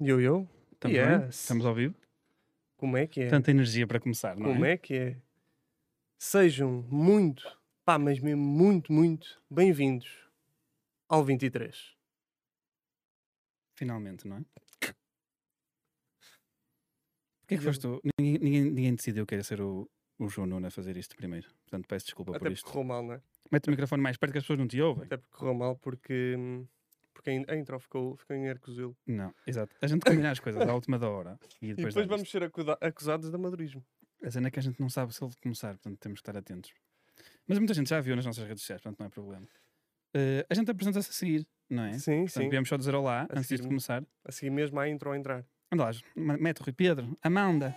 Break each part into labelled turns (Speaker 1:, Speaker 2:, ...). Speaker 1: Yo, yo.
Speaker 2: Também,
Speaker 1: Yes.
Speaker 2: estamos ao vivo.
Speaker 1: Como é que é?
Speaker 2: Tanta energia para começar, não
Speaker 1: Como
Speaker 2: é?
Speaker 1: é que é? Sejam muito, pá, mas mesmo muito, muito bem-vindos ao 23.
Speaker 2: Finalmente, não é? Porquê é que foste tu? Ninguém, ninguém, ninguém decidiu que era ser o, o João Nuno a fazer isto primeiro. Portanto, peço desculpa
Speaker 1: Até
Speaker 2: por
Speaker 1: porque
Speaker 2: isto.
Speaker 1: correu mal, não é?
Speaker 2: Mete o microfone mais perto que as pessoas não te ouvem.
Speaker 1: Até porque correu mal porque, hum, porque a in- a intro ficou, ficou em arcozil.
Speaker 2: Não, exato. A gente combina as coisas à última da hora. E
Speaker 1: E
Speaker 2: depois,
Speaker 1: depois
Speaker 2: dá
Speaker 1: vamos
Speaker 2: isto.
Speaker 1: ser acuda- acusados de amadorismo.
Speaker 2: A cena é que a gente não sabe se ele começar, portanto temos que estar atentos. Mas muita gente já viu nas nossas redes sociais, portanto não é problema. Eh, a gente apresenta-se a seguir, não é?
Speaker 1: Sim,
Speaker 2: Portanto,
Speaker 1: sim.
Speaker 2: viemos só dizer olá
Speaker 1: A
Speaker 2: antes de
Speaker 1: seguir-
Speaker 2: começar.
Speaker 1: A seguir mesmo à intro a entrar.
Speaker 2: Anda lá, ma- mete o Rui Pedro, Amanda.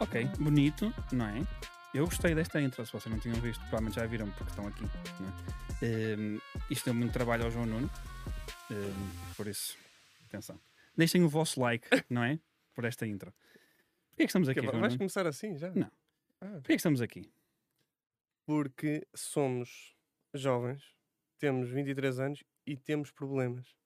Speaker 2: Ok, bonito, não é? Eu gostei desta intro, se vocês não tinham visto, provavelmente já viram porque estão aqui. Não é? Ehm, isto deu muito trabalho ao João Nuno, ehm, por isso, atenção. Deixem o vosso like, não é? Por esta intro. Porquê é que estamos aqui,
Speaker 1: Que-
Speaker 2: João
Speaker 1: vais
Speaker 2: Nuno?
Speaker 1: começar assim já?
Speaker 2: Não.
Speaker 1: Ah,
Speaker 2: Porquê é que estamos aqui?
Speaker 1: porque somos jovens, temos 23 anos e temos problemas.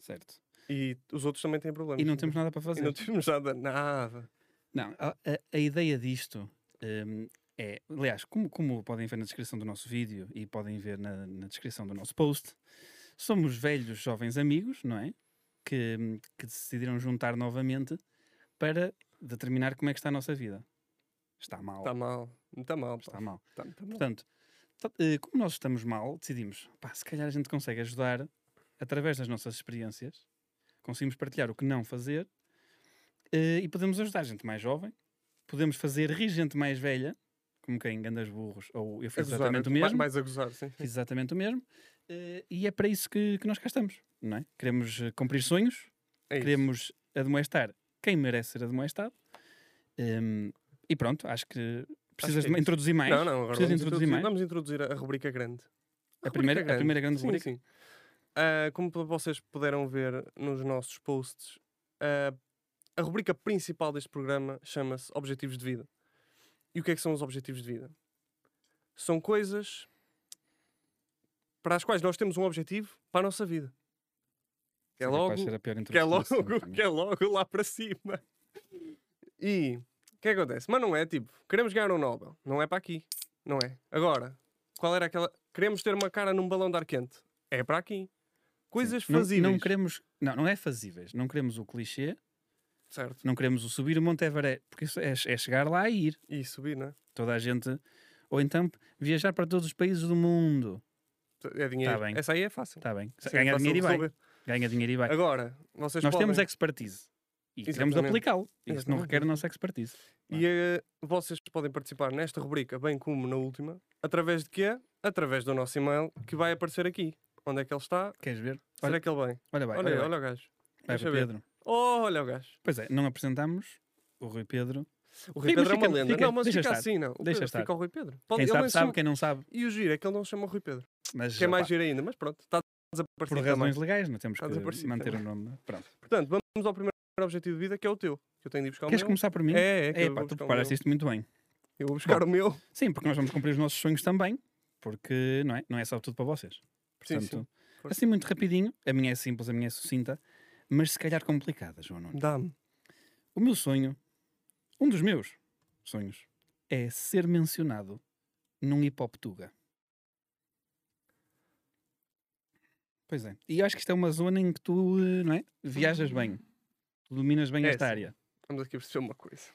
Speaker 2: Certo.
Speaker 1: E os outros também têm problemas.
Speaker 2: E não temos nada para
Speaker 1: E
Speaker 2: fazer.
Speaker 1: não temos nada, nada.
Speaker 2: Não, a, a- a ideia disto hum, é, aliás, como, como podem ver na descrição do nosso vídeo e podem ver na, na descrição do nosso post, somos velhos jovens amigos, não é? Que, hum, que decidiram juntar novamente para determinar como é que está a nossa vida. Está mal.
Speaker 1: Está Tá mal. Está mal.
Speaker 2: Tá está
Speaker 1: Está
Speaker 2: mal.
Speaker 1: Tá, tá mal.
Speaker 2: Portanto, tá- eh, como nós estamos mal, decidimos, pá, se calhar a gente consegue ajudar através das nossas experiências, conseguimos partilhar o que não fazer eh, e podemos ajudar gente mais jovem, podemos fazer rir gente mais velha, como quem gandas burros, ou eu
Speaker 1: A
Speaker 2: fiz
Speaker 1: gozar,
Speaker 2: exatamente o
Speaker 1: ma-
Speaker 2: é? mesmo,
Speaker 1: Mais a gozar, sim.
Speaker 2: fiz exatamente o mesmo, eh, e é para isso que, que nós cá estamos, não é? Queremos eh, cumprir sonhos,
Speaker 1: É isso.
Speaker 2: queremos admoestar quem merece ser admoestado, Hum, e pronto, acho que precisas
Speaker 1: que é
Speaker 2: de
Speaker 1: isso.
Speaker 2: introduzir mais.
Speaker 1: Não, não, agora
Speaker 2: Precisas
Speaker 1: vamos
Speaker 2: introduzir mais?
Speaker 1: Vamos introduzir a, a rubrica grande.
Speaker 2: A primeira- a primeira grande
Speaker 1: sim,
Speaker 2: rubrica?
Speaker 1: Sim. Ah, como p- vocês puderam ver nos nossos posts, ah, a rubrica principal deste programa chama-se Objetivos de Vida. E o que é que são os objetivos de vida? São coisas para as quais nós temos um objetivo para a nossa vida. Que é
Speaker 2: Foi capaz
Speaker 1: logo
Speaker 2: de ser a pior
Speaker 1: que é logo,
Speaker 2: introdução de sempre,
Speaker 1: que é logo lá para cima. E o que é que acontece? Mas não é tipo, queremos ganhar um Nobel, não é para aqui, não é? Agora, qual era aquela. Queremos ter uma cara num balão de ar quente, é para aqui. Coisas
Speaker 2: Não-
Speaker 1: fazíveis.
Speaker 2: Não, queremos, não, não é fazíveis. Não queremos o clichê,
Speaker 1: Certo.
Speaker 2: não queremos o subir o Monte Everest, porque isso é, é chegar lá e ir.
Speaker 1: E subir, não é?
Speaker 2: Toda a gente. Ou então viajar para todos os países do mundo.
Speaker 1: É dinheiro.
Speaker 2: Tá bem.
Speaker 1: Essa aí é fácil.
Speaker 2: Está bem.
Speaker 1: Essa aí é
Speaker 2: Ganha
Speaker 1: fácil de
Speaker 2: dinheiro e vai.
Speaker 1: resolver.
Speaker 2: Ganha dinheiro e vai.
Speaker 1: Agora, vocês
Speaker 2: Nós
Speaker 1: podem.
Speaker 2: temos é expertise. E queremos
Speaker 1: Exatamente.
Speaker 2: aplicá-lo. Isso não
Speaker 1: Exatamente.
Speaker 2: requer a nossa expertise.
Speaker 1: E eh, vocês podem participar nesta rubrica, bem como na última, através de quê? Através do nosso e-mail que vai aparecer aqui. Onde é que ele está?
Speaker 2: Queres ver?
Speaker 1: Será
Speaker 2: Olha,
Speaker 1: que ele vem?
Speaker 2: olha, vai,
Speaker 1: olha,
Speaker 2: olha,
Speaker 1: olha,
Speaker 2: vai.
Speaker 1: olha o gajo.
Speaker 2: Vai,
Speaker 1: deixa
Speaker 2: Rui
Speaker 1: ver.
Speaker 2: Pedro.
Speaker 1: Oh, olha o gajo.
Speaker 2: Pois é, não apresentámos o Rui Pedro.
Speaker 1: O Rui
Speaker 2: Ei, mas
Speaker 1: Pedro é uma
Speaker 2: fica-
Speaker 1: lenda.
Speaker 2: fica-
Speaker 1: não, mas
Speaker 2: deixa
Speaker 1: fica
Speaker 2: estar.
Speaker 1: assim, não. O
Speaker 2: Deixa
Speaker 1: Pedro
Speaker 2: estar.
Speaker 1: fica o Rui Pedro. Pode-
Speaker 2: Quem
Speaker 1: ele é
Speaker 2: sabe,
Speaker 1: nem
Speaker 2: sabe.
Speaker 1: chama-
Speaker 2: Quem não sabe.
Speaker 1: E o giro é que ele não se chama Rui Pedro.
Speaker 2: Mas,
Speaker 1: Que é mais
Speaker 2: opá,
Speaker 1: giro ainda, mas pronto, está
Speaker 2: por
Speaker 1: desaparecido também.
Speaker 2: razões legais, não temos
Speaker 1: Está
Speaker 2: que
Speaker 1: desaparecido
Speaker 2: manter o
Speaker 1: também. Então
Speaker 2: nome. né? Pronto.
Speaker 1: Portanto, vamos ao primeiro objetivo de vida, que é o teu. Que eu tenho de ir buscar
Speaker 2: Queres
Speaker 1: o meu.
Speaker 2: começar por mim?
Speaker 1: É, é, que
Speaker 2: É,
Speaker 1: eu,
Speaker 2: pá,
Speaker 1: vou
Speaker 2: tu
Speaker 1: buscar o
Speaker 2: preparaste
Speaker 1: meu.
Speaker 2: isto muito bem.
Speaker 1: eu vou buscar o meu.
Speaker 2: Sim, porque nós vamos cumprir os nossos sonhos também, porque não é, não é só tudo para vocês.
Speaker 1: Sim,
Speaker 2: Portanto,
Speaker 1: sim. Força.
Speaker 2: assim muito rapidinho, a minha é simples, a minha é sucinta, mas se calhar complicada, João Nuno.
Speaker 1: Dá-me.
Speaker 2: O meu sonho, um dos meus sonhos, é ser mencionado num hip hop tuga. Pois é. E eu acho que isto é uma zona em que tu, eh, não é? Viajas bem. Tu dominas bem
Speaker 1: É,
Speaker 2: esta
Speaker 1: sim.
Speaker 2: área.
Speaker 1: Vamos aqui perceber uma coisa.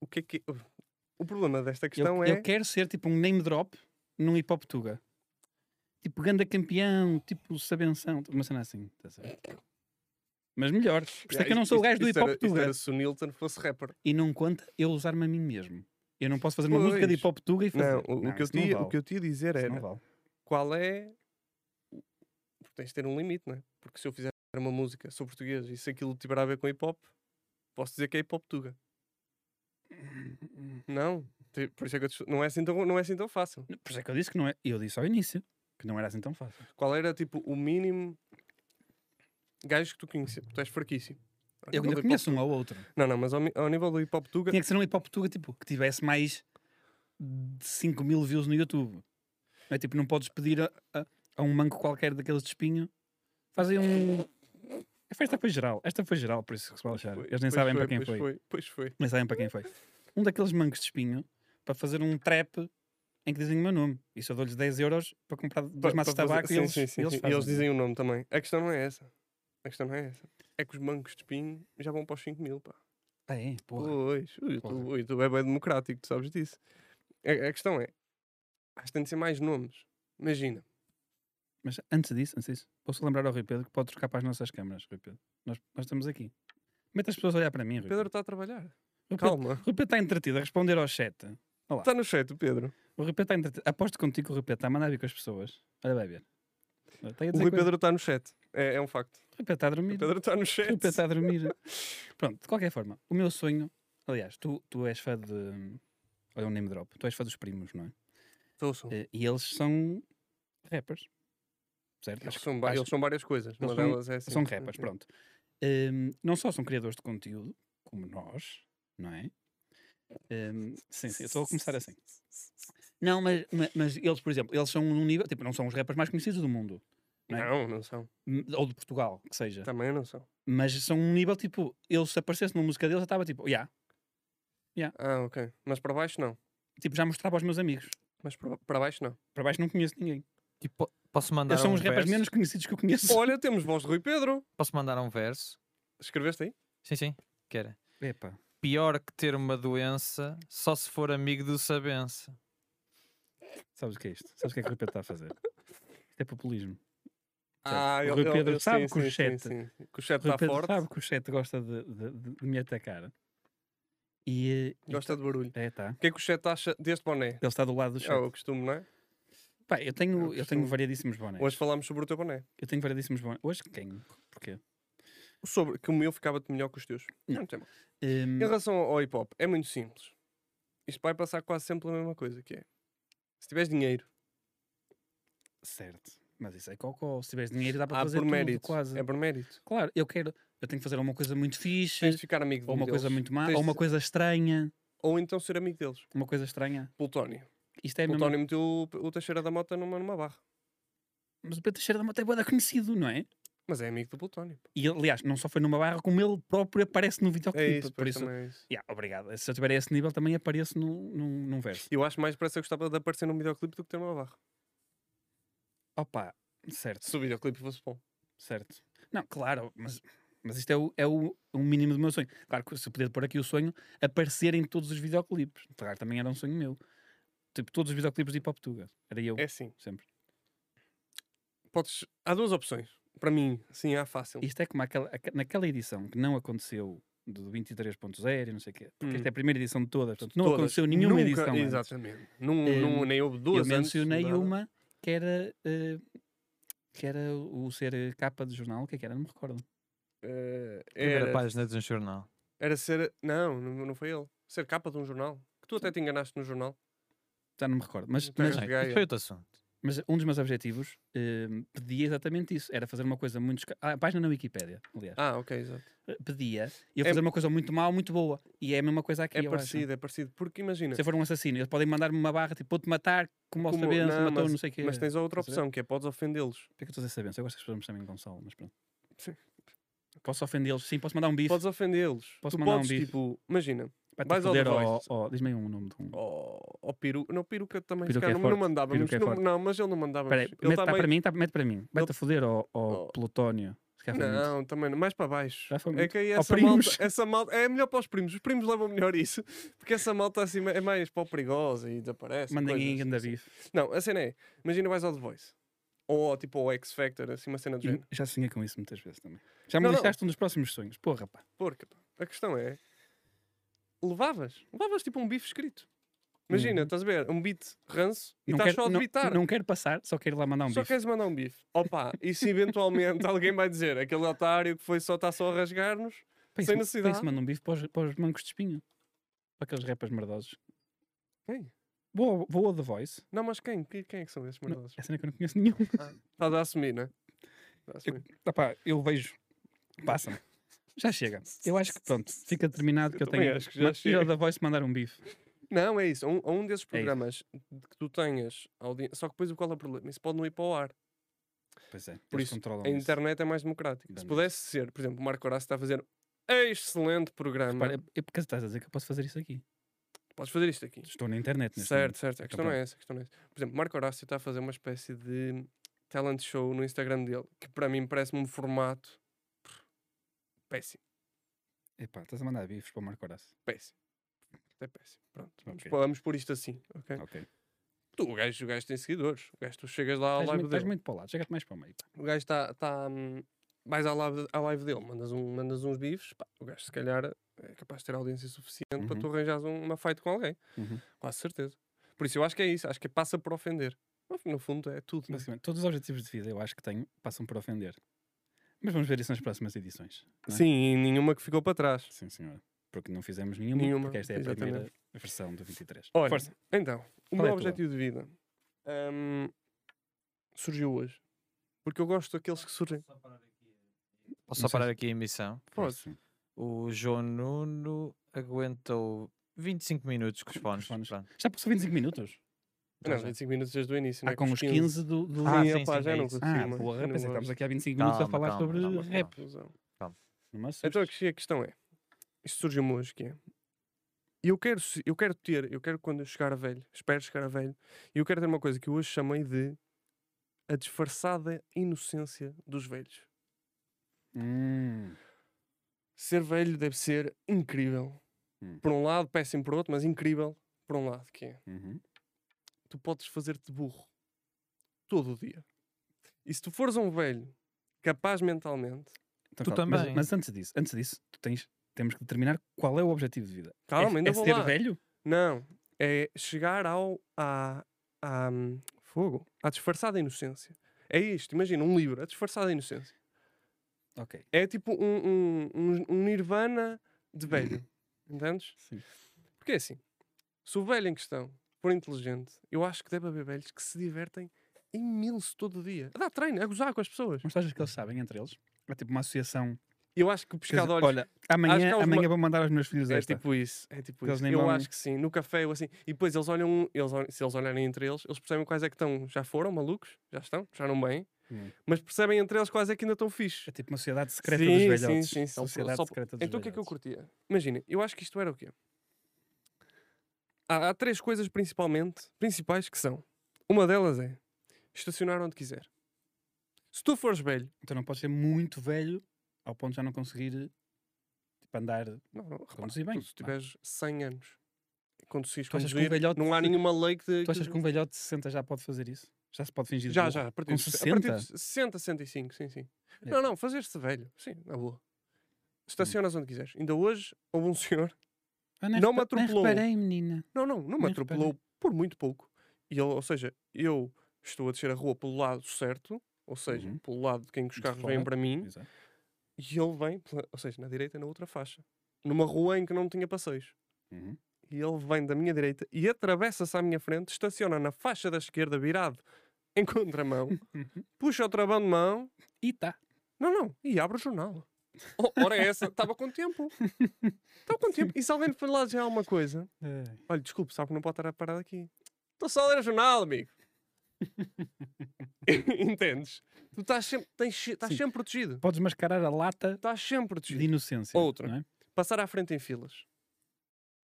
Speaker 1: O que é que. O problema desta questão
Speaker 2: eu,
Speaker 1: é.
Speaker 2: eu quero ser tipo um name drop num hip hop tuga. Tipo, ganda campeão, tipo, sabenção, uma cena assim, tá certo? Mas melhor, por isso é que eu não sou o gajo do hip
Speaker 1: Isto era-
Speaker 2: hop
Speaker 1: isto
Speaker 2: tuga.
Speaker 1: era se o Nilton fosse rapper.
Speaker 2: E não conta eu usar-me a mim mesmo. Eu não posso fazer uma música de
Speaker 1: Pois.
Speaker 2: hip hop tuga e fazer.
Speaker 1: Não, o, o que eu
Speaker 2: isso é. não
Speaker 1: te, ia-
Speaker 2: vale.
Speaker 1: o que eu te ia dizer
Speaker 2: Isso
Speaker 1: era.
Speaker 2: não vale.
Speaker 1: qual é. o- Porque tens de ter um limite, não é? Porque se eu fizer uma música sobre português e se aquilo tiver a ver com hip hop, posso dizer que é hip hop tuga. Não? Ti- Por isso é que eu te- não, é assim tão, não é assim tão fácil.
Speaker 2: Por isso é que eu disse que não é. Eu disse ao início que não era assim tão fácil.
Speaker 1: Qual era, tipo, o mínimo gajo que tu conheces? Tu és fraquíssimo. Ao
Speaker 2: Eu,
Speaker 1: nível
Speaker 2: ainda
Speaker 1: do
Speaker 2: conheço
Speaker 1: hip-hop
Speaker 2: um ao outro.
Speaker 1: tu- Não, não, mas ao, mi- ao nível do hip hop tuga,
Speaker 2: Tinha que ser um hip hop tuga, tipo, que tivesse mais de 5 mil views no YouTube. Não é? Tipo, não podes pedir a, a- a um manco qualquer daqueles de espinho. Fazem um. Esta foi geral, esta foi geral, por isso que se vai achar.
Speaker 1: foi-
Speaker 2: Eles nem
Speaker 1: pois
Speaker 2: sabem para
Speaker 1: foi,
Speaker 2: quem
Speaker 1: pois
Speaker 2: foi.
Speaker 1: Pois foi.
Speaker 2: Nem sabem para quem foi. Um daqueles mancos de espinho para fazer um trap em que dizem o meu nome. E só dou-lhes 10 euros para comprar
Speaker 1: Pa-
Speaker 2: dois
Speaker 1: para
Speaker 2: maços de
Speaker 1: fazer-
Speaker 2: tabaco e
Speaker 1: sim,
Speaker 2: eles,
Speaker 1: sim, sim,
Speaker 2: e eles
Speaker 1: sim. E
Speaker 2: fazem. é?
Speaker 1: eles dizem o nome também. A questão não é essa. A questão não é essa. É que os bancos de espinho já vão para os 5 mil, pá.
Speaker 2: Ah, é, porra.
Speaker 1: Pois, o YouTube,
Speaker 2: Porra.
Speaker 1: o YouTube é bem democrático, tu sabes disso. A, a questão é, acho que tem de ser mais nomes. Imagina,
Speaker 2: Mas antes disso, antes disso, posso lembrar ao Rui Pedro que pode trocar para as nossas câmaras, Rui Pedro. Nós, nós estamos aqui. Mete as pessoas a olhar para mim, Rui
Speaker 1: o
Speaker 2: Pedro.
Speaker 1: Pedro está a trabalhar.
Speaker 2: Rui é. Pedro-
Speaker 1: Calma.
Speaker 2: O Rui Pedro está entretido a responder ao chat.
Speaker 1: Está no chat, o Pedro.
Speaker 2: O Rui Pedro está entretido. Aposto contigo que o Rui Pedro está a mandar vir com as pessoas. Olha, vai ver. Olha, Está aí a
Speaker 1: O
Speaker 2: dizer
Speaker 1: Rui
Speaker 2: coisa.
Speaker 1: Pedro está no chat. É, é um facto.
Speaker 2: O Rui Pedro está a
Speaker 1: O
Speaker 2: dormir.
Speaker 1: Pedro está no
Speaker 2: O Rui
Speaker 1: chat.
Speaker 2: Pedro está a dormir. Pronto, de qualquer forma, o meu sonho. Aliás, tu, tu és fã de. Olha, um name drop. Tu és fã dos primos, não é?
Speaker 1: Então, são-
Speaker 2: Eh, E eles são rappers. Certo?
Speaker 1: Eles
Speaker 2: Acho-
Speaker 1: são, ba-
Speaker 2: acho-
Speaker 1: eles são várias coisas.
Speaker 2: eles
Speaker 1: Uma
Speaker 2: são-
Speaker 1: delas é assim.
Speaker 2: são rappers,
Speaker 1: ok.
Speaker 2: pronto. Hum, não só são criadores de conteúdo, como nós, não é? Hum, sim, sim, eu estou a começar assim. Não, mas, ma- mas eles, por exemplo, eles são num nível, tipo, não são os rappers mais conhecidos do mundo, não é?
Speaker 1: Não, não são.
Speaker 2: m- ou de Portugal, que seja,
Speaker 1: Também não são.
Speaker 2: mas são um nível, tipo, eles se aparecesse numa música deles, eu estava tipo, yeah.
Speaker 1: Ah, ok. Mas para baixo não.
Speaker 2: tipo, já mostrava aos meus amigos.
Speaker 1: Mas para para baixo não.
Speaker 2: Para baixo não conheço ninguém.
Speaker 3: Tipo, po- posso mandar
Speaker 2: Eles são
Speaker 3: um
Speaker 2: os rappers
Speaker 3: verso?
Speaker 2: menos conhecidos que eu conheço.
Speaker 1: Olha, temos voz de Rui Pedro.
Speaker 3: Posso mandar um verso?
Speaker 1: Escreveste aí?
Speaker 3: Sim, sim. Que era.
Speaker 2: Epa.
Speaker 3: Pior que ter uma doença, só se for amigo do sabença.
Speaker 2: Sabes o que é isto? Sabes o que é que o Rui Pedro está a fazer? Isto é populismo.
Speaker 1: Ah,
Speaker 2: O Rui Pedro sabe que o
Speaker 1: sim,
Speaker 2: chat-
Speaker 1: sim, sim. Que o chat
Speaker 2: Rui
Speaker 1: está
Speaker 2: Pedro
Speaker 1: forte.
Speaker 2: sabe que o chat gosta de, de- de- de me atacar. E. eh, e
Speaker 1: Gosta de barulho.
Speaker 2: tá- É, tá.
Speaker 1: O que é que o chat acha deste boné?
Speaker 2: Ele está do lado do chat.
Speaker 1: É o costume, não é?
Speaker 2: Pá, eu tenho, eu tenho
Speaker 1: costume.
Speaker 2: variadíssimos bonés.
Speaker 1: Hoje falámos sobre o teu boné.
Speaker 2: Eu tenho variadíssimos bonés. Hoje quem? Porquê?
Speaker 1: Sobre que o meu ficava-te melhor que os teus.
Speaker 2: Não.
Speaker 1: tem mal.
Speaker 2: Hum,
Speaker 1: Em relação ao ao hip hop, é muito simples. Isto vai passar quase sempre a mesma coisa, que é. Se tiveres dinheiro,
Speaker 2: Certo. Mas isso é cocó. Se tiveres dinheiro dá para
Speaker 1: há
Speaker 2: fazer
Speaker 1: Ah, por
Speaker 2: tudo,
Speaker 1: mérito.
Speaker 2: quase.
Speaker 1: É por mérito.
Speaker 2: Claro, eu quero. Eu tenho que fazer uma coisa muito
Speaker 1: Tens de
Speaker 2: fixe,
Speaker 1: ficar amigo
Speaker 2: ou uma
Speaker 1: deles.
Speaker 2: coisa muito má,
Speaker 1: Tens
Speaker 2: ou uma
Speaker 1: de-
Speaker 2: coisa estranha.
Speaker 1: Ou então ser amigo deles.
Speaker 2: Uma coisa estranha.
Speaker 1: Plutónio.
Speaker 2: Isto é mesmo.
Speaker 1: Plutónio meteu o, o Teixeira da Mota numa, numa barra.
Speaker 2: Mas o Pedro Teixeira da Mota é bué da conhecido, não é?
Speaker 1: Mas é amigo do Plutónio. pá.
Speaker 2: E aliás, não só foi numa barra, como ele próprio aparece no videoclipe.
Speaker 1: É isso,
Speaker 2: por
Speaker 1: pois,
Speaker 2: isso,
Speaker 1: também é isso.
Speaker 2: Ya, obrigado. Se eu tiver a esse nível, também apareço num, num, num verso.
Speaker 1: Eu acho mais pressa gostava de aparecer num videoclipe do que ter uma barra.
Speaker 2: Opa, certo,
Speaker 1: Se o videoclipe fosse bom.
Speaker 2: certo. Não, claro, mas, mas isto é, o, é o, o mínimo do meu sonho. Claro que se eu puder pôr aqui o sonho, aparecer em todos os videoclipes. Claro, também era um sonho meu. Tipo, todos os videoclipes de Hip Hop Tuga. Era eu,
Speaker 1: É assim.
Speaker 2: sempre.
Speaker 1: Podes... Há duas opções. Para mim, sim, há fácil.
Speaker 2: Isto é como aquela, aque- naquela edição que não aconteceu do 23.0 e não sei o quê. Porque
Speaker 1: Hum.
Speaker 2: esta é a primeira edição de todas, portanto, não
Speaker 1: Todas.
Speaker 2: aconteceu nenhuma
Speaker 1: Nunca-
Speaker 2: edição. antes.
Speaker 1: Exatamente. Num, num-
Speaker 2: Hum,
Speaker 1: nem houve
Speaker 2: Eu
Speaker 1: duas antes,
Speaker 2: mencionei
Speaker 1: nada.
Speaker 2: uma que era, eh, que era o ser eh, capa de jornal. O que é que era? Não me recordo.
Speaker 1: Eh,
Speaker 3: Primeira
Speaker 1: era,
Speaker 3: página de um jornal.
Speaker 1: era ser. Não, não não foi ele. Ser capa de um jornal. Que tu até te enganaste no jornal.
Speaker 2: Já não me recordo. Mas,
Speaker 1: Então,
Speaker 2: mas,
Speaker 1: Mas
Speaker 3: Não,
Speaker 1: Gaia.
Speaker 3: isso foi outro assunto.
Speaker 2: mas um dos meus objetivos eh, pedia exatamente isso. Era fazer uma coisa muito... esca- Ah, a página na Wikipédia, aliás.
Speaker 1: Ah, ok, exato.
Speaker 2: Eh, Pedia. E eu
Speaker 1: É-
Speaker 2: fazer uma coisa muito mal, muito boa. E é a mesma coisa aqui,
Speaker 1: É
Speaker 2: eu
Speaker 1: parecido, é parecido. Porque imagina.
Speaker 2: acho. Se eu for um assassino, eles podem mandar-me uma barra, tipo, vou-te matar, como o
Speaker 1: Como-
Speaker 2: Sabenço
Speaker 1: não,
Speaker 2: matou
Speaker 1: mas-
Speaker 2: não sei o quê.
Speaker 1: Mas tens a outra
Speaker 2: Estás a ver?
Speaker 1: opção, que é podes ofendê-los.
Speaker 2: Porquê que eu estou a dizer Sabenço? Eu gosto que as pessoas me chamem Gonçalo, mas pronto.
Speaker 1: Sim.
Speaker 2: Posso ofendê-los? Sim, posso mandar um bife.
Speaker 1: Podes ofendê-los.
Speaker 2: Posso
Speaker 1: tu
Speaker 2: mandar um
Speaker 1: podes,
Speaker 2: bife?
Speaker 1: tipo, imagina,
Speaker 2: Vai-te
Speaker 1: vais ao
Speaker 2: foder,
Speaker 1: The
Speaker 2: ó-
Speaker 1: Voice.
Speaker 2: ó- Diz-me aí um nome de um...
Speaker 1: ao, ao peru. Não, peruca também.
Speaker 2: Peruca
Speaker 1: se calhar
Speaker 2: é
Speaker 1: não,
Speaker 2: forte,
Speaker 1: não mandávamos.
Speaker 2: peruca é
Speaker 1: não,
Speaker 2: forte.
Speaker 1: não, mas ele não mandava.
Speaker 2: Espera aí,
Speaker 1: ele
Speaker 2: mete,
Speaker 1: tá
Speaker 2: tá
Speaker 1: meio-
Speaker 2: para mim, tá, mete para mim. Vai-te a foder ao, ao
Speaker 1: Oh.
Speaker 2: Plutónio. Se calhar foi muito.
Speaker 1: Não, também não. Mais para baixo.
Speaker 2: Já foi
Speaker 1: É
Speaker 2: muito.
Speaker 1: que aí
Speaker 2: Ao
Speaker 1: essa malta,
Speaker 2: primos.
Speaker 1: essa malta. É melhor para os primos. Os primos levam melhor isso. Porque essa malta assim é mais para o perigosa e desaparece.
Speaker 2: Mandem
Speaker 1: coisas
Speaker 2: aí ganda
Speaker 1: assim.
Speaker 2: bife.
Speaker 1: Não, a cena é. Imagina vais ao The Voice. Ou ao, tipo ao X Factor, assim uma cena do
Speaker 2: E
Speaker 1: género.
Speaker 2: Já sonhei com isso muitas vezes também. Já me
Speaker 1: Não, não.
Speaker 2: deixaste um dos próximos sonhos. Porra, pá.
Speaker 1: Porque pá, a questão é. Levavas. Levavas tipo um bife escrito. Imagina,
Speaker 2: Uhum.
Speaker 1: estás a ver? Um beat ranço e
Speaker 2: Não
Speaker 1: estás só a
Speaker 2: quero, não,
Speaker 1: debitar.
Speaker 2: não quero passar, só quero ir lá mandar um
Speaker 1: só
Speaker 2: bife.
Speaker 1: queres mandar um bife. Opa, e se eventualmente alguém vai dizer aquele otário que foi só está só a rasgar-nos,
Speaker 2: Pá, isso-
Speaker 1: sem
Speaker 2: pá,
Speaker 1: necessidade.
Speaker 2: isso manda um bife para os, para os mancos de espinho. Para aqueles rappers merdosos.
Speaker 1: Quem?
Speaker 2: Vou, ao- vou ao The Voice.
Speaker 1: Não, mas quem? Que- Quem é que são esses
Speaker 2: Não,
Speaker 1: merdosos?
Speaker 2: é cena que eu não conheço nenhum.
Speaker 1: Estás a assumir, não é? Estás a assumir.
Speaker 2: Opá, eu vejo. Passa-me. Já chega. Eu acho que pronto, fica determinado que
Speaker 1: Eu
Speaker 2: eu tenho.
Speaker 1: também acho que já
Speaker 2: mas- ir ao
Speaker 1: chega.
Speaker 2: The Voice mandar um bife.
Speaker 1: Não, é isso. A um, a um desses
Speaker 2: É isso.
Speaker 1: programas de que tu tenhas audiência. Só que depois o qual é o problema? Isso pode não ir para o ar.
Speaker 2: Pois é,
Speaker 1: Por
Speaker 2: eles
Speaker 1: isso,
Speaker 2: controlam
Speaker 1: A internet é mais democrática. Se
Speaker 2: Dane-se.
Speaker 1: pudesse ser, por exemplo, o Marco Horácio está a fazer excelente programa.
Speaker 2: Repara, é- é porque estás a dizer que eu posso fazer isso aqui.
Speaker 1: Podes fazer isto aqui.
Speaker 2: Estou na internet neste
Speaker 1: Certo, certo. A
Speaker 2: Então
Speaker 1: questão não é essa. A questão não é essa. Por exemplo, Marco Horácio está a fazer uma espécie de talent show no Instagram dele, que para mim parece-me um formato pff, péssimo.
Speaker 2: momento. Epá, estás a mandar bifes para o Marco Horácio.
Speaker 1: Péssimo. É péssimo. Pronto. Vamos,
Speaker 2: Ok.
Speaker 1: pô- vamos pôr isto assim, ok?
Speaker 2: Ok.
Speaker 1: Tu, o, gajo, o gajo tem seguidores. O gajo, tu chegas lá à
Speaker 2: Estás
Speaker 1: live
Speaker 2: muito,
Speaker 1: dele.
Speaker 2: estás muito para o lado, chega-te mais para o meio. pá.
Speaker 1: O gajo está. Tá, hum, vais à live, à live dele, mandas, um, mandas uns bifes. pá, o gajo, se calhar, é capaz de ter audiência suficiente para
Speaker 2: Uhum.
Speaker 1: tu arranjares um- uma fight com alguém.
Speaker 2: Uhum.
Speaker 1: Quase certeza. Por isso, eu acho que é isso. Acho que passa por ofender. No- No fundo, é tudo. né?
Speaker 2: Basicamente, todos os objetivos de vida eu acho que tenho passam por ofender. Mas vamos ver isso nas próximas edições. não é?
Speaker 1: Sim, e nenhuma que ficou para trás.
Speaker 2: Sim, senhora. Porque não fizemos nenhuma,
Speaker 1: Nenhuma,
Speaker 2: porque esta é a
Speaker 1: exatamente.
Speaker 2: primeira versão do 23.
Speaker 1: Olha,
Speaker 2: Força.
Speaker 1: então, o
Speaker 2: Qual é
Speaker 1: meu
Speaker 2: a tua?
Speaker 1: objetivo de vida hum, surgiu hoje. Porque eu gosto daqueles que surgem.
Speaker 3: Posso
Speaker 2: Não
Speaker 3: só
Speaker 2: sei
Speaker 3: parar
Speaker 2: se-
Speaker 3: aqui a emissão?
Speaker 1: Podes.
Speaker 2: Força.
Speaker 3: O João Nuno aguentou 25 minutos com os fones.
Speaker 2: fones.
Speaker 3: pronto.
Speaker 2: Já passou 25 minutos?
Speaker 3: Já,
Speaker 1: Não,
Speaker 3: já.
Speaker 1: 25 minutos desde o início. não
Speaker 2: Ah,
Speaker 1: é?
Speaker 2: é. com os 15 do... do...
Speaker 3: Ah,
Speaker 1: Sim,
Speaker 3: sim,
Speaker 1: opá,
Speaker 3: sim,
Speaker 1: já
Speaker 3: é
Speaker 1: não
Speaker 3: isso.
Speaker 1: consigo.
Speaker 2: Ah,
Speaker 1: mais,
Speaker 2: porra,
Speaker 1: eu não
Speaker 2: pensei que
Speaker 1: gosto.
Speaker 2: estamos aqui há 25 minutos a
Speaker 3: Calma,
Speaker 2: falar
Speaker 3: calma,
Speaker 2: sobre
Speaker 3: calma, calma.
Speaker 2: rap.
Speaker 1: Confusão.
Speaker 2: Não me assustes.
Speaker 1: Então a que- a questão é, isto surgiu-me hoje, que é, eu quero, se- eu quero ter, eu quero quando eu chegar a velho, espero chegar a velho, e eu quero ter uma coisa que eu hoje chamei de a disfarçada inocência dos velhos.
Speaker 2: Hum,
Speaker 1: Ser velho deve ser incrível.
Speaker 2: Hum.
Speaker 1: Por um lado, péssimo por outro, mas incrível por um lado, que é,
Speaker 2: uhum.
Speaker 1: tu podes fazer-te burro todo o dia. E se tu fores um velho capaz mentalmente,
Speaker 2: Então,
Speaker 3: Tu
Speaker 2: calma, mas-
Speaker 3: também.
Speaker 2: Mas, antes disso, antes disso, tu tens, temos que determinar qual é o objetivo de vida.
Speaker 1: calma,
Speaker 2: é,
Speaker 1: ainda
Speaker 2: é
Speaker 1: vou
Speaker 2: ser
Speaker 1: lá.
Speaker 2: velho?
Speaker 1: Não, é chegar ao à, à, hum, fogo, à disfarçada inocência. É isto, imagina, um livro, a disfarçada inocência.
Speaker 2: Ok.
Speaker 1: É tipo um, um, um, um nirvana de velho. Entendes?
Speaker 2: Sim.
Speaker 1: Porque é assim, se o velho em questão for inteligente, eu acho que deve haver velhos que se divertem imenso todo o dia. A dar treino, a gozar com as pessoas.
Speaker 2: Mas tu achas que eles sabem entre eles? É tipo uma associação.
Speaker 1: Eu acho que o
Speaker 2: Quer dizer,
Speaker 1: pescado olhos
Speaker 2: Olha,
Speaker 1: acho que
Speaker 2: amanhã,
Speaker 1: há uns
Speaker 2: amanhã
Speaker 1: ma-
Speaker 2: vou mandar aos meus filhos
Speaker 1: É
Speaker 2: esta.
Speaker 1: tipo isso, é tipo
Speaker 2: Eles
Speaker 1: isso.
Speaker 2: nem
Speaker 1: Eu
Speaker 2: mamam.
Speaker 1: acho que sim, no café ou assim. E depois eles olham, um- eles olham- se eles olharem entre eles, eles percebem quais é que estão, já foram malucos, já estão, já não bem,
Speaker 2: Hum.
Speaker 1: mas percebem entre eles quais é que ainda estão fixes.
Speaker 2: É tipo uma sociedade secreta
Speaker 1: Sim,
Speaker 2: dos
Speaker 1: sim,
Speaker 2: velhotes. É
Speaker 1: sim, só por-
Speaker 2: Sociedade
Speaker 1: só por-
Speaker 2: secreta dos
Speaker 1: Então o que é que eu
Speaker 2: velhotes.
Speaker 1: curtia? Imagina, eu acho que isto era o quê? Há, há três coisas principalmente, principais que são. Uma delas é estacionar onde quiser. Se tu fores velho,
Speaker 2: Então não podes ser muito velho ao ponto de já não conseguir tipo, andar.
Speaker 1: não, não, repara,
Speaker 2: Conduzir bem,
Speaker 1: tu se
Speaker 2: não é?
Speaker 1: tiveres 100 anos e conduzires
Speaker 2: Tu achas que um
Speaker 1: conduzir,
Speaker 2: velhote
Speaker 1: não há
Speaker 2: se-
Speaker 1: nenhuma lei que... te-
Speaker 2: Tu achas
Speaker 1: te-
Speaker 2: que um velhote de 60 já pode fazer isso? Já se pode fingir de
Speaker 1: Já,
Speaker 2: burro?
Speaker 1: já, a partir,
Speaker 2: Com
Speaker 1: dos- a partir
Speaker 2: 60?
Speaker 1: dos 60, 65, sim, sim.
Speaker 2: É. Hum.
Speaker 1: Não, não, fazer-se velho, sim, na boa. Estacionas onde quiseres. Ainda hoje houve um senhor,
Speaker 2: Ah,
Speaker 1: Não me
Speaker 2: repa-
Speaker 1: atropelou.
Speaker 2: Nem reparei, menina.
Speaker 1: não, não, não me
Speaker 2: Mas
Speaker 1: atropelou por muito pouco. E ele, ou seja, eu estou a descer a rua pelo lado certo, ou seja,
Speaker 2: Uhum.
Speaker 1: pelo lado de quem os
Speaker 2: De
Speaker 1: carros
Speaker 2: fora.
Speaker 1: vêm para mim,
Speaker 2: Exato.
Speaker 1: e ele vem, pela- ou seja, na direita, na outra faixa, numa rua em que não tinha passeios.
Speaker 2: Uhum.
Speaker 1: E ele vem da minha direita e atravessa-se à minha frente, estaciona na faixa da esquerda, virado em contramão, puxa o travão de mão
Speaker 2: E tá.
Speaker 1: Não, não. E abre o jornal. O- Ora é essa. Estava com tempo. Estava com tempo. E se alguém for lá dizer alguma coisa... Olha, desculpe, sabe que não pode estar a parar aqui. Estou só a ler o jornal, amigo. Entendes? Tu estás sempre, tens se- estás
Speaker 2: Sim.
Speaker 1: sempre protegido.
Speaker 2: Podes mascarar a lata
Speaker 1: Estás sempre
Speaker 2: de
Speaker 1: protegido.
Speaker 2: inocência.
Speaker 1: Outra.
Speaker 2: Não é?
Speaker 1: Passar à frente em filas.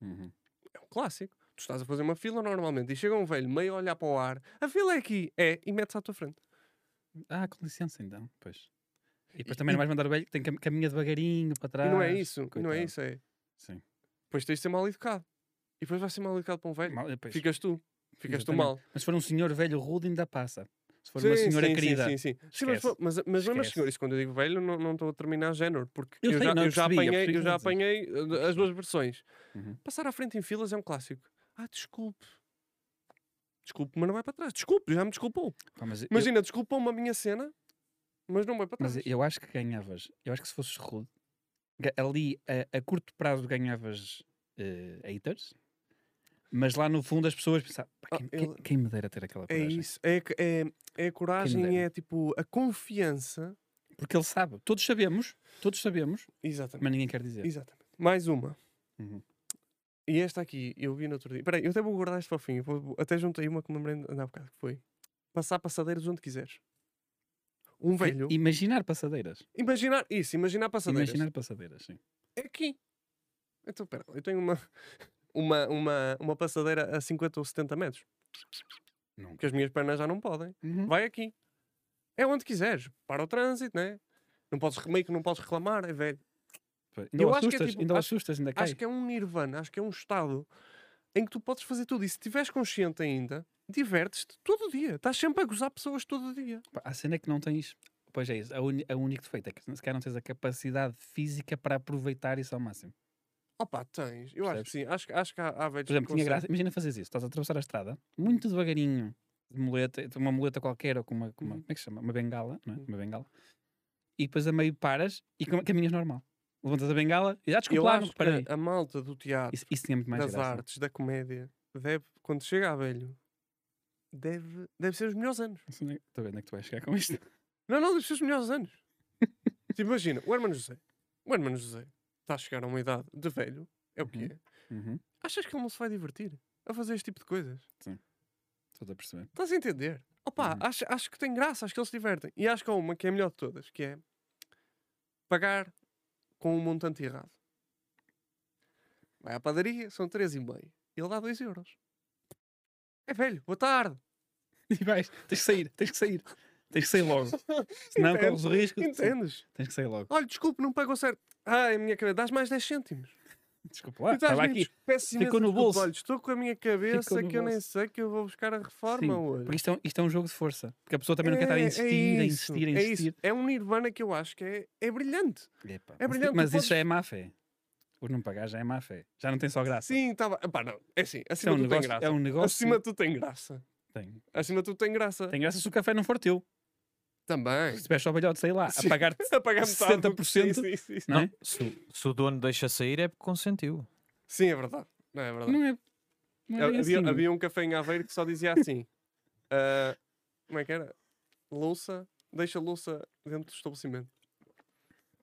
Speaker 2: Uhum.
Speaker 1: É um clássico. Tu estás a fazer uma fila normalmente e chega um velho meio a olhar para o ar. A fila é aqui. É. E metes à tua frente.
Speaker 2: Ah, com licença então. Pois. E depois
Speaker 1: E-
Speaker 2: também não
Speaker 1: e-
Speaker 2: vais mandar o velho, tem cam- caminha devagarinho para
Speaker 1: E
Speaker 2: trás.
Speaker 1: não é isso. E não é
Speaker 2: Ah, coitado.
Speaker 1: isso. É.
Speaker 2: Sim.
Speaker 1: Depois tens de ser mal educado. E depois vais ser mal educado para um velho.
Speaker 2: Mal- eh, pois.
Speaker 1: Ficas tu. Ficas tu
Speaker 2: Exatamente.
Speaker 1: mal.
Speaker 2: Mas se for um senhor velho rude, ainda passa. Se for uma
Speaker 1: Sim,
Speaker 2: senhora
Speaker 1: sim, sim,
Speaker 2: querida.
Speaker 1: Sim, sim, Sim, mas,
Speaker 2: Esquece.
Speaker 1: mas, mas mesmo as
Speaker 2: Esquece.
Speaker 1: senhoras, quando eu digo velho, não não estou a terminar género, porque
Speaker 2: Eu
Speaker 1: eu,
Speaker 2: sei,
Speaker 1: já,
Speaker 2: não, eu
Speaker 1: eu já
Speaker 2: percebi, eu
Speaker 1: apanhei,
Speaker 2: percebi
Speaker 1: eu
Speaker 2: o que
Speaker 1: já
Speaker 2: estás a dizer.
Speaker 1: apanhei uh, as duas versões.
Speaker 2: Uhum.
Speaker 1: Passar à frente em filas é um clássico. Ah, desculpe. Desculpe, mas não vai para trás. Desculpe, já me desculpou.
Speaker 2: Pá, mas, eu-
Speaker 1: Imagina, desculpou-me a minha cena, mas não vai para trás.
Speaker 2: mas eu acho que ganhavas. Eu acho que se fosses rude, ga- ali a, a curto prazo ganhavas eh, haters, Mas lá no fundo as pessoas pensavam, "Pá, quem,
Speaker 1: Ah,
Speaker 2: quem-
Speaker 1: ele-
Speaker 2: quem me dera ter aquela
Speaker 1: É
Speaker 2: coragem.
Speaker 1: isso. É, que- é, é a coragem,
Speaker 2: dera.
Speaker 1: é tipo a confiança.
Speaker 2: Porque ele sabe, todos sabemos, todos sabemos,
Speaker 1: Exatamente.
Speaker 2: mas ninguém quer dizer.
Speaker 1: Exatamente. Mais uma.
Speaker 2: Uhum.
Speaker 1: E esta aqui, eu vi no outro dia. Peraí, eu até vou guardar isto para o fim. Eu vou- até juntei uma que me lembrei de- há bocado, que foi passar passadeiras onde quiseres. Um velho.
Speaker 2: I- Imaginar passadeiras.
Speaker 1: Imaginar isso, imaginar passadeiras.
Speaker 2: Imaginar passadeiras, sim.
Speaker 1: É aqui. Então, pera, eu tenho uma, uma, uma, uma passadeira a 50 ou 70 metros.
Speaker 2: Não.
Speaker 1: Porque as minhas pernas já não podem.
Speaker 2: Uhum.
Speaker 1: Vai aqui. É onde quiseres. Para o trânsito, né? Não podes, re- meio que não podes reclamar, é velho.
Speaker 2: Ainda
Speaker 1: Eu
Speaker 2: o
Speaker 1: acho que é
Speaker 2: assustas,
Speaker 1: tipo-
Speaker 2: ainda o
Speaker 1: acho-
Speaker 2: assustas, ainda cai.
Speaker 1: Acho que é um nirvana, acho que é um estado em que tu podes fazer tudo. E se estiveres consciente ainda, divertes-te todo dia. Estás sempre a gozar pessoas todo dia.
Speaker 2: Pá, A cena é que não tens. Pois é isso. A uni- a único defeito é que se calhar não tens a capacidade física para aproveitar isso ao máximo.
Speaker 1: Opa, tens. Eu acho que sim. Acho, que- acho que há, há velhos que
Speaker 2: Por exemplo, tinha
Speaker 1: conseguem.
Speaker 2: graça. Imagina fazer isso. Estás a atravessar a estrada, muito devagarinho, de muleta, de uma muleta qualquer ou com uma. com uma-
Speaker 1: Uhum.
Speaker 2: Como é que se chama? Uma bengala, não é?
Speaker 1: Uhum.
Speaker 2: Uma bengala. E depois a meio paras e cam- caminhas normal. Levantas a bengala e já desculpa
Speaker 1: Eu
Speaker 2: lá, não
Speaker 1: acho
Speaker 2: reparei.
Speaker 1: que a malta do teatro,
Speaker 2: Isso, isso tinha muito mais
Speaker 1: das
Speaker 2: graça. é?
Speaker 1: artes, da comédia, deve, quando chega a velho, deve, deve ser os melhores anos.
Speaker 2: Estou a ver onde é que tu vais chegar com isto.
Speaker 1: Não, não, dos seus melhores anos. Tipo, imagina, o Hermano José. O Hermano José está a chegar a uma idade de velho, é o que
Speaker 2: Uhum.
Speaker 1: é.
Speaker 2: Uhum.
Speaker 1: Achas que ele não se vai divertir a fazer este tipo de coisas?
Speaker 2: Estou a perceber.
Speaker 1: Estás a entender? Opa,
Speaker 2: Uhum.
Speaker 1: acho, acho que tem graça, acho que eles se divertem. E acho que há uma que é a melhor de todas, que é pagar com um montante errado. Vai à padaria, são 3,5. Ele dá 2 euros. É velho, boa tarde.
Speaker 2: E vais, tens que sair, tens que sair. Tens que sair logo. Senão
Speaker 1: Entendo,
Speaker 2: corres o risco. de-
Speaker 1: Entendes?
Speaker 2: Tens que sair logo.
Speaker 1: Olha, desculpe, não pagou certo. Ai, a minha cabeça, dás mais 10 cêntimos.
Speaker 2: Desculpa lá,
Speaker 1: E dás
Speaker 2: estava
Speaker 1: mesmo,
Speaker 2: aqui.
Speaker 1: peço
Speaker 2: Ficou
Speaker 1: imensa
Speaker 2: no
Speaker 1: desculpa,
Speaker 2: bolso.
Speaker 1: Olha, estou com a minha cabeça
Speaker 2: no
Speaker 1: que eu nem sei que eu vou buscar a reforma
Speaker 2: Sim,
Speaker 1: hoje.
Speaker 2: Porque isto é, um, isto é um jogo de força. Porque a pessoa também não quer estar a insistir, a
Speaker 1: É, isso,
Speaker 2: insistir, a
Speaker 1: é isso.
Speaker 2: insistir.
Speaker 1: É um Nirvana que eu acho que é, é brilhante.
Speaker 2: Epá,
Speaker 1: É
Speaker 2: mas
Speaker 1: brilhante, tu
Speaker 2: mas
Speaker 1: podes-
Speaker 2: isso já é má fé. Por não pagar já é má fé. Já não tem só graça.
Speaker 1: Sim, estava. Epá, não. É assim,
Speaker 2: Ah, Isso é
Speaker 1: acima
Speaker 2: um
Speaker 1: de tudo tem
Speaker 2: negócio.
Speaker 1: graça.
Speaker 2: É um negócio
Speaker 1: Acima de tudo tem graça.
Speaker 2: tem,
Speaker 1: Acima de tudo tem graça.
Speaker 2: tem graça se o café não for teu.
Speaker 1: Também.
Speaker 2: Se tiveres só balhote, sei lá,
Speaker 1: Sim.
Speaker 2: a pagar-te.
Speaker 1: A pagar metade do que-
Speaker 2: 60%.
Speaker 1: Sim, sim, sim.
Speaker 2: Não, é?
Speaker 3: Se, o- se o dono deixa sair é porque consentiu.
Speaker 1: Sim, é verdade. Não é verdade.
Speaker 2: não é. Não é bem
Speaker 1: havia,
Speaker 2: assim.
Speaker 1: havia um café em Aveiro que só dizia assim: ah, como é que era? Louça, deixa a louça dentro do estabelecimento.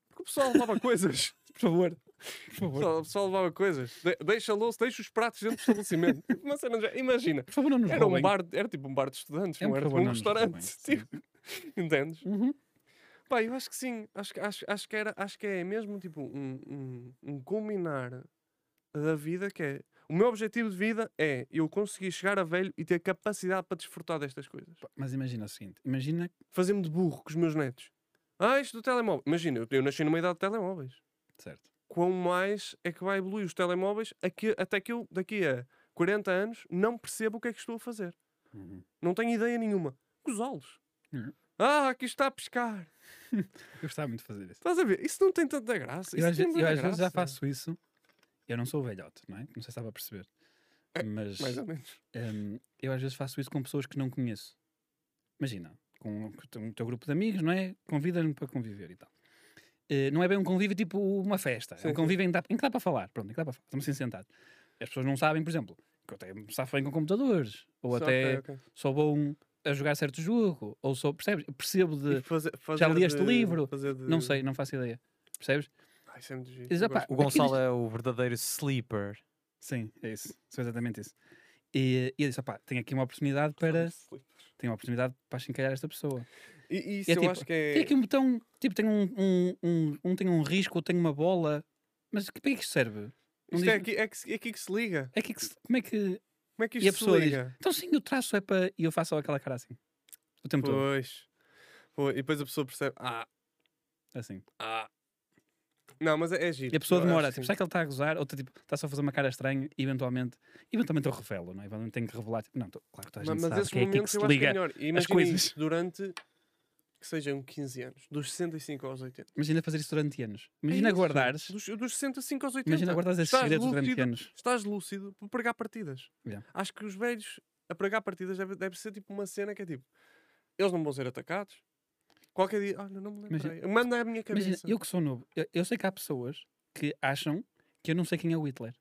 Speaker 1: Porque o pessoal levava coisas.
Speaker 2: Por favor. Por
Speaker 1: O
Speaker 2: favor.
Speaker 1: pessoal, o pessoal levava coisas. De- deixa a louça, deixa os pratos dentro do estabelecimento. Tipo, Uma cena já- Imagina.
Speaker 2: Por favor, não nos
Speaker 1: Era um
Speaker 2: roubem.
Speaker 1: bar, era tipo um bar de estudantes,
Speaker 2: É,
Speaker 1: não
Speaker 2: por
Speaker 1: era tipo
Speaker 2: favor,
Speaker 1: um
Speaker 2: não nos roubem.
Speaker 1: restaurante.
Speaker 2: Sim.
Speaker 1: Tipo, entendes?
Speaker 2: Uhum.
Speaker 1: Pá, eu acho que sim. Acho, que- acho, acho, que, era, acho que é mesmo tipo um, um, um culminar da vida que é. O meu objetivo de vida é eu conseguir chegar a velho e ter capacidade para desfrutar destas coisas.
Speaker 2: Pá, Mas imagina o seguinte: imagina.
Speaker 1: Fazer-me de burro com os meus netos. Ah, isto do telemóvel. Imagina, eu, eu nasci numa idade de telemóveis.
Speaker 2: Certo.
Speaker 1: Quão mais é que vai evoluir os telemóveis a que- até que eu, daqui a 40 anos, não perceba o que é que estou a fazer.
Speaker 2: Uhum.
Speaker 1: Não tenho ideia nenhuma. Gozá-los.
Speaker 2: Uhum.
Speaker 1: Ah, aqui está a pescar.
Speaker 2: Eu gostava muito de fazer isso.
Speaker 1: Estás a ver? Isso não tem tanta graça.
Speaker 2: Eu
Speaker 1: isso
Speaker 2: às,
Speaker 1: tem
Speaker 2: ve- eu
Speaker 1: tanta
Speaker 2: às vezes já
Speaker 1: graça.
Speaker 2: faço isso. Eu não sou velhote, não é? Não sei se estava a perceber. Mas
Speaker 1: É, Mais ou menos.
Speaker 2: hum, eu às vezes faço isso com pessoas que não conheço. Imagina, com o teu- o teu grupo de amigos, não é? Convidas-me para conviver e tal. Eh, não é bem um convívio tipo uma festa.
Speaker 1: Sim,
Speaker 2: é um
Speaker 1: sim.
Speaker 2: convívio em que, dá, em que dá para falar. Pronto, em que dá para falar. Estamos assim sentados. As pessoas não sabem, por exemplo, que eu até me safo bem com computadores. Ou
Speaker 1: Só-
Speaker 2: até
Speaker 1: ok, ok.
Speaker 2: sou bom a jogar certo jogo. Ou sou, percebes? Eu Percebo
Speaker 1: E
Speaker 2: de...
Speaker 1: fazer-
Speaker 2: já
Speaker 1: fazer
Speaker 2: li este
Speaker 1: de-
Speaker 2: livro?
Speaker 1: fazer de-
Speaker 2: Não sei, não faço ideia. Percebes?
Speaker 1: Ah, isso é muito giro.
Speaker 2: Mas,
Speaker 1: eu
Speaker 2: opá,
Speaker 1: gosto.
Speaker 3: O
Speaker 2: Aqui
Speaker 3: Gonçalo
Speaker 2: diz-
Speaker 3: é o verdadeiro sleeper.
Speaker 2: Sim, é isso. Sou exatamente isso. E, e eu disse, opá, tenho aqui uma oportunidade para... Tenho uma oportunidade para achincalhar esta pessoa.
Speaker 1: E, e isso eu
Speaker 2: tipo,
Speaker 1: acho que
Speaker 2: Tem
Speaker 1: é.
Speaker 2: aqui um botão, tipo, tem um, um, um, um tem um risco, ou tem uma bola. Mas que- para que é que isto serve? não
Speaker 1: Isto é
Speaker 2: diz-
Speaker 1: aqui, é, que, é aqui que se liga.
Speaker 2: É que, que se- como é que...
Speaker 1: Como é que
Speaker 2: E
Speaker 1: isto
Speaker 2: a pessoa
Speaker 1: se
Speaker 2: diz,
Speaker 1: liga?
Speaker 2: Então sim, o traço é para... E eu faço aquela cara assim. O tempo todo,
Speaker 1: Pois. Pois, E depois a pessoa percebe. Ah,
Speaker 2: assim.
Speaker 1: ah. Não, mas é, é giro.
Speaker 2: E a
Speaker 1: eu
Speaker 2: pessoa
Speaker 1: acho
Speaker 2: demora,
Speaker 1: que
Speaker 2: tipo,
Speaker 1: sim.
Speaker 2: será que ele está a gozar? Ou está, tipo, está só a fazer uma cara estranha e eventualmente... Eventualmente eu revelo, não é? Eventualmente tenho que revelar. Tipo, não, tô- claro que toda a
Speaker 1: Ma-
Speaker 2: gente
Speaker 1: Mas
Speaker 2: sabe
Speaker 1: esses
Speaker 2: que é aqui que
Speaker 1: momentos
Speaker 2: se
Speaker 1: eu acho que é
Speaker 2: liga.
Speaker 1: melhor. E Imagina
Speaker 2: coisas.
Speaker 1: isto durante que sejam 15 anos, dos 65 aos 80.
Speaker 2: Imagina fazer isso durante anos.
Speaker 1: É
Speaker 2: Imagina
Speaker 1: isso,
Speaker 2: guardares...
Speaker 1: Dos, dos 65 aos 80.
Speaker 2: Imagina guardares esses
Speaker 1: Estás
Speaker 2: segredos durante
Speaker 1: lúcido,
Speaker 2: anos.
Speaker 1: Estás lúcido para pregar partidas.
Speaker 2: Yeah.
Speaker 1: Acho que os velhos a pregar partidas deve, deve ser tipo uma cena que é tipo: eles não vão ser atacados. Qualquer dia, olha, não me
Speaker 2: Imagina-
Speaker 1: lembrei. Manda a minha cabeça.
Speaker 2: Imagina, eu que sou novo, eu, eu sei que há pessoas que acham que eu não sei quem é o Hitler.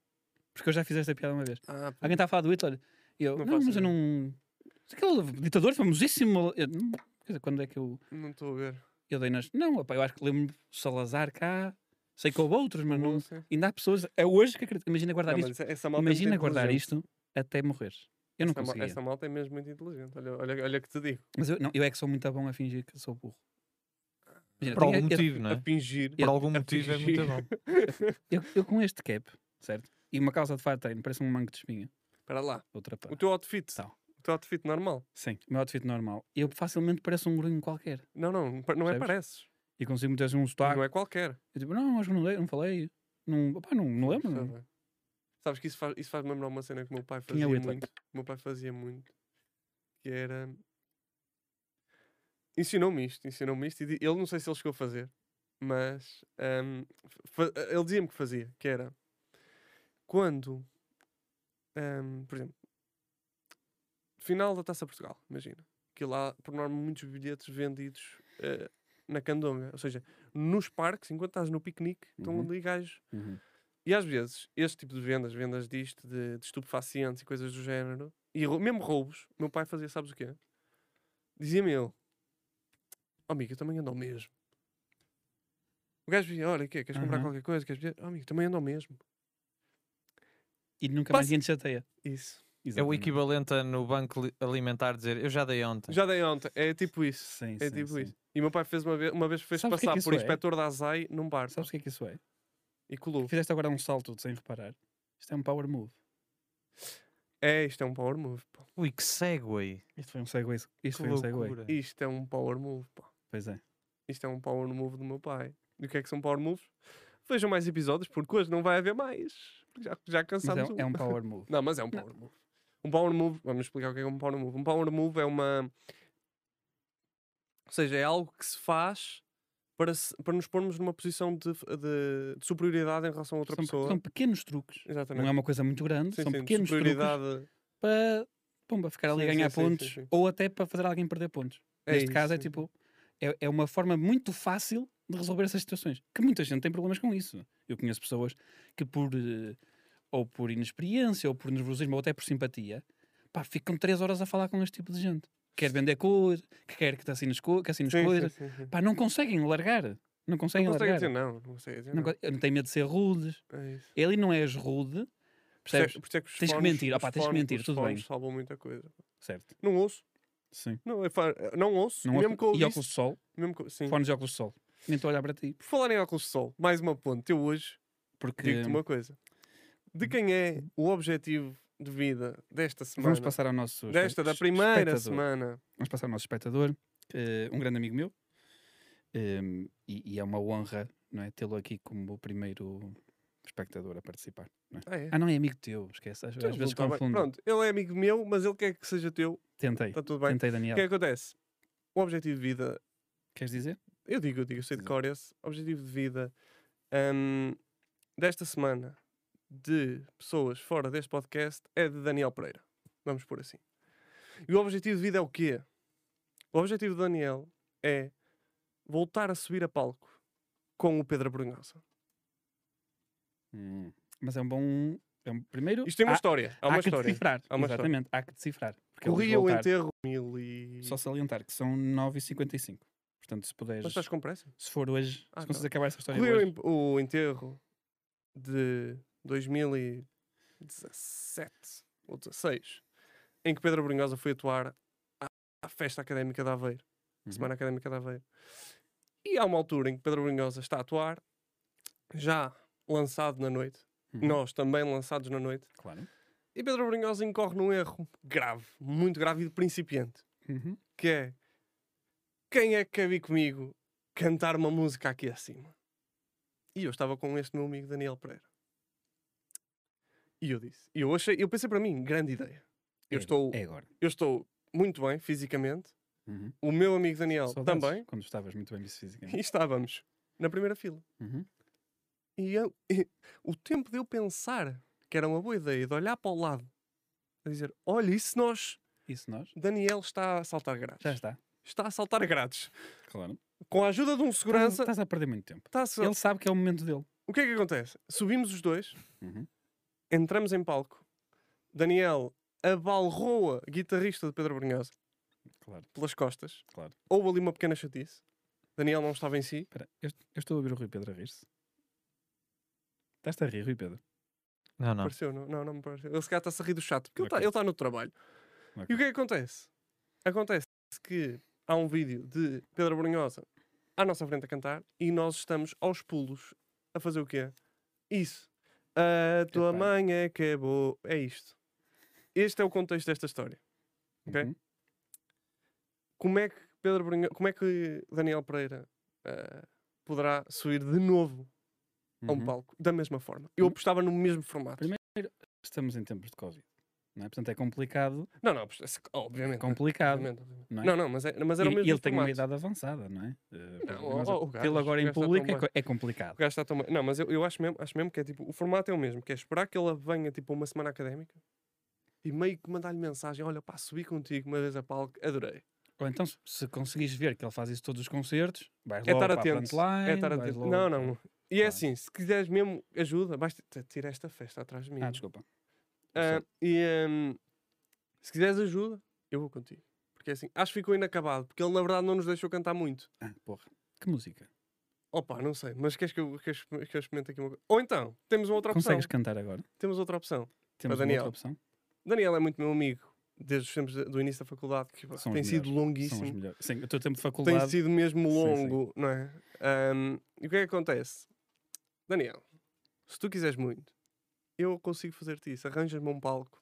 Speaker 2: Porque eu já fiz esta piada uma vez.
Speaker 1: Ah,
Speaker 2: Alguém está a falar do Hitler? E eu,
Speaker 1: Não
Speaker 2: não,
Speaker 1: faço
Speaker 2: mas eu não. Aquele ditador famosíssimo. Eu, não- quer dizer, quando é que eu,
Speaker 1: não estou a ver.
Speaker 2: eu dei nas. Não, opa, eu acho que lembro Salazar cá. Sei que houve outros, mas não.
Speaker 1: sei.
Speaker 2: Ainda há pessoas. É hoje que acredito. Imagina guardar
Speaker 1: Não,
Speaker 2: isto.
Speaker 1: mas essa malta é muito
Speaker 2: Imagina guardar
Speaker 1: inteligente.
Speaker 2: isto até morrer. Eu não
Speaker 1: essa, ma-
Speaker 2: conseguia.
Speaker 1: essa malta é mesmo muito inteligente. Olha, olha, olha que te digo.
Speaker 2: Mas eu, não, eu é que sou muito bom a fingir que sou burro. Imagina,
Speaker 3: Por
Speaker 2: eu
Speaker 3: algum
Speaker 2: tinha- eu-
Speaker 3: motivo, não
Speaker 1: A
Speaker 3: é?
Speaker 1: fingir.
Speaker 3: Por algum
Speaker 1: a
Speaker 3: motivo é muito
Speaker 1: fingir.
Speaker 3: bom.
Speaker 2: Eu, eu com este cap, certo? E uma calça de fato de treino, parece um manco de espinha.
Speaker 1: Espera lá.
Speaker 2: Outra pá.
Speaker 1: O teu outfit.
Speaker 2: Então.
Speaker 1: O teu outfit normal.
Speaker 2: Sim, o meu outfit normal. Eu facilmente pareço um grunho qualquer.
Speaker 1: Não, não. pa- Não é
Speaker 2: Percebes?
Speaker 1: pareces.
Speaker 2: E consigo meter assim um sotaque.
Speaker 1: Não é qualquer.
Speaker 2: Eu tipo, não, acho que não, dei, não falei. Não, opá, não, não lembro.
Speaker 1: Sabe?
Speaker 2: Não. é?"
Speaker 1: Sabes que isso faz, isso faz lembrar uma cena que o meu pai
Speaker 2: Quem é
Speaker 1: fazia
Speaker 2: o Hitler?
Speaker 1: muito. O meu pai fazia muito. Que era. Ensinou-me isto, ensinou-me isto. E di- ele não sei se ele chegou a fazer, mas ahm, fa- ele dizia-me que fazia, que era quando, ahm, por exemplo, final da Taça Portugal, imagina, que lá por norma muitos bilhetes vendidos eh, na candonga, ou seja, nos parques, enquanto estás no piquenique, estão
Speaker 2: Uhum.
Speaker 1: ali gajos
Speaker 2: Uhum.
Speaker 1: e às vezes, este tipo de vendas, vendas disto, de, de estupefacientes e coisas do género, e rou- mesmo roubos, meu pai fazia, sabes o quê? Dizia-me ele, oh, amigo, eu também ando ao mesmo. O gajo dizia, olha, o quê? Queres comprar
Speaker 2: Aham.
Speaker 1: qualquer coisa? Queres ver? Oh, amigo, também ando ao mesmo.
Speaker 2: E nunca mais
Speaker 1: Passa-
Speaker 2: ninguém te chateia.
Speaker 1: Isso.
Speaker 3: É o
Speaker 2: Exatamente.
Speaker 3: equivalente a no banco li- alimentar dizer eu já dei ontem.
Speaker 1: Já dei ontem, é tipo isso.
Speaker 2: Tá. Sim,
Speaker 1: É
Speaker 2: sim,
Speaker 1: tipo
Speaker 2: sim.
Speaker 1: isso. E meu pai fez uma vez, uma vez fez
Speaker 2: Sabes o que é
Speaker 1: passar
Speaker 2: que isso
Speaker 1: por
Speaker 2: é?
Speaker 1: inspetor da ASAI num bar
Speaker 2: Sabes o que é que isso é?
Speaker 1: e colou.
Speaker 2: Fizeste agora um salto sem reparar. Isto é um power move.
Speaker 1: É, isto é um power move, pá.
Speaker 3: Ui, que segue.
Speaker 2: Isto foi um segue. Isto
Speaker 3: Que
Speaker 2: foi um segue.
Speaker 3: loucura.
Speaker 1: Isto é um power move, pá.
Speaker 2: Pois é.
Speaker 1: Isto é um power move do meu pai. E o que é que são power moves? Vejam mais episódios, porque hoje não vai haver mais. Porque Já, já
Speaker 2: Mas
Speaker 1: cansámos.
Speaker 2: é,
Speaker 1: um.
Speaker 2: é um power move.
Speaker 1: Não, mas é um
Speaker 2: Não.
Speaker 1: power move. Um power move, vamos explicar o que é um power move. Um power move é uma. Ou seja, é algo que se faz para, se- para nos pormos numa posição de, de- de superioridade em relação a outra
Speaker 2: são,
Speaker 1: pessoa.
Speaker 2: são pequenos truques.
Speaker 1: Exatamente.
Speaker 2: Não é uma coisa muito grande,
Speaker 1: Sim,
Speaker 2: são
Speaker 1: sim, de
Speaker 2: pequenos truques
Speaker 1: superioridade.
Speaker 2: para pumba, ficar ali
Speaker 1: Sim,
Speaker 2: a
Speaker 1: sim,
Speaker 2: ganhar
Speaker 1: sim, sim,
Speaker 2: pontos
Speaker 1: sim.
Speaker 2: ou até para fazer alguém perder pontos.
Speaker 1: É
Speaker 2: Neste
Speaker 1: isso,
Speaker 2: caso é
Speaker 1: sim, sim.
Speaker 2: tipo, é, é uma forma muito fácil de resolver essas situações. Que muita gente tem problemas com isso. Eu conheço pessoas que por eh, ou por inexperiência, ou por nervosismo, ou até por simpatia, pá, ficam três horas a falar com este tipo de gente. Quer vender coisa, que quer que te assines, co que assines
Speaker 1: Sim, sim,
Speaker 2: coisas.
Speaker 1: sim, sim.
Speaker 2: Pá, não conseguem largar. Não conseguem
Speaker 1: Não consegue
Speaker 2: largar.
Speaker 1: dizer não. Não consegue dizer
Speaker 2: Não
Speaker 1: não.
Speaker 2: co- não têm medo de ser rudes.
Speaker 1: É isso.
Speaker 2: Ele não és rude,
Speaker 1: Por isso é-
Speaker 2: percebes?
Speaker 1: por isso é que os
Speaker 2: Tens que
Speaker 1: fones-
Speaker 2: mentir,
Speaker 1: os
Speaker 2: opá, tens que
Speaker 1: fones-
Speaker 2: mentir,
Speaker 1: os
Speaker 2: tudo bem.
Speaker 1: fones salvam muita coisa.
Speaker 2: Certo.
Speaker 1: Não ouço.
Speaker 2: Sim.
Speaker 1: Não, eu fa- eh, não ouço.
Speaker 2: Não
Speaker 1: e mesmo
Speaker 2: óculos-
Speaker 1: que eu ouvisse,
Speaker 2: e óculos de sol,
Speaker 1: mesmo que, sim.
Speaker 2: fones de óculos de sol. Nem estou a olhar para ti.
Speaker 1: Por falar em óculos de sol, mais uma ponte. Eu hoje
Speaker 2: Porque
Speaker 1: digo-te uma coisa. De quem é o objetivo de vida desta semana?
Speaker 2: vamos passar ao nosso espe-
Speaker 1: desta, da
Speaker 2: es-
Speaker 1: primeira
Speaker 2: espectador.
Speaker 1: semana.
Speaker 2: Vamos passar ao nosso espectador, eh, um grande amigo meu. Ehm, e, e é uma honra não é, tê-lo aqui como o primeiro espectador a participar. não é?
Speaker 1: Ah, é?
Speaker 2: Ah, não é amigo teu, esquece. Às, às
Speaker 1: Então,
Speaker 2: vezes
Speaker 1: tá bem.
Speaker 2: confundo.
Speaker 1: Pronto, ele é amigo meu, mas ele quer que seja teu.
Speaker 2: Tentei,
Speaker 1: Está tudo bem.
Speaker 2: tentei,
Speaker 1: O
Speaker 2: Daniel.
Speaker 1: que é que acontece? O objetivo de vida
Speaker 2: Queres dizer?
Speaker 1: Eu digo, eu digo, eu sei de
Speaker 2: Exato.
Speaker 1: cor esse. Objetivo de vida hum, desta semana de pessoas fora deste podcast é de Daniel Pereira. Vamos por assim. E o objetivo de vida é o quê? O objetivo de Daniel é voltar a subir a palco com o Pedro Brunhosa.
Speaker 2: Hum, Mas é um bom. É um, primeiro.
Speaker 1: Isto tem uma
Speaker 2: há-
Speaker 1: história. Há
Speaker 2: há
Speaker 1: uma
Speaker 2: que
Speaker 1: história.
Speaker 2: decifrar.
Speaker 1: Há uma história.
Speaker 2: Exatamente, há que decifrar. Porque eles
Speaker 1: Corria o
Speaker 2: voltaram-
Speaker 1: enterro mil e.
Speaker 2: Só salientar que são 9h55. Portanto, se puderes.
Speaker 1: Mas estás com pressa?
Speaker 2: Se for hoje,
Speaker 1: Ah, tá
Speaker 2: se consegues acabar essa história
Speaker 1: Corria o
Speaker 2: hoje.
Speaker 1: en- o enterro de 2017 ou 16, em que Pedro Brunhosa foi atuar à, à festa académica de Aveiro,
Speaker 2: Uhum.
Speaker 1: Semana Académica de Aveiro. E há uma altura em que Pedro Brunhosa está a atuar, já lançado na noite,
Speaker 2: Uhum.
Speaker 1: nós também lançados na noite,
Speaker 2: Claro.
Speaker 1: e Pedro Brunhosa incorre num erro grave, muito grave e de principiante,
Speaker 2: Uhum.
Speaker 1: que é quem é que quer vir comigo cantar uma música aqui acima? E eu estava com este meu amigo Daniel Pereira. E eu disse, e eu achei, eu pensei para mim, grande ideia.
Speaker 2: É-
Speaker 1: Eu estou,
Speaker 2: É agora.
Speaker 1: eu estou muito bem fisicamente,
Speaker 2: Uhum.
Speaker 1: o meu amigo Daniel
Speaker 2: Saudades,
Speaker 1: também,
Speaker 2: Quando estavas muito bem visto
Speaker 1: e
Speaker 2: fisicamente.
Speaker 1: estávamos na primeira fila.
Speaker 2: Uhum.
Speaker 1: E, eu- e o tempo de eu pensar que era uma boa ideia, de olhar para o lado, a dizer, olha, e se nós,
Speaker 2: Isso nós.
Speaker 1: Daniel está a saltar grátis?
Speaker 2: Já está.
Speaker 1: Está a saltar grátis.
Speaker 2: Claro.
Speaker 1: Com a ajuda de um
Speaker 2: Estás,
Speaker 1: segurança,
Speaker 2: estás a perder muito tempo.
Speaker 1: Tá, se-
Speaker 2: Ele sabe que é o momento dele.
Speaker 1: O que é que acontece? Subimos os dois,
Speaker 2: Uhum.
Speaker 1: entramos em palco. Daniel abalroa guitarrista de Pedro Brunhosa
Speaker 2: Claro.
Speaker 1: pelas costas.
Speaker 2: Claro.
Speaker 1: Houve ali uma pequena chatice. Daniel não estava em si.
Speaker 2: Espera, eu, eu estou a ouvir o Rui Pedro a rir-se. Estás-te a rir, Rui Pedro?
Speaker 3: Não, não.
Speaker 1: Pareceu, não, não, não me pareceu. Ele se calhar está-se a rir do chato, porque
Speaker 2: Ok.
Speaker 1: ele está no trabalho. E
Speaker 2: Ok.
Speaker 1: o que é que acontece? Acontece que há um vídeo de Pedro Brunhosa à nossa frente a cantar e nós estamos aos pulos a fazer o quê? Isso. A tua
Speaker 2: Epá.
Speaker 1: mãe é que é boa. É isto. Este é o contexto desta história. Ok.
Speaker 2: Uhum.
Speaker 1: Como é que Pedro Brunhosa, como é que Daniel Pereira ah, poderá subir de novo a um
Speaker 2: Uhum.
Speaker 1: palco da mesma forma? Eu
Speaker 2: Uhum.
Speaker 1: apostava no mesmo formato.
Speaker 2: Primeiro- Estamos em tempos de Covid. Não é? Portanto, é complicado.
Speaker 1: Não, não, apostava- obviamente.
Speaker 2: Complicado.
Speaker 1: Obviamente, obviamente.
Speaker 2: não
Speaker 1: Não,
Speaker 2: é?
Speaker 1: não, mas, é, mas era o
Speaker 2: E-
Speaker 1: mesmo
Speaker 2: e ele tem uma
Speaker 1: formato.
Speaker 2: idade avançada, não é? Eh,
Speaker 1: Não,
Speaker 2: mas
Speaker 1: ó, ó, o gajo-
Speaker 2: Tê-lo agora
Speaker 1: o
Speaker 2: em
Speaker 1: gajo está
Speaker 2: público é,
Speaker 1: tão
Speaker 2: co-
Speaker 1: bem.
Speaker 2: é complicado.
Speaker 1: O gajo está tão bem. Não, mas eu, eu acho, mesmo, acho mesmo que é tipo, o formato é o mesmo, que é esperar que ele venha tipo a uma semana académica e meio que mandar-lhe mensagem, olha pá, subi contigo uma vez a palco, adorei.
Speaker 2: Ou então, se- se conseguires ver que ele faz isso todos os concertos, vais
Speaker 1: É
Speaker 2: logo
Speaker 1: estar
Speaker 2: para a
Speaker 1: atento.
Speaker 2: frontline,
Speaker 1: é estar
Speaker 2: vais
Speaker 1: atento.
Speaker 2: logo-
Speaker 1: Não, não. E é
Speaker 2: Claro.
Speaker 1: assim, se quiseres mesmo ajuda, basta tirar esta festa atrás de mim.
Speaker 2: Ah, desculpa.
Speaker 1: Ah, e hum, se quiseres ajuda, eu vou contigo. Porque é assim, acho que ficou inacabado, porque ele na verdade não nos deixou cantar muito.
Speaker 2: Ah, porra. Que música?
Speaker 1: Opa, não sei, mas queres que eu, queres que eu experimente aqui uma coisa? Ou então, temos uma outra opção.
Speaker 2: Consegues cantar agora?
Speaker 1: Temos outra opção.
Speaker 2: Temos uma
Speaker 1: Daniel,
Speaker 2: outra opção?
Speaker 1: Daniel é muito meu amigo desde os tempos da- do início da faculdade, que pá,
Speaker 2: São os
Speaker 1: tem sido
Speaker 2: São os
Speaker 1: longuíssimo.
Speaker 2: melhores. Sim, o teu tempo de
Speaker 1: Tem
Speaker 2: faculdade.
Speaker 1: sido mesmo
Speaker 2: Sim, sim.
Speaker 1: longo, não é? Ahm, e o que é que acontece? Daniel, se tu quiseres muito, eu consigo fazer-te isso. Arranjas-me um palco.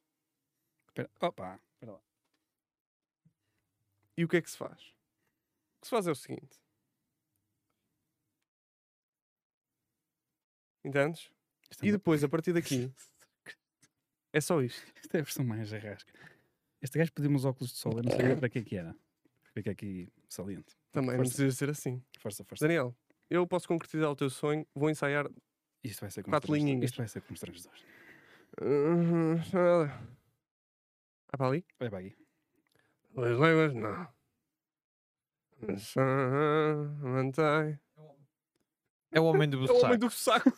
Speaker 2: Espera- Opa, espera lá.
Speaker 1: E o que é que se faz? O que se faz é o seguinte. Entendes?
Speaker 2: Isto é
Speaker 1: E
Speaker 2: uma-
Speaker 1: depois, a partir daqui, é só isto.
Speaker 2: Esta é a versão mais arrasca. Este gajo pediu uns óculos de sol, eu não sabia para que é que era. Fica aqui saliente.
Speaker 1: Também não
Speaker 2: Força.
Speaker 1: precisa ser assim.
Speaker 2: Força, força.
Speaker 1: Daniel, eu posso concretizar o teu sonho. Vou ensaiar
Speaker 2: Isto vai ser
Speaker 1: Quatro
Speaker 2: constrangedor.
Speaker 1: linhinhas.
Speaker 2: Isto vai ser constrangedor.
Speaker 1: Uhum, Vai para ali?
Speaker 2: Olha para aqui.
Speaker 1: As léguas, não. ah, Mantém.
Speaker 3: É o homem do saco.
Speaker 1: do saco.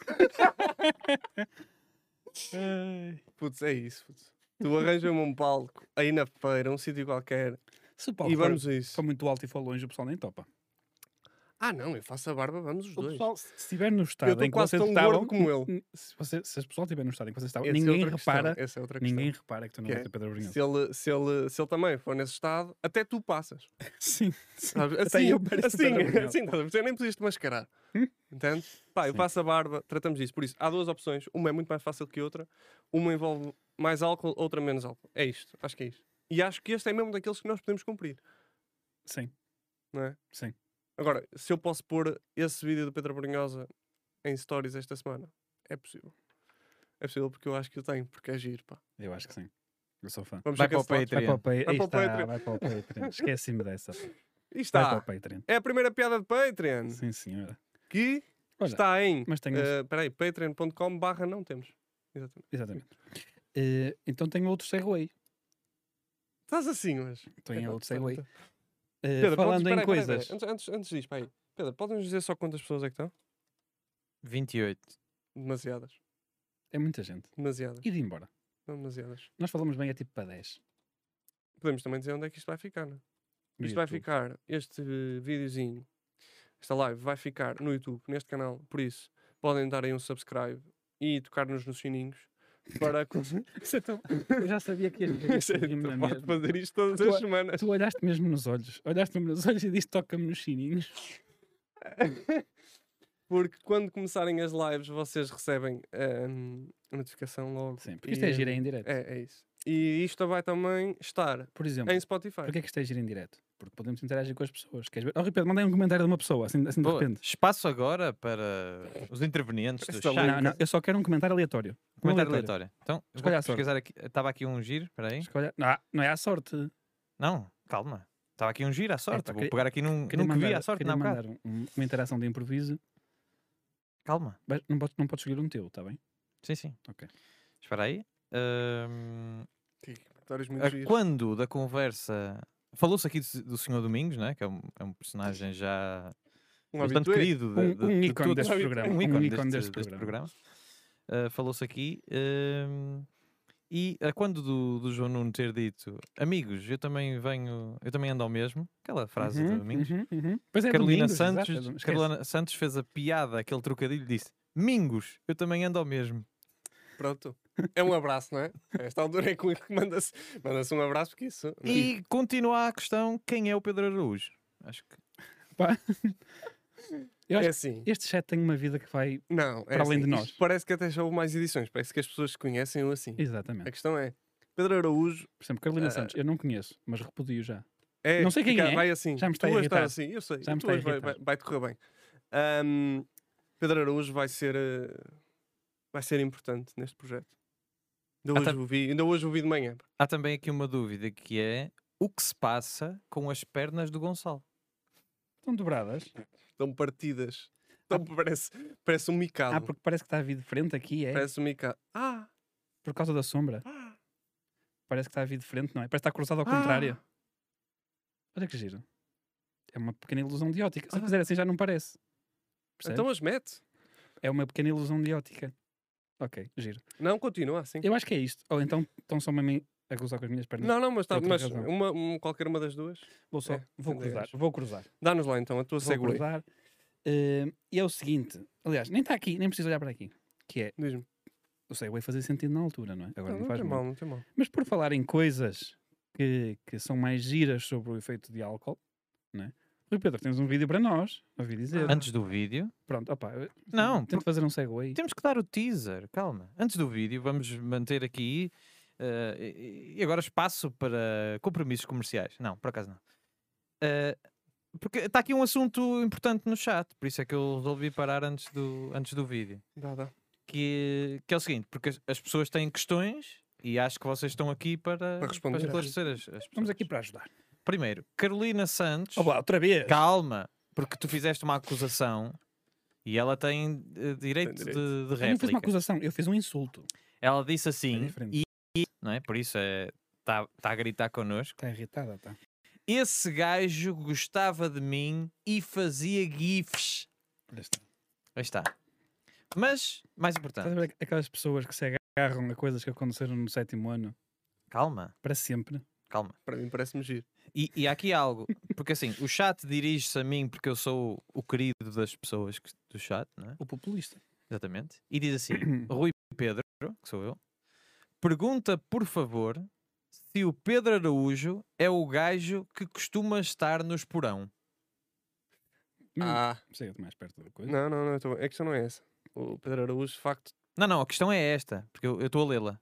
Speaker 2: Ai.
Speaker 1: Putz, é isso. Putz. Tu arranjas-me um palco aí na feira, um sítio qualquer,
Speaker 2: Se o palco
Speaker 1: e
Speaker 2: for-
Speaker 1: vamos a isso.
Speaker 2: for muito alto e for longe, o pessoal nem topa.
Speaker 1: Ah, não, eu faço a barba, vamos os
Speaker 2: O
Speaker 1: dois.
Speaker 2: pessoal, se estiver no
Speaker 1: Eu
Speaker 2: estado
Speaker 1: estou
Speaker 2: em Tá, que vocês
Speaker 1: quase tão
Speaker 2: estavam,
Speaker 1: gordo como ele.
Speaker 2: n- se, você, se as pessoas estiver no estado em que vocês estavam,
Speaker 1: Essa é
Speaker 2: ninguém
Speaker 1: outra questão,
Speaker 2: repara,
Speaker 1: Essa é outra questão.
Speaker 2: ninguém repara que tu não
Speaker 1: Que
Speaker 2: vais
Speaker 1: é,
Speaker 2: ter Pedro Brunhosa.
Speaker 1: Se ele, se, ele, se ele também for nesse estado, até tu passas.
Speaker 2: Sim, sim.
Speaker 1: Sabes?
Speaker 2: Até
Speaker 1: Assim,
Speaker 2: eu pareço o Pedro
Speaker 1: assim,
Speaker 2: Brunhosa.
Speaker 1: assim, estás a perceber? nem precisas te mascarar.
Speaker 2: Hum?
Speaker 1: Entende? Pá, eu
Speaker 2: Sim.
Speaker 1: passo a barba, tratamos disso. Por isso, há duas opções. Uma é muito mais fácil que a outra. Uma envolve mais álcool, outra menos álcool. É isto. Acho que é isto. E acho que este é mesmo daqueles que nós podemos cumprir,
Speaker 2: Sim.
Speaker 1: não é?
Speaker 2: Sim.
Speaker 1: Agora, se eu posso pôr esse vídeo do Pedro Brunhosa em stories esta semana, é possível. É possível porque eu acho que eu tenho, porque é giro, pá.
Speaker 2: Eu acho que sim. Eu sou fã.
Speaker 1: Vamos
Speaker 3: Vai
Speaker 1: ser
Speaker 3: para o
Speaker 1: cancelados.
Speaker 2: Vai para o
Speaker 1: Vai
Speaker 2: Patreon. Aí
Speaker 3: Patreon.
Speaker 1: para o
Speaker 2: está,
Speaker 1: Patreon.
Speaker 2: vai para o Patreon. Esqueci-me dessa. Vai
Speaker 1: E
Speaker 2: para o
Speaker 1: está.
Speaker 2: Patreon.
Speaker 1: É a primeira piada de Patreon
Speaker 2: Sim, senhora.
Speaker 1: que
Speaker 2: Olha,
Speaker 1: está em.
Speaker 2: Mas tenho. um
Speaker 1: eh, Espera aí, patreon.com barra não temos. Exatamente.
Speaker 2: Exatamente. Eh, então tenho outro segue.
Speaker 1: Estás assim, mas.
Speaker 2: Tenho
Speaker 1: Epá,
Speaker 2: outro
Speaker 1: tá-
Speaker 2: segue.
Speaker 1: tá-
Speaker 2: Eh,
Speaker 1: Pedro, podes-
Speaker 2: falando
Speaker 1: espera
Speaker 2: em
Speaker 1: aí, espera aí, espera aí.
Speaker 2: coisas.
Speaker 1: Antes, antes, antes disso, espera aí. Pedro, podes-nos dizer só quantas pessoas é que estão?
Speaker 3: 28.
Speaker 1: Demasiadas.
Speaker 2: É muita gente.
Speaker 1: Demasiadas.
Speaker 2: E de embora.
Speaker 1: Não, demasiadas.
Speaker 2: Nós falamos bem, é tipo para 10.
Speaker 1: Podemos também dizer onde é que isto vai ficar, não é?
Speaker 2: no
Speaker 1: Isto vai
Speaker 2: YouTube.
Speaker 1: ficar, este eh, videozinho, esta live vai ficar no YouTube, neste canal. Por isso, podem dar aí um subscribe e tocar-nos nos sininhos para. con-
Speaker 2: Isso é tão- Eu já sabia que ias
Speaker 1: Isso é,
Speaker 2: rir-me na
Speaker 1: tu podes
Speaker 2: mesma.
Speaker 1: fazer isto todas
Speaker 2: Tu-
Speaker 1: as semanas.
Speaker 2: Tu olhaste mesmo nos olhos. Olhaste-me nos olhos e disse toca-me nos sininhos.
Speaker 1: Porque quando começarem as lives, vocês recebem ahm, a notificação logo.
Speaker 2: Sim, porque isto é
Speaker 1: E,
Speaker 2: gira em direto.
Speaker 1: É, é isso. E isto vai também estar
Speaker 2: Por exemplo,
Speaker 1: em Spotify.
Speaker 2: porquê é que isto é gira em direto? Porque podemos interagir com as pessoas. Queres ver? Oh, Rui Pedro, mandei um comentário de uma pessoa, assim, assim de
Speaker 3: Boa.
Speaker 2: repente.
Speaker 3: Espaço agora para os intervenientes do
Speaker 1: Esta
Speaker 3: chat.
Speaker 1: Tá
Speaker 2: Não, não, eu só quero um comentário aleatório. Um
Speaker 3: Comentário aleatório. Então, eu vou
Speaker 2: Escolha a sorte.
Speaker 3: pesquisar aqui. Estava aqui um giro, espera aí.
Speaker 2: Escolha- Não, há- não é à sorte.
Speaker 3: Não, calma. Estava aqui um giro à sorte.
Speaker 2: pá,
Speaker 3: Vou
Speaker 2: queria-
Speaker 3: pegar aqui num, num que vi à sorte,
Speaker 2: É, queria
Speaker 3: não há bocado.
Speaker 2: mandar um- um- uma interação de improviso.
Speaker 3: Calma.
Speaker 2: Mas não podes, não podes escolher um teu, está bem?
Speaker 3: Sim, sim.
Speaker 2: Ok.
Speaker 3: Espera aí. Ahm,
Speaker 1: Sim, comentários muito
Speaker 3: a
Speaker 1: giros.
Speaker 3: Ah, quando da conversa. Falou-se aqui do, do Senhor Domingos, né? que é um, é um personagem já
Speaker 1: Um
Speaker 3: bastante
Speaker 1: habitué.
Speaker 3: querido. de-
Speaker 2: Um,
Speaker 3: de-
Speaker 2: um
Speaker 3: de
Speaker 2: ícone
Speaker 3: todos.
Speaker 2: deste programa.
Speaker 3: Um ícone
Speaker 2: deste,
Speaker 3: deste,
Speaker 2: deste programa.
Speaker 3: programa. ah, falou-se aqui. hum, e a quando do, do João Nuno ter dito amigos, eu também venho, eu também ando ao mesmo, aquela frase
Speaker 2: Uhum,
Speaker 3: de amigos.
Speaker 2: uhum, uhum. Pois é,
Speaker 3: Carolina
Speaker 2: domingos, exato,
Speaker 3: Santos,
Speaker 2: é dom- esquece.
Speaker 3: Carolina Santos fez a piada, aquele trocadilho, e disse: Mingos, eu também ando ao mesmo.
Speaker 1: Pronto. É um abraço, não é? A Esta altura é que manda-se manda um abraço, porque isso.
Speaker 3: E continua a questão: quem é o Pedro Araújo? Acho que
Speaker 2: Eu
Speaker 1: É
Speaker 2: acho
Speaker 1: assim.
Speaker 2: que Este chat tem uma vida que vai.
Speaker 1: Não, é
Speaker 2: Para além
Speaker 1: assim.
Speaker 2: de nós.
Speaker 1: Isto Parece que até já houve mais edições. Parece que as pessoas se conhecem ou assim. A
Speaker 2: Exatamente.
Speaker 1: questão é: Pedro Araújo
Speaker 2: Por exemplo, Carolina
Speaker 1: Ah.
Speaker 2: Santos, eu não conheço, mas repudio já.
Speaker 1: É,
Speaker 2: Não sei quem
Speaker 1: fica-
Speaker 2: é.
Speaker 1: Vai assim.
Speaker 2: Já me
Speaker 1: tu
Speaker 2: está a
Speaker 1: vais estar
Speaker 2: irritar.
Speaker 1: assim, eu sei.
Speaker 2: Já me
Speaker 1: tu
Speaker 2: está a
Speaker 1: vais- vai,
Speaker 2: irritar.
Speaker 1: vai- vai-te correr bem. Ahm, Pedro Araújo vai ser, eh, vai ser importante neste projeto. Ainda
Speaker 3: Ah,
Speaker 1: hoje,
Speaker 3: tá.
Speaker 1: o vi, ainda hoje o vi de manhã.
Speaker 3: há também aqui uma dúvida que é o que se passa com as pernas do Gonçalo.
Speaker 2: Estão dobradas.
Speaker 1: Estão partidas. Então parece, parece um micado.
Speaker 2: Ah, porque parece que está a vir de frente aqui, é?
Speaker 1: Parece um micado. Ah!
Speaker 2: Por causa da sombra.
Speaker 1: ah,
Speaker 2: Parece que está a vir de frente, não é? Parece que está cruzado ao
Speaker 1: ah.
Speaker 2: contrário. Olha que giro. É uma pequena ilusão de ótica. Se eu
Speaker 1: Ah.
Speaker 2: fizer assim já não parece. Percebe?
Speaker 1: Então as mete.
Speaker 2: É uma pequena ilusão de ótica. Ok, giro.
Speaker 1: Não, continua assim.
Speaker 2: Eu acho que é isto. Ou então estão só mesmo a cruzar com as minhas pernas.
Speaker 1: Não, não, mas, tá,
Speaker 2: Tem
Speaker 1: mas
Speaker 2: razão.
Speaker 1: uma, um- qualquer uma das duas.
Speaker 2: vou só.
Speaker 1: é,
Speaker 2: vou
Speaker 1: sem dúvidas.
Speaker 2: cruzar. Vou cruzar.
Speaker 1: Dá-nos lá então a tua
Speaker 2: Vou
Speaker 1: segura.
Speaker 2: cruzar. Eh, e é o seguinte. Aliás, nem está aqui, nem preciso olhar para aqui. Que é,
Speaker 1: Diz-me.
Speaker 2: o segway fazia sentido na altura, não é? Agora
Speaker 1: Não,
Speaker 2: não,
Speaker 1: não
Speaker 2: faz
Speaker 1: tem
Speaker 2: muito.
Speaker 1: mal, não tem mal.
Speaker 2: Mas por falar em coisas que, que são mais giras sobre o efeito de álcool, né? Rui Pedro, tens um vídeo para nós, ouvi dizer.
Speaker 1: Ah.
Speaker 3: Antes do vídeo.
Speaker 2: Pronto, opa, eu-
Speaker 3: Não,
Speaker 2: tento fazer um segue
Speaker 3: Temos que dar o teaser, calma. Antes do vídeo, vamos manter aqui. eh, e e agora espaço para compromissos comerciais. Não, por acaso não. Eh, porque está aqui um assunto importante no chat, por isso é que eu resolvi parar antes do, antes do vídeo.
Speaker 1: Dá, dá.
Speaker 3: Que, que é o seguinte: porque as, as pessoas têm questões e acho que vocês estão aqui para,
Speaker 1: responder.
Speaker 3: esclarecer as, as
Speaker 2: Estamos
Speaker 3: pessoas.
Speaker 2: aqui para ajudar.
Speaker 3: Primeiro, Carolina Santos.
Speaker 2: Opa, outra vez!
Speaker 3: Calma, porque tu fizeste uma acusação e ela tem eh, direito,
Speaker 1: Tem direito.
Speaker 3: de, de
Speaker 2: eu não fiz uma
Speaker 3: réplica.
Speaker 2: acusação, eu fiz um insulto.
Speaker 3: Ela disse assim,
Speaker 2: diferente.
Speaker 3: e, e- não é? Por isso está a gritar connosco.
Speaker 2: Está Tá irritada, está.
Speaker 3: Esse gajo gostava de mim e fazia gifs. Aí está. Mas, mais
Speaker 2: Estás
Speaker 3: importante,
Speaker 2: a ver aquelas pessoas que se agarram a coisas que aconteceram no sétimo ano
Speaker 3: calma,
Speaker 2: para sempre?
Speaker 3: calma.
Speaker 1: Para mim parece-me giro.
Speaker 3: E, e há aqui algo, porque assim, o chat dirige-se a mim porque eu sou o querido das pessoas que- do chat, não é?
Speaker 2: O populista.
Speaker 3: Exatamente. E diz assim: Rui Pedro, que sou eu, pergunta por favor se o Pedro Araújo é o gajo que costuma estar no esporão.
Speaker 2: Hum,
Speaker 1: Ah!
Speaker 2: Chega-te mais perto da coisa.
Speaker 1: Não, não, não. eu tô- A questão não é essa. O Pedro Araújo, de facto.
Speaker 3: Não, não, a questão é esta, porque eu eu estou a lê-la.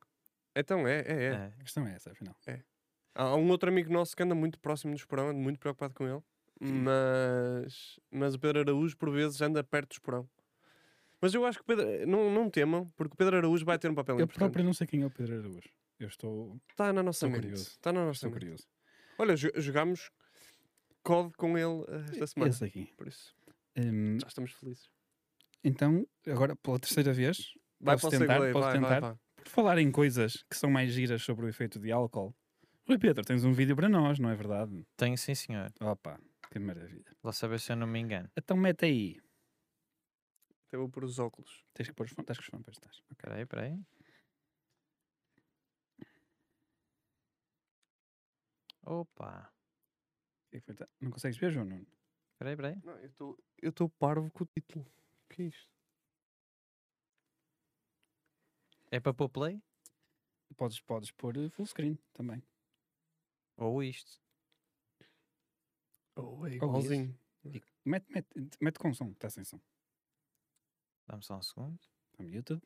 Speaker 1: Então é, é, é.
Speaker 3: É.
Speaker 2: A questão é essa, afinal.
Speaker 1: Há um outro amigo nosso que anda muito próximo do Esporão, ando muito preocupado com ele. Mas, mas o Pedro Araújo, por vezes, anda perto do Esporão. Mas eu acho que o Pedro, eh, não, não temam, porque o Pedro Araújo vai ter um papel
Speaker 2: Eu
Speaker 1: importante.
Speaker 2: próprio não sei quem é o Pedro Araújo. Eu estou,
Speaker 1: Está na nossa
Speaker 2: Estou
Speaker 1: mente.
Speaker 2: curioso.
Speaker 1: Está na nossa
Speaker 2: estou
Speaker 1: mente.
Speaker 2: curioso.
Speaker 1: Olha, jo- jogámos COD com ele eh, esta semana.
Speaker 2: Esse aqui.
Speaker 1: Por isso,
Speaker 2: Hum,
Speaker 1: já estamos felizes.
Speaker 2: então, agora pela terceira vez,
Speaker 1: Vai
Speaker 2: Posso
Speaker 1: para o
Speaker 2: tentar?
Speaker 1: Segway,
Speaker 2: Posso
Speaker 1: vai,
Speaker 2: tentar?
Speaker 1: vai, vai.
Speaker 2: Por falar em coisas que são mais giras sobre o efeito de álcool, Rui Pedro, tens um vídeo para nós, não é verdade?
Speaker 3: Tenho sim, senhor.
Speaker 2: Opa, que maravilha.
Speaker 3: Lá saber se eu não me engano.
Speaker 2: Então mete aí.
Speaker 1: Até vou pôr os óculos.
Speaker 2: Tens que pôr os fones, estás com os fones, pois estás. Ok.
Speaker 3: Peraí, peraí. Opa,
Speaker 2: O que é que foi? Tá- Não consegues ver, João Nuno?
Speaker 3: peraí, peraí.
Speaker 1: Não, eu estou eu estou parvo com o título. O que é isto?
Speaker 3: É para pôr play?
Speaker 2: Podes, podes pôr eh, full screen também.
Speaker 3: Ou isto?
Speaker 1: Oh, é
Speaker 2: isso.
Speaker 1: igualzinho.
Speaker 2: E mete, mete, mete com som, está sem som.
Speaker 3: Dá-me só um segundo.
Speaker 2: Está no YouTube.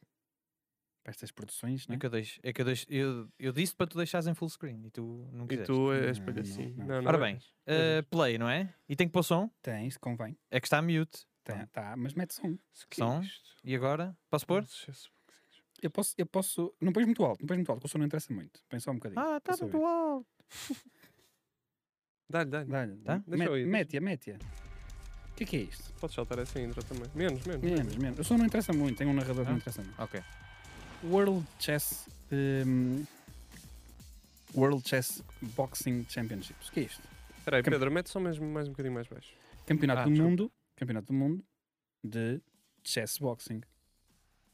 Speaker 2: Para estas produções, não
Speaker 3: É
Speaker 2: é?
Speaker 3: que eu deixo, é que eu deixo, eu, eu disse para tu deixares em full screen e tu não
Speaker 1: E
Speaker 3: quiseste.
Speaker 1: tu és
Speaker 2: Não,
Speaker 1: palhacinho.
Speaker 2: não, não.
Speaker 1: Não, não
Speaker 3: Ora
Speaker 1: é?
Speaker 3: bem,
Speaker 1: Pois
Speaker 3: eh, play, não é? E tem que pôr som?
Speaker 2: Tens, convém.
Speaker 3: É que está mute.
Speaker 2: Tá, tá, mas mete som.
Speaker 1: Que é
Speaker 3: Som?
Speaker 1: isto?
Speaker 3: E agora? Posso pôr?
Speaker 2: Eu posso, eu posso. Não pões muito alto, não pões muito alto, que o som não interessa muito. Põe só um bocadinho.
Speaker 3: Ah, está
Speaker 2: Posso
Speaker 3: muito alto.
Speaker 1: Dá-lhe, dá-lhe.
Speaker 2: Dá-lhe.
Speaker 3: Tá?
Speaker 2: Mete-
Speaker 1: Deixa eu ir, deixa.
Speaker 2: Mete-a, mete-a. O que é que é isto?
Speaker 1: Podes saltar essa intro também. Menos, menos.
Speaker 2: Menos, menos. O som não interessa muito, tem um narrador que
Speaker 3: Ah.
Speaker 2: não interessa muito.
Speaker 3: Ok.
Speaker 2: World Chess. hum, World Chess Boxing Championships. O que é isto?
Speaker 1: Espera aí,
Speaker 2: Cam-
Speaker 1: Pedro, mete só mesmo mais um bocadinho mais baixo.
Speaker 2: Campeonato
Speaker 3: Ah,
Speaker 2: do
Speaker 3: desculpa.
Speaker 2: Mundo. Campeonato do Mundo de Chess Boxing.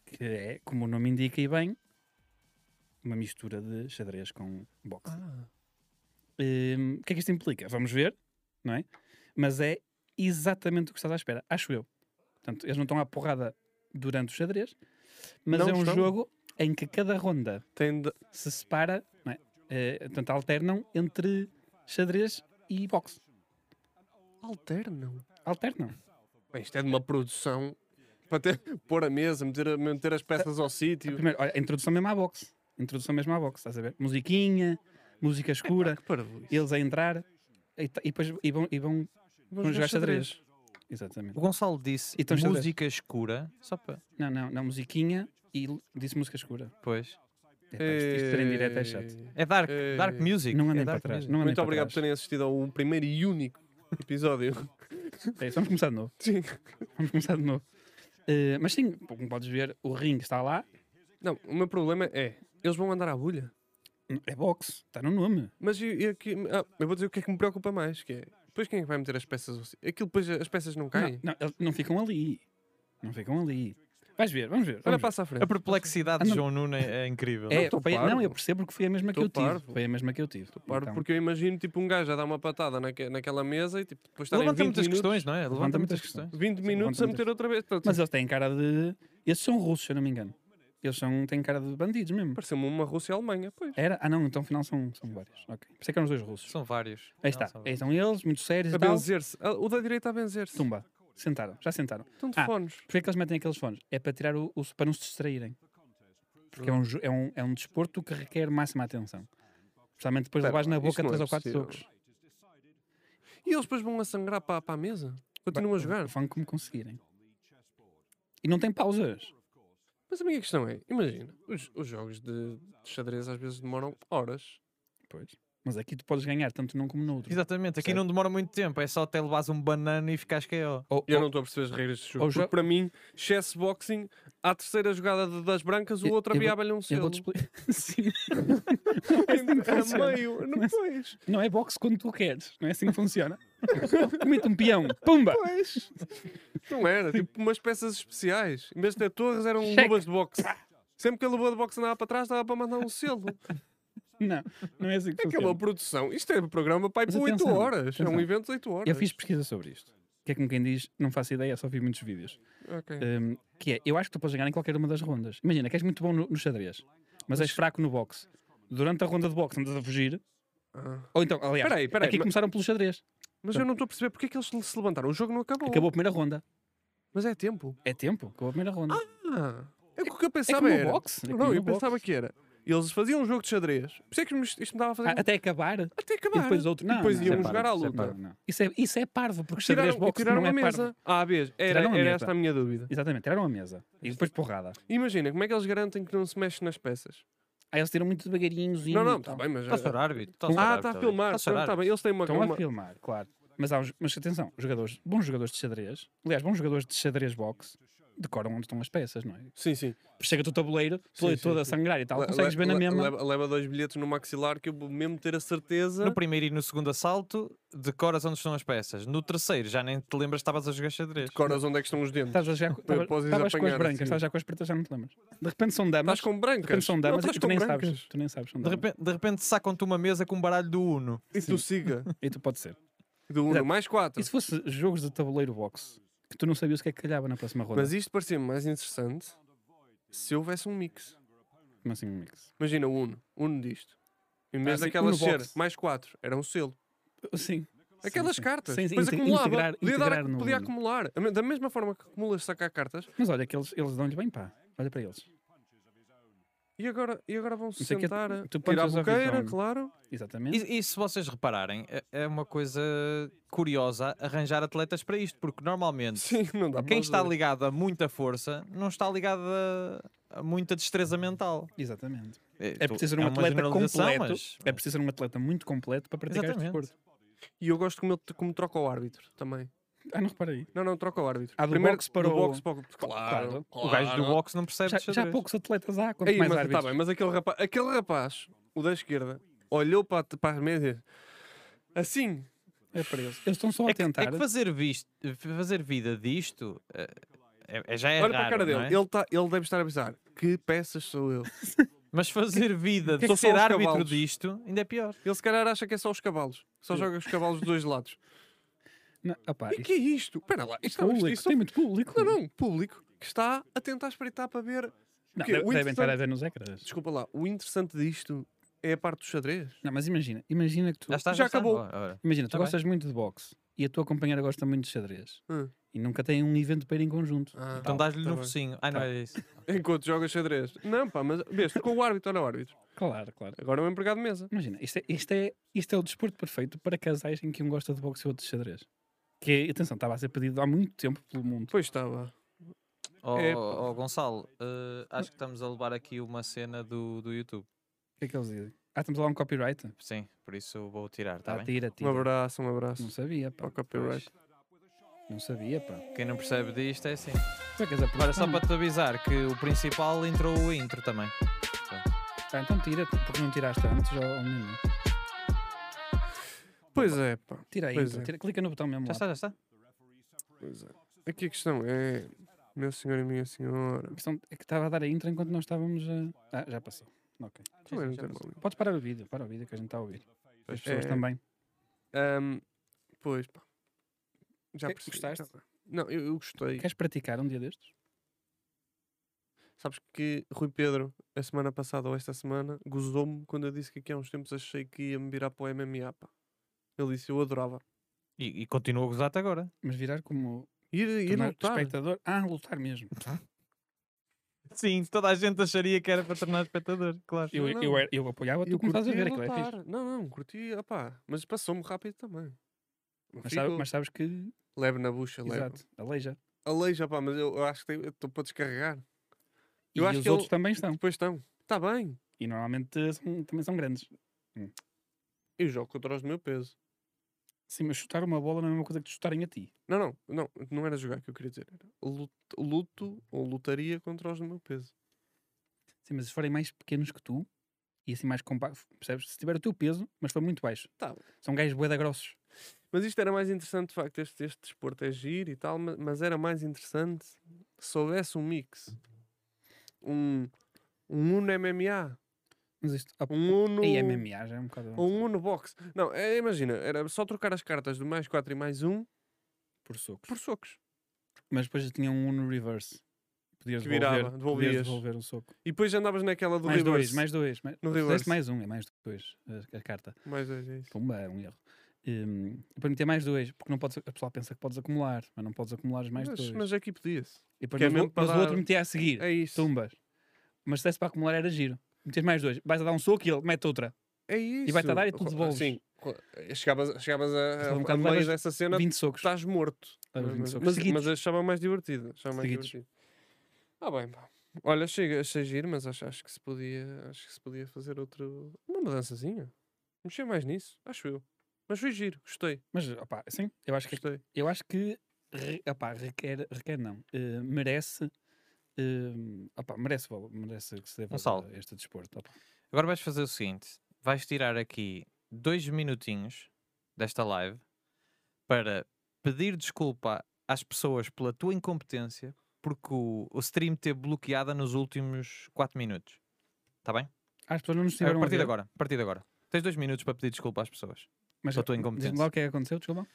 Speaker 2: que é, como o nome indica e bem, uma mistura de xadrez com boxe.
Speaker 3: Ah.
Speaker 2: Hum, o que é que isto implica? Vamos ver, não é? Mas é exatamente o que estás à espera, acho eu. Portanto, eles não estão à porrada durante o xadrez, mas
Speaker 1: Não
Speaker 2: é um
Speaker 1: estão.
Speaker 2: jogo em que cada ronda
Speaker 1: Tem de-
Speaker 2: se separa, não é? Eh, portanto, alternam entre xadrez e boxe.
Speaker 1: Alternam.
Speaker 2: Alternam.
Speaker 1: Bem, isto é de uma produção para ter, pôr a mesa, meter, a- meter as peças ao sítio.
Speaker 2: Primeiro, olha, a introdução mesmo à boxe. A Introdução mesmo à boxe, estás a ver? Musiquinha, música escura,
Speaker 1: É, que parvo.
Speaker 2: eles a entrar e, ta- e depois e vão, e vão, vão jogar xadrez. Exatamente.
Speaker 3: O Gonçalo disse
Speaker 2: E estão xadrez.
Speaker 3: música escura. Só para.
Speaker 2: Não, não, não, musiquinha e l- disse música escura.
Speaker 3: Pois.
Speaker 2: É, pá, isto, isto ter em direto é chato.
Speaker 3: É dark, dark
Speaker 1: Eh,
Speaker 3: music.
Speaker 2: Não
Speaker 3: é
Speaker 2: andem para
Speaker 3: dark
Speaker 2: trás.
Speaker 3: music.
Speaker 2: Não andem
Speaker 1: Muito
Speaker 2: para
Speaker 1: obrigado por
Speaker 2: trás.
Speaker 1: terem assistido ao um primeiro e único episódio.
Speaker 2: É isso, vamos começar de novo.
Speaker 1: Sim.
Speaker 2: Vamos começar de novo. Eh, mas sim, como podes ver, o ringue está lá.
Speaker 1: Não, o meu problema é, eles vão andar à bolha.
Speaker 2: É boxe, está no nome.
Speaker 1: Mas eu, eu aqui- ah, eu vou dizer o que é que me preocupa mais, que é, depois quem é que vai meter as peças ao sítio? Aquilo depois as peças não caem?
Speaker 2: Não, não, eles não ficam ali. Não ficam ali. Vais ver, vamos ver.
Speaker 1: Olha,
Speaker 2: vamos ver.
Speaker 1: passa à frente.
Speaker 3: A perplexidade
Speaker 2: Ah,
Speaker 3: de
Speaker 2: não.
Speaker 3: João Nuno é, é incrível.
Speaker 2: É,
Speaker 1: tô
Speaker 2: foi-
Speaker 1: parvo.
Speaker 2: não, eu percebo porque foi a mesma que
Speaker 1: Tô
Speaker 2: eu tive.
Speaker 1: parvo.
Speaker 2: Foi a mesma que eu tive.
Speaker 1: Claro,
Speaker 2: Então,
Speaker 1: porque eu imagino tipo um gajo a dar uma patada naque- naquela mesa e tipo, depois estarem
Speaker 3: Levanta
Speaker 1: 20
Speaker 3: muitas
Speaker 1: minutos,
Speaker 3: questões, não é? Levanta,
Speaker 2: Levanta
Speaker 3: muitas
Speaker 2: muitas
Speaker 3: questões.
Speaker 1: 20 minutos a
Speaker 2: muitas.
Speaker 1: meter outra vez. Então, tipo, Portanto,
Speaker 2: Mas eles têm cara de. Esses são russos, se eu não me engano. Eles são, têm cara de bandidos mesmo.
Speaker 1: Pareceu-me uma Rússia e Alemanha, pois.
Speaker 2: Era? Ah, não, então afinal são, são vários. Ok. Pensei que eram os dois russos.
Speaker 3: São vários.
Speaker 2: Aí
Speaker 3: Não,
Speaker 2: está. é
Speaker 3: são
Speaker 2: Aí
Speaker 3: vários.
Speaker 2: estão eles, muito sérios
Speaker 1: A
Speaker 2: e tal.
Speaker 1: benzer-se. Ah, O da direita a benzer-se.
Speaker 2: Tumba. Sentaram, já sentaram.
Speaker 1: Estão de
Speaker 2: Ah.
Speaker 1: fones.
Speaker 2: Porquê é que eles metem aqueles fones? É para tirar o, o para não se distraírem. Porque é um, jo- é, um, é um desporto que requer máxima atenção. Especialmente depois de
Speaker 1: Espera
Speaker 2: levares
Speaker 1: lá,
Speaker 2: na
Speaker 1: isso
Speaker 2: boca
Speaker 1: não é
Speaker 2: três ou quatro
Speaker 1: possível.
Speaker 2: socos.
Speaker 1: E eles depois vão a sangrar para, para a mesa. Continuam a jogar.
Speaker 2: Vão como conseguirem. E não tem pausas.
Speaker 1: Mas a minha questão é, imagina, os, os jogos de, de xadrez às vezes demoram horas.
Speaker 2: Pois. Mas aqui tu podes ganhar tanto num como no outro.
Speaker 3: Exatamente. Aqui
Speaker 2: Certo.
Speaker 3: não demora muito tempo. É só até levares um banano e ficares que é ó.
Speaker 2: Ou-
Speaker 1: E eu
Speaker 2: ou-
Speaker 1: não estou a perceber as regras de
Speaker 2: ou
Speaker 1: jogo. Porque
Speaker 2: jo-
Speaker 1: para mim, chess boxing, à terceira jogada de- das brancas, o
Speaker 2: Eu-
Speaker 1: outro
Speaker 2: eu vou-
Speaker 1: aviava-lhe um
Speaker 2: eu
Speaker 1: selo.
Speaker 2: vou-te explicar. Sim.
Speaker 1: A
Speaker 2: funciona.
Speaker 1: meio, não
Speaker 2: Mas-
Speaker 1: pois.
Speaker 2: Não é boxe quando tu queres. Não é assim que funciona. Mete um peão. Pumba!
Speaker 1: Pois. Não era, tipo umas peças especiais. Em vez de ter torres, eram
Speaker 2: Checa.
Speaker 1: luvas de boxe. Sempre que a luva de boxe andava para trás, dava para mandar um selo.
Speaker 2: Não, não é assim que
Speaker 1: Aquela
Speaker 2: funciona.
Speaker 1: produção. Isto é programa para ir
Speaker 2: Mas
Speaker 1: para 8
Speaker 2: atenção,
Speaker 1: horas. É um
Speaker 2: atenção.
Speaker 1: evento de 8 horas.
Speaker 2: Eu fiz pesquisa sobre isto. Que é como quem diz, não faço ideia, só vi muitos vídeos.
Speaker 1: Ok.
Speaker 2: Hum, que é, eu acho que tu podes ganhar em qualquer uma das rondas. Imagina, que és muito bom no, no xadrez, mas és fraco no boxe. Durante a ronda de boxe andas a fugir.
Speaker 1: Ah.
Speaker 2: Ou então, aliás,
Speaker 1: Peraí, peraí,
Speaker 2: aqui
Speaker 1: ma-
Speaker 2: começaram pelo xadrez.
Speaker 1: Mas eu não estou a perceber porque é que eles se levantaram. O jogo não acabou.
Speaker 2: Acabou a primeira ronda.
Speaker 1: Mas é tempo.
Speaker 2: É tempo, acabou a primeira ronda.
Speaker 1: Ah, é que o que eu
Speaker 2: é
Speaker 1: pensava
Speaker 2: como
Speaker 1: era.
Speaker 2: o boxe. é como
Speaker 1: Não,
Speaker 2: o
Speaker 1: eu
Speaker 2: boxe.
Speaker 1: pensava que era. Eles faziam um jogo de xadrez. Por isso é que me- isto me estava a fazer.
Speaker 2: Ah, até acabar.
Speaker 1: até acabar.
Speaker 2: E depois outro. Não,
Speaker 1: E depois
Speaker 2: não,
Speaker 1: iam
Speaker 2: isso é
Speaker 1: jogar à
Speaker 2: parvo, isso é
Speaker 1: luta.
Speaker 2: parvo, não. Isso é, isso é parvo, porque xadrez
Speaker 1: Tiraram, e
Speaker 2: boxe
Speaker 1: tiraram
Speaker 2: não é
Speaker 1: a
Speaker 2: parvo.
Speaker 1: mesa. Ah, vez. Era,
Speaker 2: Tiraram a
Speaker 1: era
Speaker 2: mesa.
Speaker 1: esta a minha dúvida.
Speaker 2: Exatamente, tiraram a mesa. E depois porrada.
Speaker 1: Imagina, como é que eles garantem que não se mexe nas peças?
Speaker 2: Aí eles tiram muito devagarinhos e
Speaker 1: não, não,
Speaker 2: tal.
Speaker 1: está bem, mas. é
Speaker 3: Está a ser árbitro. tá a ser
Speaker 1: Ah,
Speaker 3: árbitro,
Speaker 1: está a
Speaker 3: tá bem.
Speaker 1: filmar.
Speaker 3: Tá a ser
Speaker 1: Está
Speaker 3: árbitro.
Speaker 1: bem, eles têm uma.
Speaker 2: Estão a
Speaker 1: uma-
Speaker 2: filmar, claro. Mas, há uns- mas atenção, jogadores, bons jogadores de xadrez, aliás, bons jogadores de xadrez boxe, decoram onde estão as peças, não é?
Speaker 1: Sim, sim.
Speaker 2: Chega-te o tabuleiro,
Speaker 1: Sim,
Speaker 2: todo
Speaker 1: sim,
Speaker 2: toda a
Speaker 1: sim.
Speaker 2: sangrar e tal,
Speaker 1: Le-
Speaker 2: Então consegues
Speaker 1: le-
Speaker 2: ver na
Speaker 1: le-
Speaker 2: mesma.
Speaker 1: Leva, leva dois bilhetes no maxilar que eu vou mesmo ter a certeza.
Speaker 3: No primeiro e no segundo assalto, decoras onde estão as peças. No terceiro, já nem te lembras que estavas a jogar xadrez.
Speaker 1: Coras, onde é que estão os dentes?
Speaker 2: Estás a jogar
Speaker 1: Para-
Speaker 2: estavas-
Speaker 1: para os
Speaker 2: estavas com as
Speaker 1: apanhar,
Speaker 2: brancas,
Speaker 1: assim.
Speaker 2: estás já com as pretas, já não te lembras. De repente são
Speaker 1: Estás
Speaker 2: damas,
Speaker 1: com
Speaker 2: de
Speaker 1: brancas.
Speaker 2: repente são
Speaker 1: Não,
Speaker 2: damas
Speaker 1: estás
Speaker 2: e tu
Speaker 1: com
Speaker 2: nem
Speaker 1: brancas.
Speaker 2: sabes. Tu nem sabes, são
Speaker 3: De
Speaker 2: damas.
Speaker 3: repente, de repente sacam-te uma mesa com um baralho do Uno.
Speaker 1: E tu siga.
Speaker 2: E tu pode
Speaker 1: Tá.
Speaker 2: ser.
Speaker 1: Do 1
Speaker 2: Exato.
Speaker 1: mais 4.
Speaker 2: E se fosse jogos de tabuleiro boxe, que tu não sabias o que é que calhava na próxima ronda?
Speaker 1: Mas isto parecia mais interessante se houvesse um mix.
Speaker 2: Como assim, um mix?
Speaker 1: Imagina o Uno, Uno disto. Em vez
Speaker 2: Ah, sim,
Speaker 1: daquela
Speaker 2: Uno
Speaker 1: ser
Speaker 2: Box.
Speaker 1: mais 4, era um selo.
Speaker 2: Sim.
Speaker 1: Aquelas
Speaker 2: sim.
Speaker 1: cartas,
Speaker 2: Sim, sim,
Speaker 1: depois
Speaker 2: inte-
Speaker 1: acumulava.
Speaker 2: integrar-
Speaker 1: podia, dar-
Speaker 2: integrar no-
Speaker 1: podia acumular. A me- Da mesma forma que acumulas sacar cartas,
Speaker 2: Mas olha, que eles, eles dão-lhe bem pá. Olha para eles.
Speaker 1: e agora, e agora vão-se
Speaker 2: Isso é que é-
Speaker 1: sentar, a
Speaker 2: tu
Speaker 1: tirar a
Speaker 2: punches ao
Speaker 1: boqueira,
Speaker 2: visão.
Speaker 1: claro.
Speaker 2: Exatamente.
Speaker 3: E, e se vocês repararem, é- é uma coisa curiosa arranjar atletas para isto, porque normalmente
Speaker 1: Sim, não dá
Speaker 3: quem
Speaker 1: para
Speaker 3: está
Speaker 1: fazer.
Speaker 3: ligado a muita força não está ligado a, a muita destreza mental.
Speaker 2: Exatamente.
Speaker 3: É,
Speaker 2: É
Speaker 1: Tipo,
Speaker 3: tu-
Speaker 2: preciso ser um
Speaker 3: uma
Speaker 2: atleta
Speaker 3: generalização,
Speaker 2: completo.
Speaker 3: mas-
Speaker 2: É preciso ser um atleta muito completo para praticar
Speaker 3: Exatamente.
Speaker 2: este desporto.
Speaker 1: E eu gosto como, ele, como troca o árbitro também.
Speaker 2: Ah, não reparei.
Speaker 1: Não, não, troca o árbitro.
Speaker 2: Ah, do boxe para
Speaker 1: do
Speaker 2: o-
Speaker 1: boxe para o- Claro,
Speaker 2: Claro.
Speaker 3: O gajo do
Speaker 1: claro.
Speaker 3: boxe não percebe
Speaker 2: Já,
Speaker 3: de
Speaker 2: já há
Speaker 3: xadrez.
Speaker 2: poucos atletas há, quanto
Speaker 1: É Ei,
Speaker 2: mais
Speaker 1: mas, tá
Speaker 2: árbitros.
Speaker 1: bem, mas aquele rapaz, aquele rapaz, o da esquerda, olhou para, a- para as médias assim.
Speaker 2: É para eles. Eles estão só
Speaker 3: É
Speaker 2: a
Speaker 3: que, é
Speaker 2: tentar.
Speaker 3: que fazer, visto, fazer vida disto eh, é- é- já é
Speaker 1: Olha para a
Speaker 3: raro,
Speaker 1: cara dele.
Speaker 3: não é?
Speaker 1: Ele, tá, ele deve estar a pensar: que peças sou eu?
Speaker 3: Mas fazer vida
Speaker 1: que
Speaker 3: de
Speaker 1: é que são
Speaker 3: ser
Speaker 1: os
Speaker 3: árbitro
Speaker 1: cavalos?
Speaker 3: disto ainda é pior.
Speaker 1: Ele se calhar acha que é só os cavalos. Só
Speaker 2: Sim. Ah,
Speaker 1: joga os cavalos dos dois lados.
Speaker 2: Não, opá,
Speaker 1: E que é isto? Espera lá. Isto, não, isto,
Speaker 2: público,
Speaker 1: isto
Speaker 2: tem muito público.
Speaker 1: Não, é não. Público que está a tentar espreitar para ver.
Speaker 2: Não,
Speaker 1: quê?
Speaker 2: deve-
Speaker 1: O
Speaker 2: devem estar a
Speaker 1: interessante-
Speaker 2: ver nos ecrãs.
Speaker 1: Desculpa lá. O interessante disto é a parte do xadrez.
Speaker 2: Não, mas imagina, imagina que tu,
Speaker 3: Já está,
Speaker 1: Já
Speaker 3: está.
Speaker 1: acabou.
Speaker 3: Ora, ora.
Speaker 2: imagina, tu
Speaker 3: Tá bem.
Speaker 2: gostas muito de boxe e a tua companheira gosta muito de xadrez
Speaker 1: Hum.
Speaker 2: e nunca têm um evento para ir em conjunto.
Speaker 1: Ah.
Speaker 3: Então dás-lhe
Speaker 1: tá
Speaker 3: no
Speaker 1: bem.
Speaker 3: focinho. Ai, não
Speaker 2: Tá.
Speaker 3: é isso.
Speaker 1: Enquanto joga xadrez. Não, pá, mas veste com o árbitro, olha o árbitro.
Speaker 2: Claro, claro.
Speaker 1: Agora é um empregado de mesa.
Speaker 2: Imagina, isto é, isto, é, isto é o desporto perfeito para casais em que um gosta de boxe e outro de xadrez. Que, é, atenção, estava a ser pedido há muito tempo pelo mundo.
Speaker 1: Pois Um estava.
Speaker 3: Ó
Speaker 1: É,
Speaker 3: ó, ó, Oh, Gonçalo, eh, acho que estamos a levar aqui uma cena do, do YouTube.
Speaker 2: O que é que eles dizem? Ah, estamos lá um copyright?
Speaker 3: Sim, por isso vou tirar, está
Speaker 2: Tá,
Speaker 3: bem?
Speaker 2: tira, Hum.
Speaker 1: Um
Speaker 2: tira.
Speaker 1: abraço, um
Speaker 2: Não
Speaker 1: abraço.
Speaker 2: sabia, pá.
Speaker 1: Para o copyright.
Speaker 2: Não sabia, pá.
Speaker 3: Quem não percebe disto é assim.
Speaker 2: Tu é que és a
Speaker 3: Agora, só
Speaker 2: produção.
Speaker 3: para te avisar que o principal entrou o intro também.
Speaker 2: Ah, então tira, porque não tiraste antes ao ao menino.
Speaker 1: Pois é, pá.
Speaker 2: Tira aí,
Speaker 1: Pois
Speaker 2: então,
Speaker 1: é.
Speaker 2: tira- clica no botão mesmo.
Speaker 3: Já
Speaker 2: Lá.
Speaker 3: está, já está.
Speaker 1: Pois é. Aqui a questão é, meu senhor e minha senhora.
Speaker 2: A questão é que estava a dar a intro enquanto nós estávamos a. Ah, já passou. Ok.
Speaker 1: Também não é
Speaker 3: já
Speaker 1: tem
Speaker 3: passou.
Speaker 1: mal.
Speaker 2: Podes parar o vídeo, para o vídeo que a gente está a ouvir. As pessoas
Speaker 1: É,
Speaker 2: também.
Speaker 1: Ahm, pois, pá. Já
Speaker 2: Que-
Speaker 1: percebi.
Speaker 2: gostaste?
Speaker 1: já- Não, eu, eu gostei.
Speaker 2: Queres praticar um dia destes?
Speaker 1: Sabes que Rui Pedro, a semana passada ou esta semana, gozou-me quando eu disse que aqui há uns tempos achei que ia me virar para o MMA, pá. Ele disse, eu adorava.
Speaker 3: E, e continua a gozar-te agora.
Speaker 2: Mas virar como
Speaker 1: Ir, ir
Speaker 2: tornar-
Speaker 1: lutar.
Speaker 2: espectador. Ah, lutar mesmo.
Speaker 3: Sim, toda a gente acharia que era para tornar espectador, claro.
Speaker 2: Eu,
Speaker 1: não.
Speaker 2: eu, era- eu apoiava, tu
Speaker 1: Eu
Speaker 2: começaste a
Speaker 1: curti
Speaker 2: ver
Speaker 1: era
Speaker 2: aquilo. É
Speaker 1: lutar.
Speaker 2: fixe.
Speaker 1: Não, não, curti, opá. Mas passou-me rápido também. Não
Speaker 2: Mas, sabe-
Speaker 1: fico-
Speaker 2: mas sabes que.
Speaker 1: Leve na bucha, leve.
Speaker 2: Exato, aleija.
Speaker 1: Aleija, pá, mas eu, eu acho que estou para descarregar. Eu
Speaker 2: e
Speaker 1: acho
Speaker 2: os
Speaker 1: que ele-
Speaker 2: outros também estão.
Speaker 1: Depois estão. Está bem.
Speaker 2: E normalmente são- também são grandes.
Speaker 1: Eu jogo contra os do meu peso.
Speaker 2: Sim, mas chutar uma bola não é a mesma coisa que te chutarem a ti.
Speaker 1: Não, não, não, não era jogar que eu queria dizer. Era lut- luto ou lutaria contra os do meu peso.
Speaker 2: Sim, mas se forem mais pequenos que tu e assim mais compactos, percebes? Se tiver o teu peso, mas for muito baixo.
Speaker 1: Tá bom.
Speaker 2: São gajos boeda grossos.
Speaker 1: Mas isto era mais interessante, de facto. Este, este desporto é giro e tal, ma- mas era mais interessante se houvesse um mix. Um, um Uno MMA.
Speaker 2: Mas isto. opa,
Speaker 1: Um Uno.
Speaker 2: E MMA já é um bocado.
Speaker 1: Um Uno Box. Não, é, imagina, era só trocar as cartas do mais 4 e mais 1
Speaker 2: Por socos.
Speaker 1: por socos.
Speaker 2: Mas depois já tinha um no reverse. Podias
Speaker 1: Que
Speaker 2: devolver,
Speaker 1: virava,
Speaker 2: podias
Speaker 1: devolvias.
Speaker 2: devolver o soco.
Speaker 1: E depois andavas naquela do
Speaker 2: mais dois,
Speaker 1: reverse.
Speaker 2: mais dois. Mais,
Speaker 1: No
Speaker 2: se deste
Speaker 1: reverse.
Speaker 2: mais um, é mais dois a, a carta.
Speaker 1: Mais dois, é isso.
Speaker 2: Pumba, é um erro. Hum, para meter mais dois, porque não podes, a pessoa pensa que podes acumular, mas não podes acumular os mais
Speaker 1: mas,
Speaker 2: dois.
Speaker 1: mas aqui podia-se.
Speaker 2: e depois
Speaker 1: que é
Speaker 2: mas o-
Speaker 1: mesmo para
Speaker 2: mas o outro
Speaker 1: dar-
Speaker 2: metia a seguir.
Speaker 1: É isso.
Speaker 2: Tumbas. Mas se desse para acumular era giro. Metes mais dois, vais a dar um soco e ele mete outra.
Speaker 1: É isso.
Speaker 2: vai-te a dar e tu
Speaker 1: Ro-
Speaker 2: devolves.
Speaker 1: Sim. Ro- Chegavas, chegavas a,
Speaker 2: Estás
Speaker 1: a,
Speaker 2: um
Speaker 1: um
Speaker 2: bocado
Speaker 1: meio
Speaker 2: levas
Speaker 1: dessa cena,
Speaker 2: 20 socos.
Speaker 1: estás morto.
Speaker 2: Levas 20
Speaker 1: Mas,
Speaker 2: socos.
Speaker 1: mas,
Speaker 2: seguidos.
Speaker 1: mas achava mais divertido. Achava mais
Speaker 2: Seguidos.
Speaker 1: divertido. Ah, bem, pá. Olha, chega, achei giro, mas acho, acho que se podia, acho que se podia fazer outro. Uma mudançazinha. Mexer mais nisso, acho eu. Mas foi giro, gostei,
Speaker 2: Mas, opá, assim, eu acho que
Speaker 1: gostei.
Speaker 2: Eu acho que re- opá, requer, requer não, eh, merece, eh, opá, merece, valo- merece que se dê valor
Speaker 3: Gonçalo.
Speaker 2: a este desporto. opá.
Speaker 3: Agora vais fazer o seguinte: vais tirar aqui dois minutinhos desta live para pedir desculpa às pessoas pela tua incompetência porque o, o stream teve bloqueada nos últimos 4 minutos. Está bem?
Speaker 2: Ah, As pessoas não nos
Speaker 3: A
Speaker 2: tiveram a
Speaker 3: partir de
Speaker 2: ver,
Speaker 3: agora, a partir de agora. Tens dois minutos para pedir desculpa às pessoas.
Speaker 2: mas
Speaker 3: pela tua
Speaker 2: diz-me
Speaker 3: incompetência.
Speaker 2: lá o que é que aconteceu, desculpa.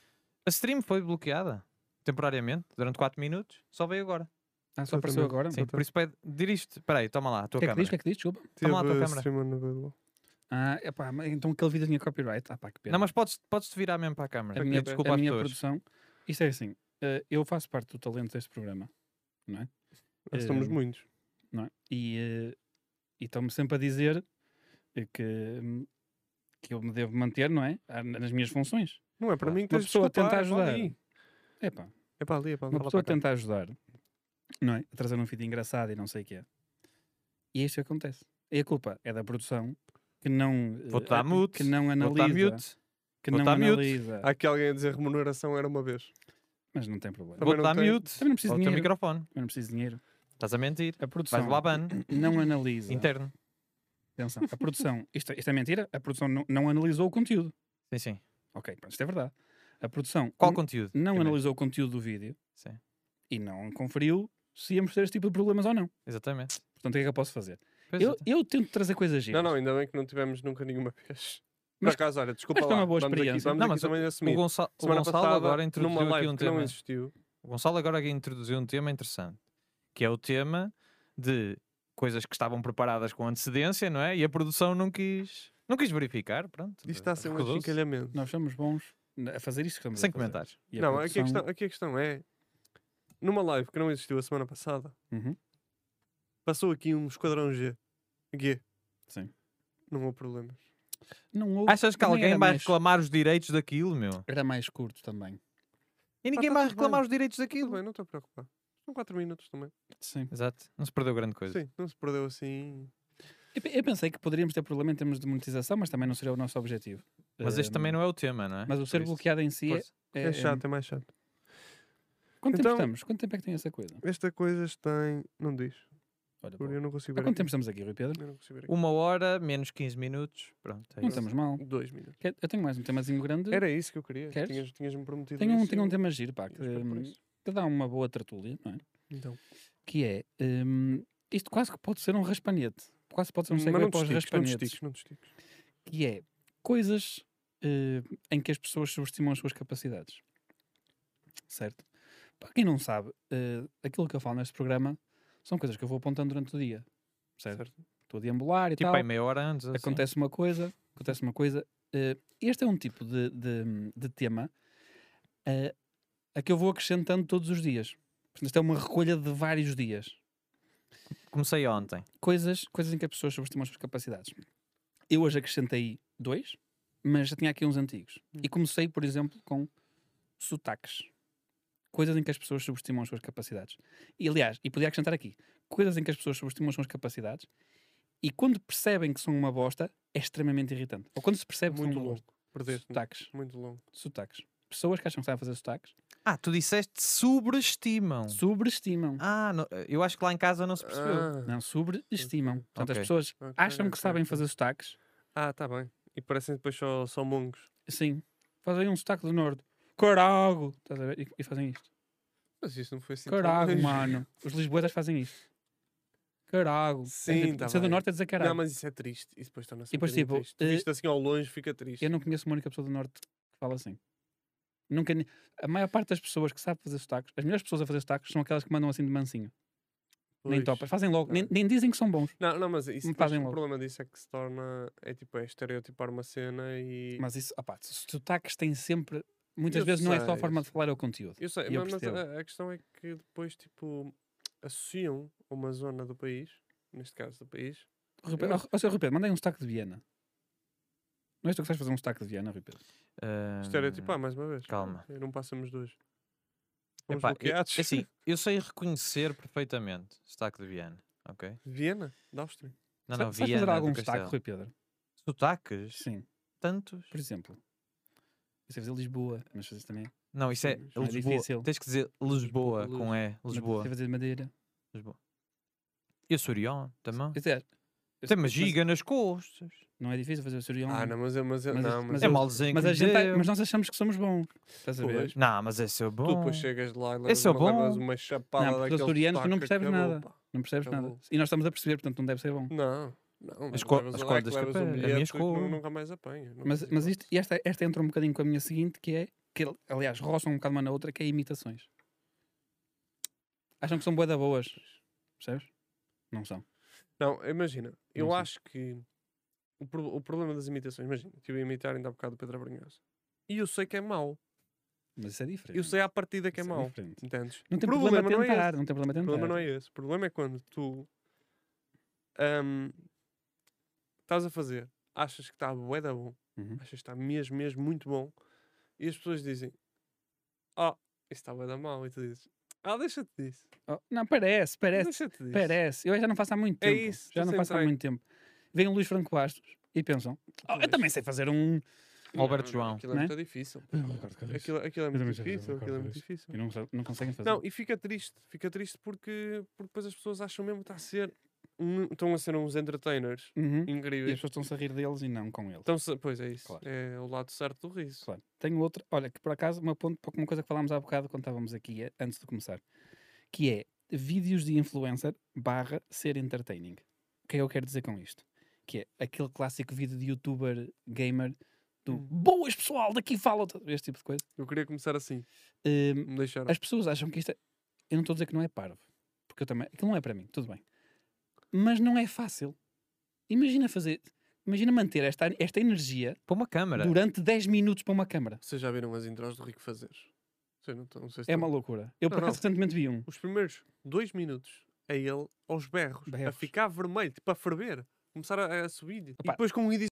Speaker 3: A stream foi bloqueada temporariamente durante 4 minutos, só veio agora.
Speaker 2: Ah, só apareceu
Speaker 1: Exatamente.
Speaker 2: agora.
Speaker 3: Sim, né? por
Speaker 2: portanto.
Speaker 3: isso pede, dirige-te. Espera aí, toma lá a
Speaker 2: O
Speaker 3: tua
Speaker 2: que é que diz, o
Speaker 3: câmera.
Speaker 2: que é que diz, desculpa?
Speaker 3: Toma lá a tua
Speaker 1: Teve
Speaker 3: câmara.
Speaker 1: streamer no Google.
Speaker 2: Ah, epá, mas então aquele vídeo tinha copyright, ah pá, que pena.
Speaker 3: Não, mas podes, podes te virar mesmo para a câmera.
Speaker 2: a
Speaker 1: Ok,
Speaker 2: minha,
Speaker 1: bem.
Speaker 3: desculpa
Speaker 2: a
Speaker 3: às
Speaker 2: minha
Speaker 3: pessoas.
Speaker 2: produção, isto é assim, eh, eu faço parte do talento deste programa,
Speaker 1: Nós somos
Speaker 2: Eh,
Speaker 1: muitos.
Speaker 2: não é? E eh, e estão-me sempre a dizer eh, que, hum, que eu me devo manter, não é? Ah, Nas minhas funções.
Speaker 1: Não é para
Speaker 3: pá,
Speaker 1: mim que
Speaker 2: uma
Speaker 1: tens de
Speaker 2: pessoa
Speaker 1: desculpar,
Speaker 2: tenta
Speaker 1: é para
Speaker 2: ajudar.
Speaker 1: ali.
Speaker 2: Epá,
Speaker 1: É para ali, é para ali.
Speaker 2: uma
Speaker 3: Então
Speaker 2: pessoa
Speaker 3: Fala para cá.
Speaker 2: tenta ajudar, não é? A trazer um vídeo engraçado e não sei o que é. E é isto que acontece. E a culpa é da produção que não eh,
Speaker 3: Vou-te dar
Speaker 2: a-
Speaker 3: mute,
Speaker 2: que não
Speaker 3: Vou estar
Speaker 2: analisa,
Speaker 3: mute.
Speaker 2: que
Speaker 3: vou
Speaker 2: não
Speaker 3: dar mute.
Speaker 2: analisa.
Speaker 1: Há aqui alguém a dizer remuneração era uma vez.
Speaker 2: Mas não tem problema.
Speaker 1: Também
Speaker 3: Vou
Speaker 1: não
Speaker 3: dar
Speaker 1: tenho-
Speaker 3: mute.
Speaker 2: Também não preciso
Speaker 3: Ao
Speaker 2: de
Speaker 3: teu
Speaker 2: dinheiro.
Speaker 3: microfone.
Speaker 2: Eu não preciso de dinheiro.
Speaker 3: Estás a mentir.
Speaker 2: A
Speaker 3: Vais
Speaker 1: um
Speaker 2: produção
Speaker 3: levar ban
Speaker 2: não analisa.
Speaker 3: interno.
Speaker 2: Atenção, a produção, isto, isto é mentira, a produção não, não analisou o conteúdo.
Speaker 3: Sim, sim.
Speaker 2: Ok, pronto, isto é verdade. A produção
Speaker 3: Qual
Speaker 2: n-
Speaker 3: conteúdo?
Speaker 2: não
Speaker 3: Primeiro.
Speaker 2: analisou o conteúdo do vídeo
Speaker 3: Sim.
Speaker 2: e não conferiu se íamos ter este tipo de problemas ou não.
Speaker 3: Exatamente.
Speaker 2: Portanto, o que é que eu posso fazer?
Speaker 3: Pois
Speaker 2: Eu,
Speaker 3: é.
Speaker 2: eu tento trazer coisas giras.
Speaker 1: Não, não, ainda bem que não tivemos nunca nenhuma vez. Por
Speaker 2: Mas-
Speaker 1: acaso, olha, desculpa
Speaker 2: mas foi
Speaker 1: lá.
Speaker 2: uma boa
Speaker 1: vamos aqui-
Speaker 2: experiência.
Speaker 1: vamos
Speaker 3: Não,
Speaker 1: aqui
Speaker 3: mas
Speaker 1: também
Speaker 3: O
Speaker 1: assumir.
Speaker 3: Gonçalo, o
Speaker 1: Semana
Speaker 3: Gonçalo
Speaker 1: passada,
Speaker 3: agora introduziu
Speaker 1: numa
Speaker 3: aqui
Speaker 1: live
Speaker 3: um
Speaker 1: que não
Speaker 3: tema.
Speaker 1: existiu.
Speaker 3: O Gonçalo agora aqui introduziu um tema interessante, que é o tema de coisas que estavam preparadas com antecedência, não é? E a produção não quis, não quis verificar, pronto.
Speaker 1: Isto está a ser um
Speaker 3: recusou-se.
Speaker 1: achincalhamento.
Speaker 2: Nós somos bons na- a fazer isto que estamos a
Speaker 3: Sem
Speaker 2: fazer.
Speaker 3: comentários.
Speaker 2: E a
Speaker 1: Não, aqui a,
Speaker 2: produção-
Speaker 1: questão, aqui a questão é: numa live que não existiu a semana passada,
Speaker 2: Uhum.
Speaker 1: passou aqui um esquadrão G. G.
Speaker 2: Sim.
Speaker 1: Não houve problemas.
Speaker 2: Não houve-
Speaker 3: Achas que
Speaker 2: também
Speaker 3: alguém
Speaker 2: era
Speaker 3: vai
Speaker 2: mais-
Speaker 3: reclamar os direitos daquilo, meu?
Speaker 2: Era mais curto também.
Speaker 3: E ninguém
Speaker 1: tá
Speaker 3: vai
Speaker 1: tudo bem. Tá
Speaker 3: reclamar os direitos
Speaker 1: Tudo
Speaker 3: daquilo.
Speaker 1: bem, não estou a preocupar. São 4 minutos também.
Speaker 2: Sim.
Speaker 3: Exato. Não se perdeu grande coisa.
Speaker 1: Sim, não se perdeu assim.
Speaker 2: Eu, pe- eu pensei que poderíamos ter problema em termos de monetização, mas também não seria o nosso objetivo.
Speaker 3: Mas este também
Speaker 2: Ahm,
Speaker 3: não é o tema, não é?
Speaker 2: Mas o
Speaker 3: Por
Speaker 2: ser
Speaker 3: isso,
Speaker 2: bloqueado em si é.
Speaker 3: força.
Speaker 1: É,
Speaker 2: é- é-
Speaker 1: chato, é mais chato.
Speaker 2: Quanto tempo
Speaker 1: Então-
Speaker 2: estamos? Quanto tempo é que tem essa coisa?
Speaker 1: Esta coisa tem. Não diz.
Speaker 2: Tá Olha,
Speaker 1: Porque
Speaker 2: boa.
Speaker 1: eu não consigo
Speaker 2: Há
Speaker 1: ver.
Speaker 2: quanto tempo
Speaker 1: aqui.
Speaker 2: estamos aqui, Rui Pedro?
Speaker 1: Eu não consigo
Speaker 2: Um,
Speaker 1: ver aqui.
Speaker 3: Uma hora, menos 15 minutos. Pronto, é
Speaker 2: Não
Speaker 3: isso.
Speaker 2: estamos mal.
Speaker 1: Dois minutos.
Speaker 2: Quer- Eu tenho mais um temazinho grande.
Speaker 1: Era isso que eu queria.
Speaker 2: Queres?
Speaker 1: Tinhas- Tinhas-me prometido.
Speaker 2: tenho, um,
Speaker 1: isso,
Speaker 2: tenho um
Speaker 1: eu-
Speaker 2: tema giro, pá, que,
Speaker 1: eu espero por
Speaker 2: hum,
Speaker 1: isso.
Speaker 2: que dá uma boa tertúlia, não é?
Speaker 1: Então.
Speaker 2: Que é. hum, isto quase que pode ser um raspanete. Quase pode ser um
Speaker 1: Mas não
Speaker 2: segue
Speaker 1: te
Speaker 2: para os
Speaker 1: estiques, não te
Speaker 2: raspanetes.
Speaker 1: estiques, não te estiques.
Speaker 2: que é coisas eh, em que as pessoas subestimam as suas capacidades. Certo? Para quem não sabe, eh, aquilo que eu falo neste programa são coisas que eu vou apontando durante o dia. Certo? Estou a deambular e
Speaker 3: Tipo,
Speaker 2: tal.
Speaker 3: aí meia hora antes. assim.
Speaker 2: Acontece uma coisa, acontece uma coisa. eh, este é um tipo de, de, de tema eh, a que eu vou acrescentando todos os dias. Portanto, isto é uma recolha de vários dias
Speaker 3: Comecei ontem.
Speaker 2: coisas, coisas em que as pessoas subestimam as suas capacidades. Eu hoje acrescentei dois, mas já tinha aqui uns antigos.
Speaker 1: Hum.
Speaker 2: E comecei, por exemplo, com sotaques. Coisas em que as pessoas subestimam as suas capacidades. E, aliás, e podia acrescentar aqui, coisas em que as pessoas subestimam as suas capacidades e quando percebem que são uma bosta, é extremamente irritante. Ou quando se percebe que
Speaker 1: Muito
Speaker 2: são uma bosta.
Speaker 1: longo. Perdeste.
Speaker 2: Sotaques.
Speaker 1: Muito longo.
Speaker 2: Sotaques. Pessoas que acham que estão a fazer sotaques
Speaker 3: Ah, tu disseste sobreestimam.
Speaker 2: sobreestimam.
Speaker 3: Ah, no- eu acho que lá em casa não se percebeu.
Speaker 1: Ah,
Speaker 2: Não, sobreestimam. Portanto, as
Speaker 3: Ok.
Speaker 2: pessoas
Speaker 1: ok,
Speaker 2: acham que
Speaker 1: ok,
Speaker 2: sabem
Speaker 1: ok.
Speaker 2: fazer sotaques
Speaker 1: Ah, tá bem. E parecem depois só, só mongos.
Speaker 2: Sim. Fazem um sotaque do norte. Carago! Estás a ver? E, e fazem isto.
Speaker 1: Mas isso não foi assim. tão
Speaker 2: Carago,
Speaker 1: longe.
Speaker 2: mano. Os lisboetas fazem isto. Carago.
Speaker 1: Sim,
Speaker 2: É dizer-
Speaker 1: tá
Speaker 2: ser do
Speaker 1: bem.
Speaker 2: norte é dizer caralho.
Speaker 1: Não, mas isso é triste. Isso depois torna-se
Speaker 2: E
Speaker 1: um
Speaker 2: depois,
Speaker 1: bocadinho
Speaker 2: tipo,
Speaker 1: triste. Tu
Speaker 2: eh,
Speaker 1: viste assim ao longe, fica triste.
Speaker 2: Eu não conheço uma única pessoa do norte que fala assim. Nunca. ni- A maior parte das pessoas que sabe fazer sotaques, as melhores pessoas a fazer sotaques são aquelas que mandam assim de mansinho. Nem
Speaker 1: Pois.
Speaker 2: topas. Fazem logo.
Speaker 1: tá
Speaker 2: Nem,
Speaker 1: bem.
Speaker 2: nem dizem que são bons.
Speaker 1: Não, não, mas isso
Speaker 2: Me
Speaker 1: depois,
Speaker 2: fazem
Speaker 1: o
Speaker 2: logo.
Speaker 1: problema disso é que se torna. É tipo, é estereotipar uma cena e.
Speaker 2: Mas isso, opá, sotaques têm sempre. Muitas
Speaker 1: Eu
Speaker 2: vezes não é só a
Speaker 1: sei,
Speaker 2: forma
Speaker 1: eu
Speaker 2: de falar, é o conteúdo.
Speaker 1: Eu sei,
Speaker 2: E eu
Speaker 1: mas, mas
Speaker 2: percebo.
Speaker 1: a, a questão é que depois, tipo, associam a uma zona do país, neste caso do país.
Speaker 2: Rui Pedro, ó, ó, seu Rui Pedro, mandei um sotaque de Viena. Não és tu que sabes fazer um sotaque de Viena, Rui Pedro?
Speaker 3: Ah,
Speaker 1: Estereotipar, mais uma vez.
Speaker 3: calma.
Speaker 1: Eh, Não passamos dois. Fomos
Speaker 3: Epá, eu-
Speaker 1: bloqueados.
Speaker 3: é assim, eu sei reconhecer perfeitamente sotaque de Viana, ok?
Speaker 1: Viena, da Áustria.
Speaker 3: Não,
Speaker 2: Sa-
Speaker 3: não,
Speaker 2: sabes
Speaker 3: Viana
Speaker 2: fazer
Speaker 3: do
Speaker 2: algum sotaque,
Speaker 3: Castelo.
Speaker 2: Rui Pedro?
Speaker 3: Sotaques?
Speaker 2: Sim.
Speaker 3: Tantos?
Speaker 2: Por exemplo, eu sei fazer Lisboa, mas fazer também.
Speaker 3: Não, isso é
Speaker 1: Sim,
Speaker 2: mas é
Speaker 3: Lisboa.
Speaker 2: difícil.
Speaker 3: Tens que dizer Lisboa
Speaker 1: Lisboa,
Speaker 3: com E.
Speaker 2: Made-
Speaker 3: Lisboa.
Speaker 2: Sei fazer Madeira.
Speaker 3: Lisboa. E a Surion também.
Speaker 2: Quer dizer, eu-
Speaker 3: Tem uma
Speaker 2: mas
Speaker 3: giga nas costas.
Speaker 2: Não é difícil fazer o Surião.
Speaker 3: Então,
Speaker 1: Ah, não, mas eu. Mas, eu-
Speaker 2: Mas
Speaker 1: não,
Speaker 2: isto-
Speaker 1: mas
Speaker 2: mas
Speaker 3: É
Speaker 2: eu-
Speaker 3: malzinho
Speaker 2: Mas,
Speaker 3: que
Speaker 2: a
Speaker 3: lhe
Speaker 2: gente tá-
Speaker 3: deu.
Speaker 2: mas nós achamos que somos bons. Estás a ver?
Speaker 1: Pois.
Speaker 3: Não, mas esse é o bom.
Speaker 1: Tu depois chegas lá e levas,
Speaker 3: Esse é
Speaker 1: uma, levas
Speaker 3: bom.
Speaker 1: uma chapada
Speaker 2: Não, porque os
Speaker 1: daquele
Speaker 2: açorianos tu não
Speaker 1: sotaque,
Speaker 2: percebes
Speaker 1: acabou,
Speaker 2: nada.
Speaker 1: pá.
Speaker 2: Não percebes nada.
Speaker 1: Acabou.
Speaker 2: E nós estamos a perceber, portanto não deve ser bom.
Speaker 1: Tá Não, não. mas
Speaker 3: co-
Speaker 1: levas
Speaker 3: as
Speaker 1: lá que
Speaker 3: cordas que
Speaker 1: levas
Speaker 3: eu
Speaker 1: um
Speaker 3: pego, a minha
Speaker 1: bilhete que nu-
Speaker 3: escoa.
Speaker 1: nunca mais apanha. nunca mais
Speaker 2: Mas, mas
Speaker 1: encontras.
Speaker 2: isto, e esta, esta entra um bocadinho com a minha seguinte, que é, que aliás roçam um bocado uma na outra, que é imitações. Acham que são boeda boas. Percebes? Não são.
Speaker 1: Não, imagina. Eu
Speaker 2: Não sei.
Speaker 1: acho que o, pro- o problema das imitações, imagina, estive a imitar ainda há bocado o Pedro Abrunhosa. E eu sei que é mau.
Speaker 2: Mas isso é diferente.
Speaker 1: Eu sei à partida que é
Speaker 2: Isso é
Speaker 1: mau.
Speaker 2: diferente.
Speaker 1: Entendes?
Speaker 2: Não
Speaker 1: O
Speaker 2: tem problema,
Speaker 1: não é esse.
Speaker 2: tentar, não tem problema
Speaker 1: O
Speaker 2: tentar.
Speaker 1: problema não é esse. O problema é quando tu ahm, estás a fazer, achas que está bué da bom,
Speaker 2: Uhum.
Speaker 1: achas que está mesmo, mesmo muito bom, e as pessoas dizem, ah, isso está bué da mal, e tu dizes, ah, deixa-te disso,
Speaker 2: Oh, não, parece, parece,
Speaker 1: deixa-te disso.
Speaker 2: parece. Eu já não faço há muito
Speaker 1: É
Speaker 2: tempo.
Speaker 1: isso,
Speaker 2: já
Speaker 1: tu
Speaker 2: não faço há
Speaker 1: centrei.
Speaker 2: muito tempo. Vem o Luís Franco Bastos e pensam, "Oh, eu
Speaker 1: Pois.
Speaker 2: também sei fazer um.
Speaker 1: Não,
Speaker 3: Alberto
Speaker 1: não,
Speaker 3: João.
Speaker 1: Aquilo é
Speaker 2: Né?
Speaker 1: muito difícil. pá. Aquilo, aquilo é
Speaker 2: também
Speaker 1: muito
Speaker 2: sei fazer
Speaker 1: difícil,
Speaker 2: um
Speaker 1: aquilo é muito
Speaker 2: corta-risco.
Speaker 1: difícil.
Speaker 2: E não, sa- não conseguem fazer.
Speaker 1: Não, e fica triste, fica triste porque, porque depois as pessoas acham mesmo que está a ser, um- estão a ser uns entertainers
Speaker 2: Uhum. E as
Speaker 1: incríveis.
Speaker 2: pessoas estão-se a rir deles e não com eles.
Speaker 1: Estão-se- pois é isso,
Speaker 2: Claro.
Speaker 1: é o lado certo do riso.
Speaker 2: Claro. Tenho outra, olha, que por acaso, uma, ponto, uma coisa que falámos há bocado quando estávamos aqui, eh, antes de começar, que é vídeos de influencer barra ser entertaining. O que é que eu quero dizer com isto? Que é aquele clássico vídeo de youtuber gamer do
Speaker 1: Hum.
Speaker 2: boas pessoal, daqui fala este tipo de coisa.
Speaker 1: Eu queria começar assim,
Speaker 2: Hum,
Speaker 1: me deixaram.
Speaker 2: as pessoas acham que isto é... Eu não estou a dizer que não é parvo. Porque eu também... Aquilo não é para mim, tudo bem. Mas não é fácil. Imagina fazer... Imagina manter esta, esta energia
Speaker 3: Para uma câmara.
Speaker 2: durante 10 minutos para uma câmara.
Speaker 1: Vocês já viram as intros do Rico Fazer? Vocês não, estão- não sei se
Speaker 2: É
Speaker 1: estão-
Speaker 2: uma loucura. Eu, por
Speaker 1: Não,
Speaker 2: acaso, recentemente vi um.
Speaker 1: Os primeiros dois minutos é ele aos berros, a
Speaker 2: Berros.
Speaker 1: ficar vermelho, tipo a ferver, começar a, a subir. E
Speaker 2: Epá.
Speaker 1: depois com o edição.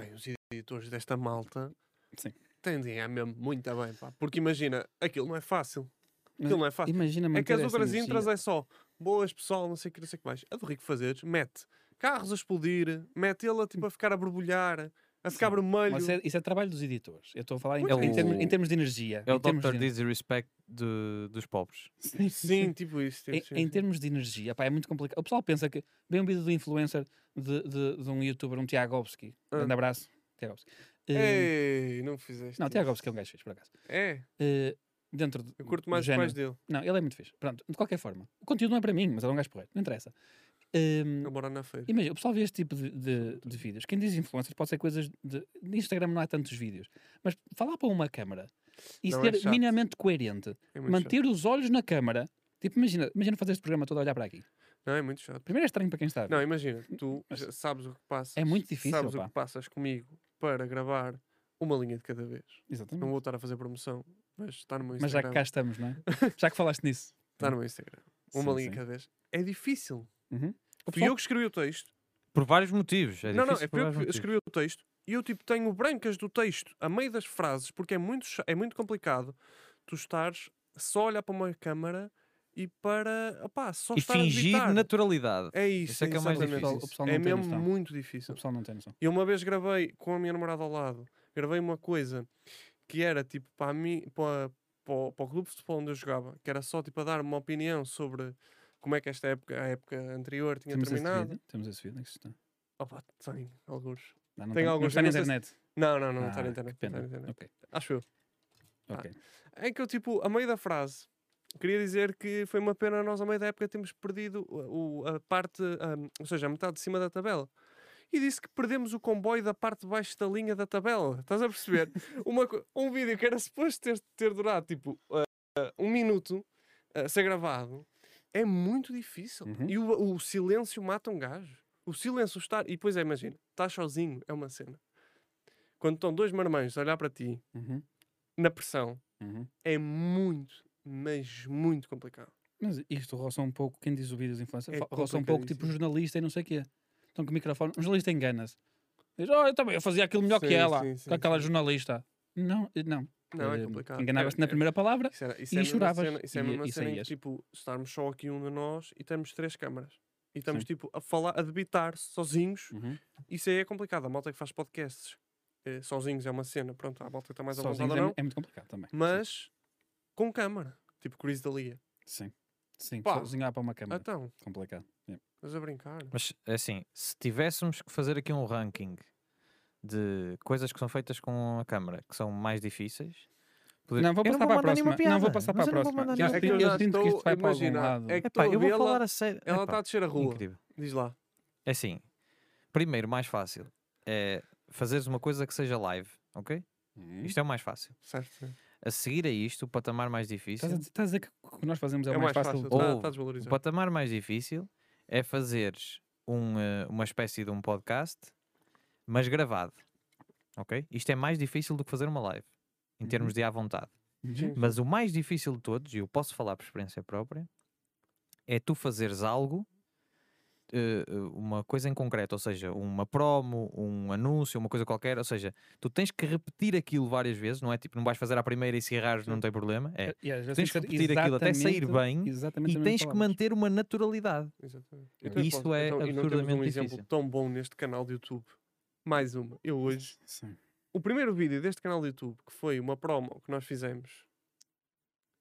Speaker 1: Bem, os editores desta malta
Speaker 2: Sim.
Speaker 1: tendem a mesmo muito a bem, pá. Porque imagina, aquilo não é fácil.
Speaker 2: Mas
Speaker 1: Aquilo não é fácil.
Speaker 2: Imagina manter
Speaker 1: É que as
Speaker 2: essa
Speaker 1: outras
Speaker 2: energia.
Speaker 1: intras é só boas pessoal, não sei o que, não sei o que mais. A do Rico Fazeres mete carros a explodir, mete ele a, tipo, a ficar a borbulhar, a ficar
Speaker 2: Sim.
Speaker 1: vermelho.
Speaker 2: Mas isso é, isso é trabalho dos editores. Eu estou a falar em,
Speaker 1: Pois
Speaker 2: em
Speaker 1: é.
Speaker 2: termos, em termos de energia.
Speaker 3: É o
Speaker 2: em termos
Speaker 3: Dr.
Speaker 2: de...
Speaker 3: Disrespect do- dos pobres.
Speaker 2: Sim,
Speaker 1: Sim, tipo isso. Tipo,
Speaker 2: Em,
Speaker 1: sim,
Speaker 2: em
Speaker 1: sim.
Speaker 2: termos de energia, pá, é muito complicado. O pessoal pensa que vem um vídeo do influencer de, de, de um youtuber, um Tiagovski.
Speaker 1: Ah.
Speaker 2: Grande abraço, Tiagovski. Eh,
Speaker 1: Ei, não fizeste.
Speaker 2: não,
Speaker 1: isso.
Speaker 2: Tiagovski é um gajo fixe, por acaso.
Speaker 1: É,
Speaker 2: Eh, dentro do,
Speaker 1: eu curto
Speaker 2: do
Speaker 1: mais os
Speaker 2: género-
Speaker 1: pais dele.
Speaker 2: Não, ele é muito fixe. Pronto, de qualquer forma. O conteúdo não é para mim, mas ele é um gajo porreiro. Não interessa. Ehm,
Speaker 1: Eu moro na feira.
Speaker 2: Imagina, o pessoal vê este tipo de, de- de vídeos. Quem diz influencers pode ser coisas de. No Instagram não há tantos vídeos. Mas falar para uma câmara e
Speaker 1: Não, é
Speaker 2: ser
Speaker 1: chato.
Speaker 2: minimamente coerente,
Speaker 1: É muito chato.
Speaker 2: manter os olhos na câmara. Tipo, imagina, imagina fazer este programa todo a olhar para aqui.
Speaker 1: Não, é muito chato.
Speaker 2: Primeiro é estranho para quem está. a ver.
Speaker 1: Não, imagina, tu
Speaker 2: Mas-
Speaker 1: já sabes o que passas.
Speaker 2: É muito difícil,
Speaker 1: Sabes o
Speaker 2: pá.
Speaker 1: que passas comigo para gravar uma linha de cada vez. Não
Speaker 2: Exatamente.
Speaker 1: vou estar a fazer promoção, mas está no meu
Speaker 2: Hum. Mas já
Speaker 1: Instagram.
Speaker 2: que cá estamos, não é? Já que falaste nisso.
Speaker 1: Está no meu Instagram. Uma
Speaker 2: Sim,
Speaker 1: linha de
Speaker 2: sim.
Speaker 1: cada vez. É difícil.
Speaker 2: Uhum.
Speaker 1: Fui
Speaker 2: O pessoal-
Speaker 1: eu que escrevi o texto.
Speaker 3: Por vários motivos. É
Speaker 1: não, não,
Speaker 3: difícil
Speaker 1: é
Speaker 3: por
Speaker 1: porque eu
Speaker 3: vários
Speaker 1: que
Speaker 3: motivos.
Speaker 1: escrevi o texto e eu tipo tenho brancas do texto a meio das frases porque é muito, cha- é muito complicado tu estares só a olhar para uma câmara e para opá, só
Speaker 3: E
Speaker 1: estar a
Speaker 3: fingir
Speaker 1: digitar.
Speaker 3: naturalidade.
Speaker 1: É isso,
Speaker 3: Isso é que é o mais
Speaker 1: exatamente
Speaker 3: difícil.
Speaker 1: isso.
Speaker 2: O pessoal
Speaker 1: é
Speaker 2: não tem
Speaker 1: mesmo
Speaker 2: noção.
Speaker 1: muito
Speaker 2: O
Speaker 1: difícil.
Speaker 2: pessoal não tem noção.
Speaker 1: Eu uma vez gravei com a minha namorada ao lado, gravei uma coisa que era tipo para mim, para, para, o- para o clube de futebol onde eu jogava, que era só tipo a dar uma opinião sobre como é que esta época, a época anterior tinha
Speaker 2: Temos esse
Speaker 1: terminado.
Speaker 2: vídeo. Temos esse vídeo. não é que isso está.
Speaker 1: Opa, tem alguns.
Speaker 2: Não, não
Speaker 1: Tem
Speaker 2: está-
Speaker 1: alguns,
Speaker 2: não está
Speaker 1: eu
Speaker 2: na
Speaker 1: não sei se-
Speaker 2: internet.
Speaker 1: Não, não, não, não está na
Speaker 2: Ah,
Speaker 1: internet.
Speaker 2: que
Speaker 1: não está na
Speaker 2: pena.
Speaker 1: internet.
Speaker 2: Ok,
Speaker 1: Acho eu.
Speaker 2: ok.
Speaker 1: É que eu, tipo, a meio da frase, queria dizer que foi uma pena nós, a meio da época, termos perdido o, o- a parte, hum, ou seja, a metade de cima da tabela. E disse que perdemos o comboio da parte de baixo da linha da tabela. Estás a perceber? Uma co- um vídeo que era suposto ter, ter durado, tipo, ah, ah, um minuto a ser gravado, é muito difícil. pá.
Speaker 2: Uhum.
Speaker 1: E o, o silêncio mata um gajo. O silêncio estar... E depois é, imagina, estás sozinho, é uma cena. Quando estão dois marmães a olhar para ti,
Speaker 2: Uhum,
Speaker 1: na pressão,
Speaker 2: uhum.
Speaker 1: é muito, mas muito complicado.
Speaker 2: Mas isto roça um pouco, quem diz o vídeo dos influencers,
Speaker 1: É
Speaker 2: fa- roça um pouco tipo
Speaker 1: complicadíssimo.
Speaker 2: jornalista e não sei o quê. Então com o microfone, um jornalista engana-se. Diz, oh, eu também eu fazia aquilo melhor que
Speaker 1: Sim,
Speaker 2: ela,
Speaker 1: sim, sim,
Speaker 2: com aquela
Speaker 1: sim.
Speaker 2: jornalista. Não, eh, não.
Speaker 1: Não, é
Speaker 2: Eh,
Speaker 1: complicado.
Speaker 2: Enganavas-te
Speaker 1: É-
Speaker 2: na
Speaker 1: é-
Speaker 2: primeira palavra.
Speaker 1: Isso, era,
Speaker 2: E
Speaker 1: isso é a mesma
Speaker 2: choravas,
Speaker 1: Cena, isso é a
Speaker 2: e-
Speaker 1: mesma
Speaker 2: e
Speaker 1: cena em que,
Speaker 2: saías.
Speaker 1: tipo, estarmos só aqui um de nós e temos três câmaras. E estamos, tipo, a falar, a debitar sozinhos.
Speaker 2: Uhum.
Speaker 1: Isso aí é complicado. A malta que faz podcasts eh, sozinhos é uma cena. Pronto, a malta que está mais à vontade
Speaker 2: Sozinhos
Speaker 1: ou
Speaker 2: é,
Speaker 1: não.
Speaker 2: mu- é muito complicado também. Sim,
Speaker 1: Mas com câmara. Tipo, Chris Dalia.
Speaker 2: Sim. Sim,
Speaker 1: Pá.
Speaker 2: sozinho lá para uma câmara.
Speaker 1: Então,
Speaker 2: Complicado. Yeah.
Speaker 1: mas a brincar.
Speaker 3: Mas é assim, se tivéssemos que fazer aqui um ranking de coisas que são feitas com a câmara que são mais difíceis, poder-
Speaker 2: Não, vou
Speaker 3: Eu
Speaker 2: passar para a
Speaker 3: mandar nenhuma
Speaker 2: próxima. Não vou
Speaker 3: piada,
Speaker 2: passar para
Speaker 3: mas
Speaker 2: a
Speaker 3: eu não vou
Speaker 2: próxima. Já
Speaker 3: mandar nenhuma
Speaker 1: É
Speaker 2: sei-
Speaker 1: que eu
Speaker 2: eu
Speaker 1: já
Speaker 2: sinto que isto
Speaker 1: estou
Speaker 2: vai
Speaker 1: a
Speaker 2: para algum
Speaker 1: imaginar.
Speaker 2: lado.
Speaker 1: É que
Speaker 3: Epá,
Speaker 1: estou a
Speaker 3: eu vou
Speaker 1: vê-la-
Speaker 3: falar a sério.
Speaker 1: Ela
Speaker 3: Epá,
Speaker 2: tá
Speaker 1: está a descer a rua.
Speaker 3: incrível.
Speaker 1: Diz lá.
Speaker 3: É assim, primeiro, mais fácil é fazeres uma coisa que seja live, ok?
Speaker 1: Uhum.
Speaker 2: Hum.
Speaker 3: Isto é o mais fácil.
Speaker 1: Certo. sim.
Speaker 3: A seguir a isto, o patamar mais
Speaker 2: Estás a
Speaker 3: difícil.
Speaker 2: dizer- estás a dizer que o que nós fazemos é o mais fácil.
Speaker 1: Está
Speaker 3: Ou-
Speaker 1: está
Speaker 3: O
Speaker 1: Tá, desvalorizado.
Speaker 3: patamar mais difícil é fazeres um, eh, uma espécie de um podcast, mas gravado. Ok? Isto é mais difícil do que fazer uma live, em
Speaker 2: Uhum.
Speaker 3: termos de à vontade.
Speaker 2: Uhum.
Speaker 3: Mas o mais difícil de todos, e eu posso falar por experiência própria, é tu fazeres algo, eh, eh, uma coisa em concreto, ou seja, uma promo, um anúncio, uma coisa qualquer, ou seja, tu tens que repetir aquilo várias vezes, não é tipo, não vais fazer à primeira e se errares não tem problema, é.
Speaker 2: Eh, yeah, já
Speaker 3: Tens que
Speaker 2: sei ser
Speaker 3: repetir aquilo até sair
Speaker 2: exatamente-
Speaker 3: bem
Speaker 2: exatamente
Speaker 3: E
Speaker 2: as mesmas
Speaker 3: tens que
Speaker 2: palavras.
Speaker 3: manter uma naturalidade.
Speaker 1: Exatamente.
Speaker 2: É.
Speaker 1: Então,
Speaker 3: Isso
Speaker 1: pronto,
Speaker 3: é
Speaker 1: então, e não temos um
Speaker 3: absurdamente
Speaker 1: exemplo
Speaker 3: difícil.
Speaker 1: tão bom neste canal de YouTube. Mais uma. Eu hoje.
Speaker 2: Sim.
Speaker 1: O primeiro vídeo deste canal de YouTube, que foi uma promo que nós fizemos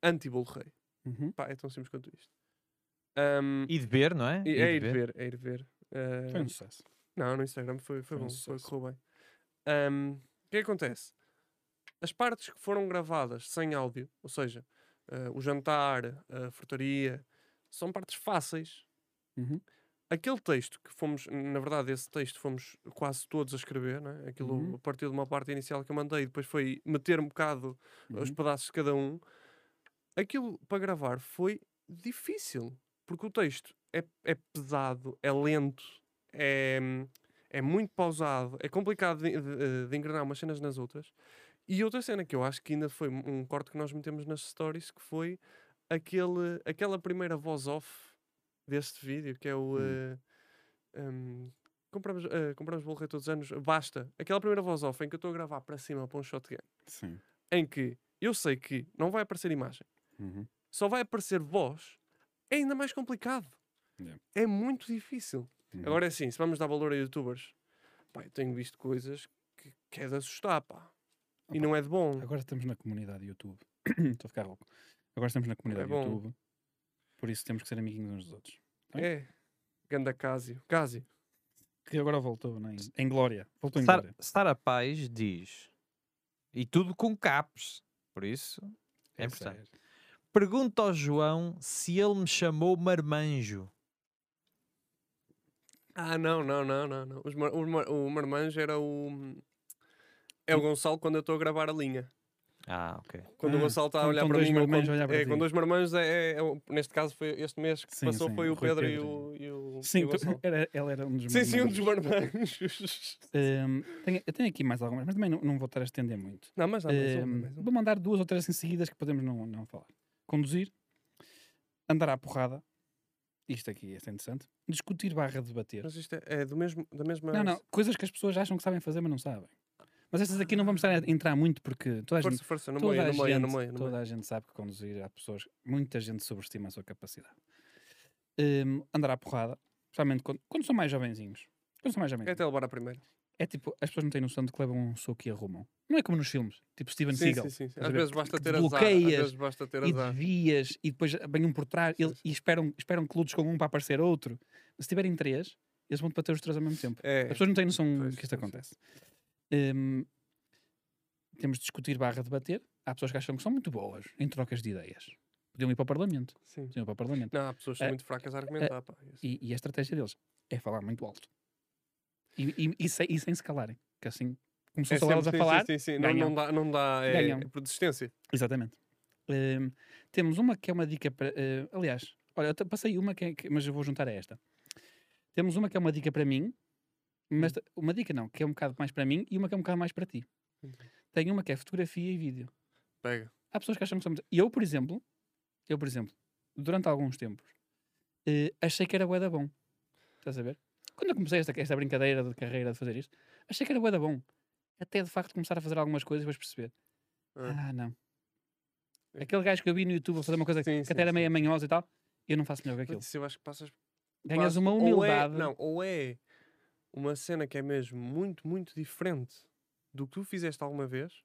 Speaker 1: anti-Bolo Rei.
Speaker 2: Uhum.
Speaker 1: Pá, é tão simples quanto isto. Ahm,
Speaker 3: E de ver, não é?
Speaker 1: e-
Speaker 3: E
Speaker 1: é
Speaker 3: de
Speaker 1: ir ver, é ir ver. Ah,
Speaker 2: Foi um sucesso.
Speaker 1: não, no Instagram foi, foi
Speaker 2: Foi um
Speaker 1: bom, foi,
Speaker 2: sucesso.
Speaker 1: correu bem. Ahm, o que é que acontece? As partes que foram gravadas sem áudio, ou seja, ah, o jantar, a frutaria, são partes fáceis.
Speaker 2: Uhum.
Speaker 1: Aquele texto que fomos, na verdade, esse texto fomos quase todos a escrever, né? aquilo
Speaker 2: Uhum.
Speaker 1: a partir de uma parte inicial que eu mandei, depois foi meter um bocado os
Speaker 2: Uhum.
Speaker 1: pedaços de cada um. Aquilo para gravar foi difícil, porque o texto é, é pesado, é lento, é, é muito pausado, é complicado de, de- de engrenar umas cenas nas outras. E outra cena que eu acho que ainda foi um corte que nós metemos nas stories, que foi aquele, aquela primeira voz off deste vídeo, que é o.
Speaker 2: Hum.
Speaker 1: eh, hum, compramos, eh, compramos bolo rei todos os anos, basta. Aquela primeira voz off em que eu estou a gravar para cima para um shotgun
Speaker 2: Sim.
Speaker 1: em que eu sei que não vai aparecer imagem,
Speaker 2: Uhum.
Speaker 1: só vai aparecer voz, é ainda mais complicado.
Speaker 2: Yeah.
Speaker 1: É muito difícil.
Speaker 2: Uhum.
Speaker 1: Agora é assim, se vamos dar valor a youtubers, pá, eu tenho visto coisas que, que é de assustar, pá. E
Speaker 2: Opa,
Speaker 1: não é de bom.
Speaker 2: Agora estamos na comunidade YouTube. Estou a ficar rouco. Agora estamos na comunidade
Speaker 1: É bom.
Speaker 2: YouTube. Por isso temos que ser amiguinhos uns dos outros. Hein?
Speaker 1: É. Ganda Cásio. Cásio.
Speaker 2: Que agora voltou, né? em- em glória. Voltou em
Speaker 3: Sara,
Speaker 2: glória.
Speaker 3: Sara Paz diz, e tudo com caps, por isso é
Speaker 2: Essa
Speaker 3: importante. Pergunta ao João se ele me chamou marmanjo.
Speaker 1: Ah, não, não, não, não. não. Os mar- o mar- o Marmanjo era o. É o Gonçalo quando eu estou a gravar a linha.
Speaker 3: Ah, ok.
Speaker 1: Quando o
Speaker 2: Hum. Ah,
Speaker 1: Gonçalo está a
Speaker 2: quando
Speaker 1: olhar
Speaker 2: estão
Speaker 1: para
Speaker 2: dois
Speaker 1: mim. mas
Speaker 2: marmanjos
Speaker 1: quando-
Speaker 2: a olhar para
Speaker 1: é,
Speaker 2: ti.
Speaker 1: quando dois marmanjos, é, é- é o- neste caso, foi este mês que
Speaker 2: Sim,
Speaker 1: passou,
Speaker 2: sim,
Speaker 1: foi
Speaker 2: o
Speaker 1: o
Speaker 2: Rui
Speaker 1: Pedro, e
Speaker 2: Pedro.
Speaker 1: o. E o e
Speaker 2: Sim, então,
Speaker 1: o Gonçalo.
Speaker 2: era, ela era um dos
Speaker 1: Sim,
Speaker 2: meus
Speaker 1: sim, um
Speaker 2: amigos.
Speaker 1: dos marmanjos.
Speaker 2: Hum, tenho- eu tenho aqui mais algumas, mas também não, não vou estar a estender muito.
Speaker 1: Não, mas dá mais uma,
Speaker 2: Hum,
Speaker 1: mais um. uma.
Speaker 2: Vou mandar duas ou três em seguidas que podemos não, não falar. Conduzir, andar à porrada, isto aqui é interessante, discutir barra debater.
Speaker 1: Mas isto é, é do mesmo, da mesma.
Speaker 2: Não, não, coisas que as pessoas acham que sabem fazer, mas não sabem. Mas estas aqui não vamos estar a entrar muito porque toda a gente,
Speaker 1: Força, força, no
Speaker 2: toda
Speaker 1: meio,
Speaker 2: a
Speaker 1: no meio, no
Speaker 2: gente-
Speaker 1: meio, no
Speaker 2: toda
Speaker 1: meio.
Speaker 2: a gente sabe que conduzir há pessoas, muita gente sobreestima a sua capacidade. Hum, andar à porrada, especialmente quando, quando são mais jovenzinhos. Quando são mais
Speaker 1: É
Speaker 2: jovenzinhos.
Speaker 1: até levar a primeira.
Speaker 2: É tipo, as pessoas não têm noção de que levam um soco e arrumam. Não é como nos filmes, tipo Steven
Speaker 1: Sim,
Speaker 2: Seagal.
Speaker 1: sim, sim. sim.
Speaker 2: a
Speaker 1: Às
Speaker 2: ver?
Speaker 1: vezes basta ter azar. Às
Speaker 2: Bloqueias
Speaker 1: vezes basta ter
Speaker 2: E
Speaker 1: azar.
Speaker 2: devias, e depois vem um por trás
Speaker 1: Sim,
Speaker 2: ele- e esperam, esperam que lutes com um para aparecer outro. Se tiverem três, eles vão bater os três ao mesmo tempo.
Speaker 1: É.
Speaker 2: As pessoas não têm noção
Speaker 1: Pois,
Speaker 2: que
Speaker 1: pois,
Speaker 2: isto
Speaker 1: pois.
Speaker 2: acontece. Hum, temos de discutir barra debater. Há pessoas que acham que são muito boas em trocas de ideias. Podiam ir para o Parlamento.
Speaker 1: Sim.
Speaker 2: Podiam ir para o Parlamento.
Speaker 1: Não, há pessoas que são
Speaker 2: É,
Speaker 1: muito fracas a argumentar, pá. Isso.
Speaker 2: E, e a estratégia deles é falar muito alto. E, e- e sem, e sem se calarem. Que assim, como são
Speaker 1: É
Speaker 2: só elas a
Speaker 1: sempre- sim,
Speaker 2: falar,
Speaker 1: Sim, sim, Não,
Speaker 2: ganham.
Speaker 1: não dá, não dá é,
Speaker 2: Ganham.
Speaker 1: é por desistência.
Speaker 2: Exatamente. Hum, temos uma que é uma dica para. eh, aliás, olha, eu te- passei uma, que é- que- mas eu vou juntar a esta. Temos uma que é uma dica para mim, mas ta- uma dica não, que é um bocado mais para mim e uma que é um bocado mais para ti.
Speaker 1: Uhum.
Speaker 2: Tem uma que é fotografia e vídeo.
Speaker 1: Pega.
Speaker 2: Há pessoas que acham que são muito. Eu, por exemplo, eu, por exemplo, durante alguns tempos, eh, achei que era boeda bom. Estás a ver? Quando eu comecei esta, esta brincadeira de carreira de fazer isto, achei que era boeda bom. Até de facto começar a fazer algumas coisas e depois perceber.
Speaker 1: Ah.
Speaker 2: Ah, não.
Speaker 1: É.
Speaker 2: Aquele gajo que eu vi no YouTube a fazer uma coisa que-
Speaker 1: Sim,
Speaker 2: que
Speaker 1: sim,
Speaker 2: até era
Speaker 1: sim.
Speaker 2: meio manhosa e tal, eu não faço melhor que aquilo.
Speaker 1: Mas isso eu acho que passas
Speaker 2: Ganhas
Speaker 1: quase-
Speaker 2: uma
Speaker 1: ou é-
Speaker 2: humildade.
Speaker 1: não, ou é uma cena que é mesmo muito, muito diferente do que tu fizeste alguma vez,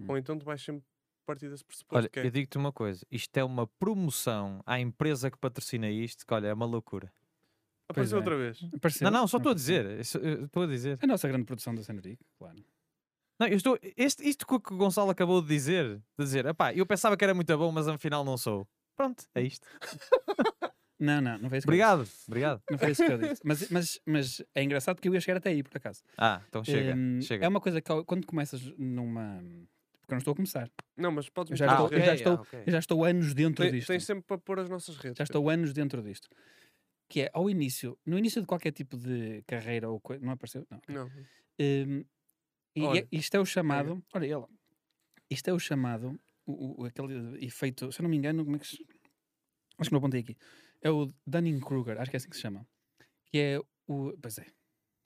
Speaker 2: Hum.
Speaker 1: ou então tu vais sempre partir desse pressuposto
Speaker 3: Olha,
Speaker 1: que é.
Speaker 3: eu digo-te uma coisa. Isto é uma promoção à empresa que patrocina isto, que olha, é uma loucura.
Speaker 1: Apareceu
Speaker 2: é.
Speaker 1: "Ah, outra vez.
Speaker 2: Apareceu.
Speaker 3: Não, não, só estou a
Speaker 2: apareceu.
Speaker 3: dizer. eu só- eu Estou a dizer.
Speaker 2: A nossa grande produção da Cenoric, claro.
Speaker 3: Não, eu estou, este, isto que o que o Gonçalo acabou de dizer, de dizer, epá, eu pensava que era muito bom, mas afinal não sou. Pronto,
Speaker 2: Hum,
Speaker 3: é isto.
Speaker 2: Não, não, não foi isso que eu
Speaker 3: Obrigado, obrigado.
Speaker 2: disse. Não foi isso que eu disse. Mas, mas, mas é engraçado porque eu ia chegar até aí, por acaso.
Speaker 3: Ah, então chega,
Speaker 2: Hum,
Speaker 3: chega.
Speaker 2: É uma coisa que ao- quando começas numa. Porque eu não estou a começar.
Speaker 1: Não, mas podes
Speaker 2: Eu
Speaker 1: meter
Speaker 2: já
Speaker 1: nas
Speaker 2: estou-
Speaker 1: redes.
Speaker 2: já estou-
Speaker 3: Ah,
Speaker 2: Eu já estou anos dentro
Speaker 1: Tem-
Speaker 2: disto.
Speaker 1: Tens sempre para pôr as nossas redes.
Speaker 2: já estou anos dentro disto. Que é ao início, no início de qualquer tipo de carreira ou coisa. Não apareceu? Não.
Speaker 1: Não.
Speaker 2: Hum, e
Speaker 1: Olha,
Speaker 2: é- isto é o chamado. Olha ele. Isto é o chamado. O, o- aquele efeito. Se eu não me engano, como é que se. Acho que não apontei aqui. É o Dunning-Kruger, acho que é assim que se chama. Que é o. Pois é.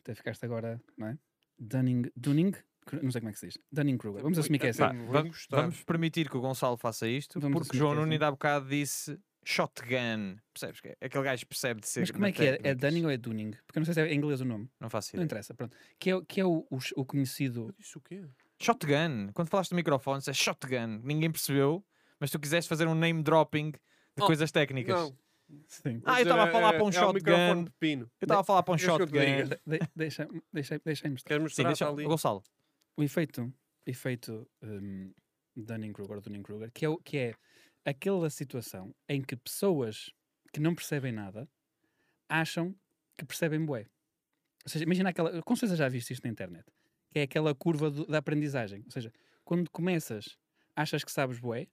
Speaker 2: Até ficaste agora, não é? Dunning. Dunning? Não sei como é que se diz. Dunning-Kruger. Vamos assumir que é assim.
Speaker 1: Pá,
Speaker 3: Pá,
Speaker 1: vou
Speaker 3: va- vamos,
Speaker 1: gostar.
Speaker 3: permitir que o Gonçalo faça isto,
Speaker 2: Vamos
Speaker 3: porque
Speaker 2: assumir
Speaker 3: João
Speaker 2: que é
Speaker 3: Nuno
Speaker 2: assim.
Speaker 3: ainda há bocado disse shotgun. Percebes? Que é- Aquele gajo percebe de ser.
Speaker 2: Mas como é
Speaker 3: de
Speaker 2: que é? É
Speaker 3: técnicas.
Speaker 2: Dunning ou é Dunning? Porque eu não sei se é em inglês o nome.
Speaker 3: Não faço
Speaker 2: Não
Speaker 3: ideia.
Speaker 2: interessa, pronto. Que é, o- que é o, o, o conhecido.
Speaker 1: Eu disse o quê?
Speaker 3: Shotgun. Quando falaste de microfone, é shotgun. Ninguém percebeu, mas tu quiseste fazer um name dropping de
Speaker 1: Oh,
Speaker 3: coisas técnicas.
Speaker 1: Não.
Speaker 2: Sim.
Speaker 1: vou
Speaker 3: Ah, eu
Speaker 1: dizer,
Speaker 3: estava a
Speaker 1: é-
Speaker 3: falar
Speaker 1: é-
Speaker 3: para um
Speaker 1: é o
Speaker 3: shotgun.
Speaker 1: microfone pepino.
Speaker 3: Eu estava a falar para um
Speaker 1: Queres que eu te diga?
Speaker 3: shotgun.
Speaker 2: Deixa-me deixa, deixa mostrar.
Speaker 1: Queres
Speaker 3: Sim,
Speaker 1: mostrar
Speaker 3: deixa,
Speaker 1: Está ali?
Speaker 3: Gonçalo.
Speaker 2: o efeito, efeito hum, Dunning-Kruger, Dunning-Kruger, que é, o- que é aquela situação em que pessoas que não percebem nada acham que percebem bué. Ou seja, imagina aquela. Com certeza já viste isto na internet. Que é aquela curva do- da aprendizagem. Ou seja, quando começas, achas que sabes bué.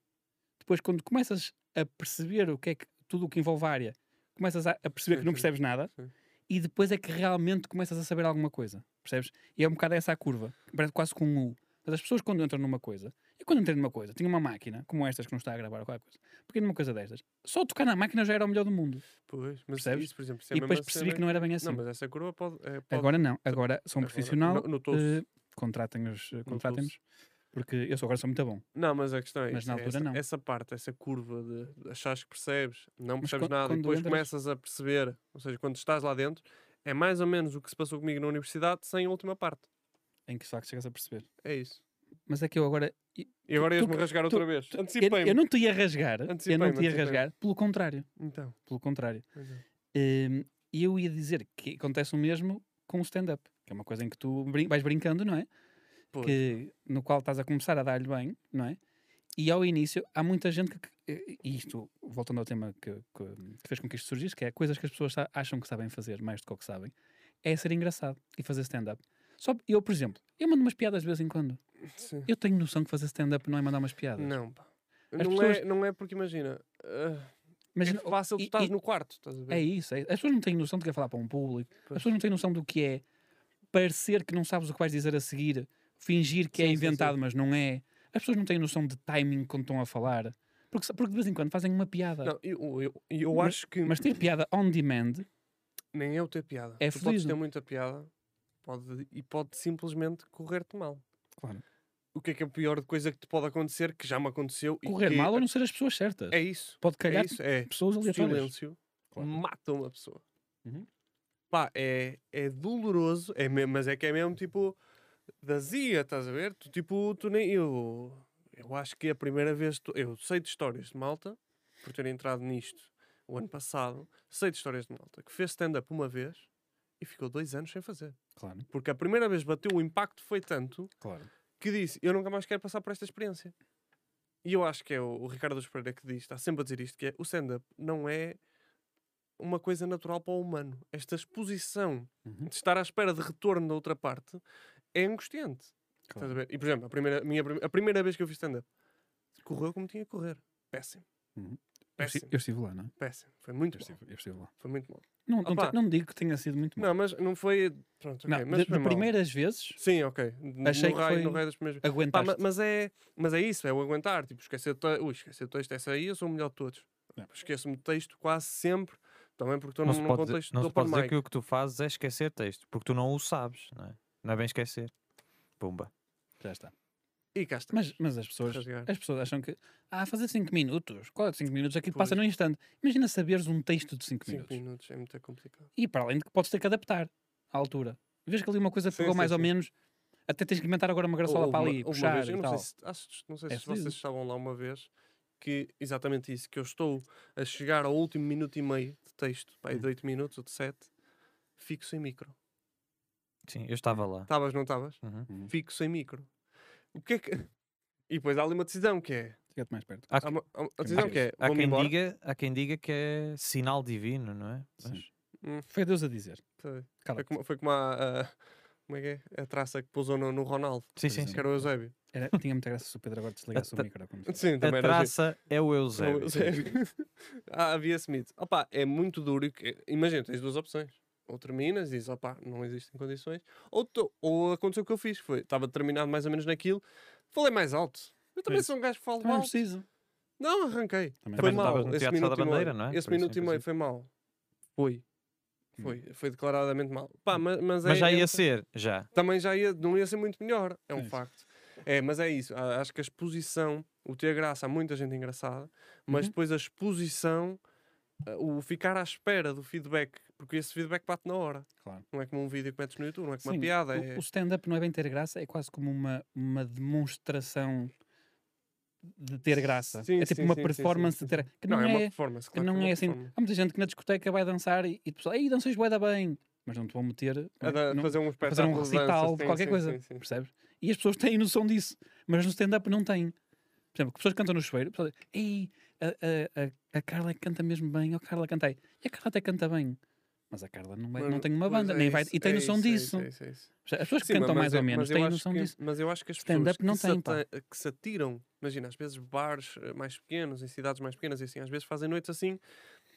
Speaker 2: Depois, quando começas a perceber o que é que. Tudo o que envolve a área, começas a, a perceber
Speaker 1: Sim,
Speaker 2: que não
Speaker 1: sim,
Speaker 2: percebes nada.
Speaker 1: sim.
Speaker 2: E depois é que realmente começas a saber alguma coisa. Percebes? E é um bocado essa a curva. Parece quase com um U. Mas as pessoas quando entram numa coisa. Eu quando entrei numa coisa, tinha uma máquina, como estas que não está a gravar ou qualquer coisa. Peguei numa coisa destas. Só tocar na máquina já era o melhor do mundo.
Speaker 1: Pois, mas
Speaker 2: Percebes?
Speaker 1: isso, por exemplo, isso é
Speaker 2: E
Speaker 1: a
Speaker 2: depois
Speaker 1: mesma
Speaker 2: percebi
Speaker 1: cena
Speaker 2: que não era bem assim.
Speaker 1: Não, mas essa curva pode. é, pode-
Speaker 2: Agora não, agora sou um
Speaker 1: agora,
Speaker 2: profissional.
Speaker 1: no- no tosse.
Speaker 2: eh, contratem-nos, eh, contratem-nos, porque eu só agora sou muito bom.
Speaker 1: Não, mas a questão é
Speaker 2: Mas
Speaker 1: isso,
Speaker 2: na
Speaker 1: é
Speaker 2: altura
Speaker 1: essa,
Speaker 2: não.
Speaker 1: essa parte, essa curva de de achares que percebes, não
Speaker 2: Mas
Speaker 1: percebes
Speaker 2: quan-
Speaker 1: nada, e
Speaker 2: quando
Speaker 1: depois
Speaker 2: entras-
Speaker 1: começas a perceber, ou seja, quando estás lá dentro, é mais ou menos o que se passou comigo na universidade sem a última parte.
Speaker 2: Em que de facto chegas a perceber.
Speaker 1: É isso.
Speaker 2: Mas é que eu agora. e-
Speaker 1: E agora
Speaker 2: tu-
Speaker 1: ias-me rasgar outra vez.
Speaker 2: Eu, eu
Speaker 1: Antecipei-me.
Speaker 2: não te ia rasgar, eu
Speaker 1: Antecipei-me,
Speaker 2: não te ia
Speaker 1: antecipei-me.
Speaker 2: rasgar, pelo contrário.
Speaker 1: Então,
Speaker 2: Pelo contrário.
Speaker 1: pois é.
Speaker 2: Hum, E eu ia dizer que acontece o mesmo com o stand-up, que é uma coisa em que tu brin- vais brincando, não é?
Speaker 1: Pois.
Speaker 2: que, no qual estás a começar a dar-lhe bem, não é? E ao início, há muita gente que. que- E isto, voltando ao tema que, que- que fez com que isto surgisse, que é coisas que as pessoas sa- acham que sabem fazer, mais do que o que sabem, é ser engraçado e fazer stand-up. Só eu, por exemplo, eu mando umas piadas de vez em quando.
Speaker 1: Sim.
Speaker 2: Eu tenho noção que fazer stand-up não é mandar umas piadas.
Speaker 1: Não, pá.
Speaker 2: As
Speaker 1: Não, é,
Speaker 2: pessoas-
Speaker 1: não é porque imagina. ah,
Speaker 2: Mas
Speaker 1: é
Speaker 2: não-
Speaker 1: fácil, tu
Speaker 2: e-
Speaker 1: estás
Speaker 2: e-
Speaker 1: no quarto, estás a ver?
Speaker 2: é isso. é- as pessoas não têm noção do que é falar para um público, as pessoas não têm noção do que é parecer que não sabes o que vais dizer a seguir, fingir que é
Speaker 1: Sim, sim, sim.
Speaker 2: inventado, mas não é. As pessoas não têm noção de timing quando estão a falar, porque, sa- porque de vez em quando fazem uma piada.
Speaker 1: Não, eu, eu, eu
Speaker 2: Mas-
Speaker 1: acho que
Speaker 2: Mas ter piada on demand,
Speaker 1: nem é o ter piada.
Speaker 2: É
Speaker 1: tu podes ter
Speaker 2: fodido.
Speaker 1: muita piada pode, e pode simplesmente correr-te mal.
Speaker 2: claro,
Speaker 1: O que é que é a pior coisa que te pode acontecer, que já me aconteceu? e
Speaker 2: correr
Speaker 1: que
Speaker 2: mal ou não ser as pessoas certas.
Speaker 1: É isso.
Speaker 2: Pode
Speaker 1: É
Speaker 2: cagar tipo
Speaker 1: isso. É.
Speaker 2: pessoas aleatórias. Hum.
Speaker 1: Silêncio
Speaker 2: Claro.
Speaker 1: mata uma pessoa.
Speaker 2: Uhum.
Speaker 1: Pá, é, é doloroso, é mesmo, mas é que é mesmo tipo da zia, estás a ver? Tu, tipo, tu nem. Eu, eu acho que é a primeira vez. que tu- eu sei de histórias de malta, por ter entrado nisto o ano passado, sei de histórias de malta que fez stand-up uma vez e ficou dois anos sem fazer.
Speaker 2: Claro,
Speaker 1: Porque a primeira vez bateu, o impacto foi tanto
Speaker 2: claro.
Speaker 1: que disse: Eu nunca mais quero passar por esta experiência. E eu acho que é o, o Ricardo dos Pereira que diz, está sempre a dizer isto: que é, o stand-up não é uma coisa natural para o humano. Esta exposição
Speaker 2: Uhum.
Speaker 1: de estar à espera de retorno da outra parte é angustiante. Estás
Speaker 2: claro.
Speaker 1: a ver? E, por exemplo, a primeira, minha, prim- a primeira vez que eu fiz stand-up, correu como tinha que correr. Péssimo.
Speaker 2: Uhum. Eu, esti-
Speaker 1: Péssimo.
Speaker 2: eu estive lá, não é?
Speaker 1: Péssimo. Foi muito
Speaker 2: Eu
Speaker 1: mal.
Speaker 2: estive, eu estive lá.
Speaker 1: Foi muito mal.
Speaker 2: Não, não,
Speaker 1: Opa.
Speaker 2: te- não digo que tenha sido muito mal.
Speaker 1: Não, mas não foi. Pronto, ok,
Speaker 2: Não,
Speaker 1: mas
Speaker 2: de-
Speaker 1: foi
Speaker 2: de
Speaker 1: mal.
Speaker 2: primeiras vezes,
Speaker 1: Sim, ok. No
Speaker 2: Achei que
Speaker 1: raio- no
Speaker 2: foi-
Speaker 1: raio das primeiras Pá, ma-
Speaker 2: aguentaste.
Speaker 1: mas, é, mas é isso, é o aguentar. Tipo, esquecer o texto. Ui, esquecer o texto, essa aí eu sou o melhor de todos. Tipo,
Speaker 2: É.
Speaker 1: Esqueço-me de texto quase sempre, também porque estou
Speaker 3: Não se
Speaker 1: num
Speaker 3: pode dizer,
Speaker 1: contexto
Speaker 3: não
Speaker 1: de
Speaker 3: se pode
Speaker 1: open
Speaker 3: dizer
Speaker 1: mic.
Speaker 3: que o que tu fazes é esquecer texto, porque tu não o sabes, não é? Não é bem esquecer. Pumba.
Speaker 2: Já está.
Speaker 1: E cá está.
Speaker 2: Mas, mas as, pessoas,
Speaker 1: rasgar.
Speaker 2: as pessoas acham que. Ah, fazer 5 minutos. Qual é 5 minutos? Aquilo passa
Speaker 1: Pois.
Speaker 2: num instante. Imagina saberes um texto de 5
Speaker 1: cinco
Speaker 2: minutos.
Speaker 1: minutos é muito complicado.
Speaker 2: E para além de que podes ter que adaptar à altura. Vês que ali uma coisa
Speaker 1: Sim,
Speaker 2: pegou
Speaker 1: sim,
Speaker 2: mais ou
Speaker 1: sim.
Speaker 2: menos. Até tens que inventar agora uma graçola
Speaker 1: Houve
Speaker 2: para
Speaker 1: uma-
Speaker 2: ali,
Speaker 1: houve uma
Speaker 2: puxar
Speaker 1: vez, eu
Speaker 2: e
Speaker 1: não
Speaker 2: tal.
Speaker 1: Sei se, acho- não sei
Speaker 2: É
Speaker 1: se vocês
Speaker 2: fodido.
Speaker 1: estavam lá uma vez, que exatamente isso, que eu estou a chegar ao último minuto e meio de texto, pá, aí
Speaker 3: Hum.
Speaker 1: de 8 minutos ou de 7, fico sem micro.
Speaker 3: Sim, eu estava lá.
Speaker 1: Estavas, não estavas?
Speaker 3: Uhum.
Speaker 1: Fico sem micro. O que é que. E depois há ali uma decisão que é.
Speaker 2: Fica-te mais perto.
Speaker 3: Há,
Speaker 1: Há
Speaker 3: que-
Speaker 1: uma, há uma a decisão
Speaker 2: mais-
Speaker 1: que é.
Speaker 3: há
Speaker 1: Vou-me
Speaker 3: quem
Speaker 1: embora.
Speaker 3: diga, há quem diga que é sinal divino, não é?
Speaker 2: Sim.
Speaker 3: Mas-
Speaker 2: Foi Deus a dizer.
Speaker 1: Tá bem. Foi
Speaker 2: Cala
Speaker 1: como, foi como a, a- como é que é? A traça que pousou no, no Ronaldo,
Speaker 3: Sim,
Speaker 2: Por
Speaker 3: sim,
Speaker 2: exemplo.
Speaker 3: sim.
Speaker 1: que era o Eusébio.
Speaker 2: era, Tinha muita graça se o Pedro agora desligasse o
Speaker 3: tra-
Speaker 2: micro. quando-
Speaker 1: Sim, também
Speaker 3: A
Speaker 1: era giro.
Speaker 3: traça é o
Speaker 1: Era o
Speaker 3: Eusébio.
Speaker 1: Eusébio. ah, havia Smith. Opa, é muito duro. e que- Imagina, tens duas opções. Ou terminas e dizes, opa, não existem condições. Ou, to- ou aconteceu o que eu fiz, que foi, estava determinado mais ou menos naquilo, falei mais alto. Eu também
Speaker 2: Pois.
Speaker 1: sou um gajo que falo
Speaker 2: Também não
Speaker 1: alto.
Speaker 2: preciso.
Speaker 1: Não, arranquei.
Speaker 2: Também é
Speaker 1: Foi
Speaker 3: não
Speaker 2: não
Speaker 1: mal.
Speaker 3: estavas no
Speaker 1: Esse
Speaker 3: Teatro Sá da
Speaker 1: minuto e meio-
Speaker 3: Bandeira, não é?
Speaker 1: Esse
Speaker 3: Por isso,
Speaker 1: minuto e
Speaker 3: em
Speaker 1: meio
Speaker 3: princípio.
Speaker 1: foi mal. Foi.
Speaker 2: Hum.
Speaker 1: Foi, foi declaradamente mal. Pá, mas, mas, é-
Speaker 3: Hum. Mas já
Speaker 1: é-
Speaker 3: ia ser, já.
Speaker 1: também já ia, não ia ser muito melhor, é um
Speaker 2: Sim.
Speaker 1: facto. É, mas é isso, a- acho que a exposição, o ter graça, há muita gente engraçada, mas
Speaker 2: Uhum.
Speaker 1: depois a exposição, eh, o ficar à espera do feedback, porque esse feedback bate na hora.
Speaker 2: Claro.
Speaker 1: Não é como um vídeo que metes no YouTube, não é como
Speaker 2: Sim,
Speaker 1: uma piada.
Speaker 2: o-
Speaker 1: é-
Speaker 2: O, stand-up não é bem ter graça, é quase como uma, uma demonstração de ter graça.
Speaker 1: Sim,
Speaker 2: é tipo
Speaker 1: sim,
Speaker 2: uma
Speaker 1: sim, sim, sim,
Speaker 2: performance
Speaker 1: sim,
Speaker 2: de ter Que
Speaker 1: não,
Speaker 2: não,
Speaker 1: é uma
Speaker 2: é,
Speaker 1: performance,
Speaker 2: que
Speaker 1: claro. que
Speaker 2: não
Speaker 1: uma
Speaker 2: é assim.
Speaker 1: performance.
Speaker 2: Há muita gente que na discoteca vai dançar e, e tu pessoal, ei, danças boeda bem, mas não te vão meter.
Speaker 1: A da-
Speaker 2: não-
Speaker 1: fazer um espetáculo
Speaker 2: fazer um
Speaker 1: de dança,
Speaker 2: recital de
Speaker 1: sim,
Speaker 2: qualquer
Speaker 1: sim,
Speaker 2: coisa,
Speaker 1: sim, sim.
Speaker 2: percebes? E as pessoas têm noção disso, mas no stand-up não têm. Por exemplo, que pessoas cantam no chuveiro, pessoas dizem, Ei, a, a, a, a Carla é que canta mesmo bem, ó Carla cantei. E a Carla até canta bem. Mas a Carla não, vai- não
Speaker 1: Mas-
Speaker 2: tem uma
Speaker 1: mas
Speaker 2: banda,
Speaker 1: é
Speaker 2: nem vai,
Speaker 1: isso,
Speaker 2: e tem
Speaker 1: é
Speaker 2: noção
Speaker 1: isso, é isso,
Speaker 2: disso.
Speaker 1: é isso, é isso.
Speaker 2: Ou seja, As pessoas que
Speaker 1: Sim, mas
Speaker 2: cantam mais
Speaker 1: eu-
Speaker 2: ou menos
Speaker 1: mas eu
Speaker 2: têm
Speaker 1: acho
Speaker 2: noção
Speaker 1: que-
Speaker 2: disso.
Speaker 1: Mas eu acho que as
Speaker 2: Stand-up
Speaker 1: pessoas
Speaker 2: não
Speaker 1: que, se
Speaker 2: tem, pá.
Speaker 1: ata- que se atiram, imagina, às vezes bares eh, mais pequenos, em cidades mais pequenas e assim, às vezes fazem noites assim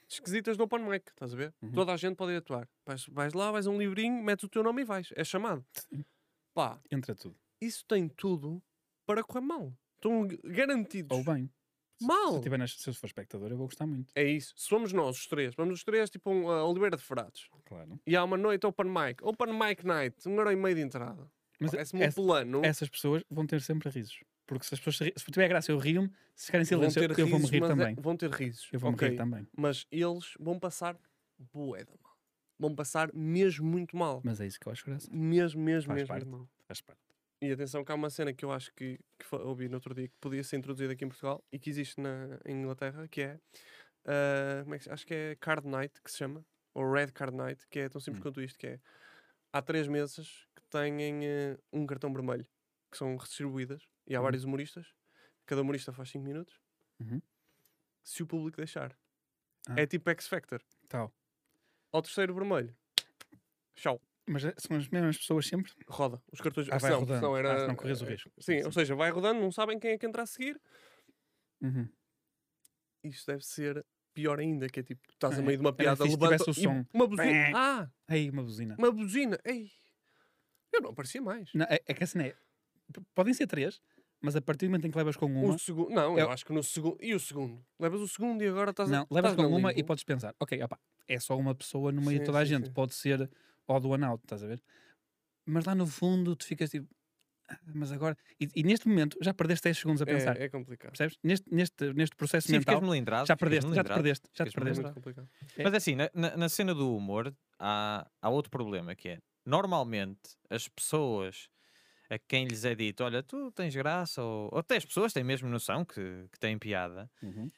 Speaker 1: esquisitas de open mic, estás a ver?
Speaker 2: Uhum.
Speaker 1: Toda a gente pode ir atuar. Vais, vais lá, vais a um livrinho, metes o teu nome e vais. É chamado. Pá,
Speaker 2: Entra tudo.
Speaker 1: isso tem tudo para correr mal. Estão g- garantidos.
Speaker 2: Ou bem. Se- Se,
Speaker 1: Mal.
Speaker 2: eu tiver nas- se eu for espectador, eu vou gostar muito.
Speaker 1: É isso. Somos nós, os três. Vamos os três, tipo, um, a Oliveira de Frades.
Speaker 2: Claro.
Speaker 1: E há uma noite open mic. Open mic night. Um euro e meio de entrada.
Speaker 2: Mas é
Speaker 1: Parece-me um
Speaker 2: essa-
Speaker 1: plano.
Speaker 2: essas pessoas vão ter sempre risos. Porque se as pessoas se, ri- se tiver graça, eu rio-me. Se ficarem em
Speaker 1: vão
Speaker 2: silêncio, eu,
Speaker 1: ter
Speaker 2: eu vou-me
Speaker 1: risos,
Speaker 2: rir
Speaker 1: mas é-
Speaker 2: também.
Speaker 1: Vão ter risos.
Speaker 2: Eu vou-me
Speaker 1: ok.
Speaker 2: rir também.
Speaker 1: Mas eles vão passar bué da mal. Vão passar mesmo muito mal.
Speaker 2: Mas é isso que eu acho graça.
Speaker 1: Mesmo, mesmo,
Speaker 2: Faz
Speaker 1: mesmo
Speaker 2: parte.
Speaker 1: mal.
Speaker 2: Faz parte.
Speaker 1: E atenção que há uma cena que eu acho que, que fa- ouvi no outro dia que podia ser introduzida aqui em Portugal e que existe na em Inglaterra, que é, ah, como é que se- acho que é Card Night que se chama, ou Red Card Night, que é tão simples
Speaker 2: Hum.
Speaker 1: quanto isto, que é há três meses que têm eh, um cartão vermelho, que são redistribuídas, e há
Speaker 2: Uhum.
Speaker 1: vários humoristas, cada humorista faz 5 minutos,
Speaker 2: Uhum.
Speaker 1: se o público deixar.
Speaker 2: Ah.
Speaker 1: É tipo X Factor.
Speaker 2: Tal.
Speaker 1: Ao terceiro vermelho. Tchau.
Speaker 2: Mas é- são as mesmas pessoas sempre.
Speaker 1: Roda. Os cartões.
Speaker 2: Ah, vai
Speaker 1: senão-
Speaker 2: rodando.
Speaker 1: senão
Speaker 2: Ah, senão corres o
Speaker 1: eh,
Speaker 2: risco.
Speaker 1: Sim,
Speaker 2: Sim.
Speaker 1: ou seja, vai rodando, não sabem quem é que entra a seguir.
Speaker 2: Uhum.
Speaker 1: Isto deve ser pior ainda, que é tipo, estás
Speaker 2: É,
Speaker 1: a meio de uma
Speaker 2: era
Speaker 1: piada,
Speaker 2: fixe que
Speaker 1: levanta
Speaker 2: tivesse o
Speaker 1: e
Speaker 2: som.
Speaker 1: uma buzina.
Speaker 2: Bang.
Speaker 1: Ah,
Speaker 2: Aí, uma buzina.
Speaker 1: uma buzina. Ei. Eu não aparecia mais.
Speaker 2: Não, é, é que assim é. p- Podem ser três, mas a partir do momento em que levas com uma.
Speaker 1: O segundo, não,
Speaker 2: É
Speaker 1: eu
Speaker 2: o-
Speaker 1: acho que no segundo. E o segundo? Levas o segundo e agora estás a.
Speaker 2: Não, levas
Speaker 1: estás
Speaker 2: com
Speaker 1: na
Speaker 2: uma e
Speaker 1: língua.
Speaker 2: podes pensar, ok, opa, é só uma pessoa no meio de
Speaker 1: Sim,
Speaker 2: toda a
Speaker 1: sim,
Speaker 2: gente,
Speaker 1: sim.
Speaker 2: pode ser ou do one out, estás a ver? Mas lá no fundo tu ficas tipo, "Ah, mas agora. E, e neste momento já perdeste 10 segundos a pensar,
Speaker 1: É, é complicado.
Speaker 2: percebes? Neste, neste, neste processo
Speaker 3: Sim, ficas
Speaker 2: mental
Speaker 3: melindrado.
Speaker 2: então. já
Speaker 3: ficas
Speaker 2: perdeste, já te
Speaker 3: melindrado.
Speaker 2: perdeste, já te
Speaker 3: ficas
Speaker 1: É
Speaker 2: perdeste.
Speaker 1: muito
Speaker 3: melindrado.
Speaker 1: complicado.
Speaker 2: É.
Speaker 3: Mas assim, na, na- na cena do humor há, há outro problema que é normalmente as pessoas a quem lhes é dito, olha, tu tens graça, ou, ou até as pessoas têm mesmo noção que, que têm piada,
Speaker 2: Uhum.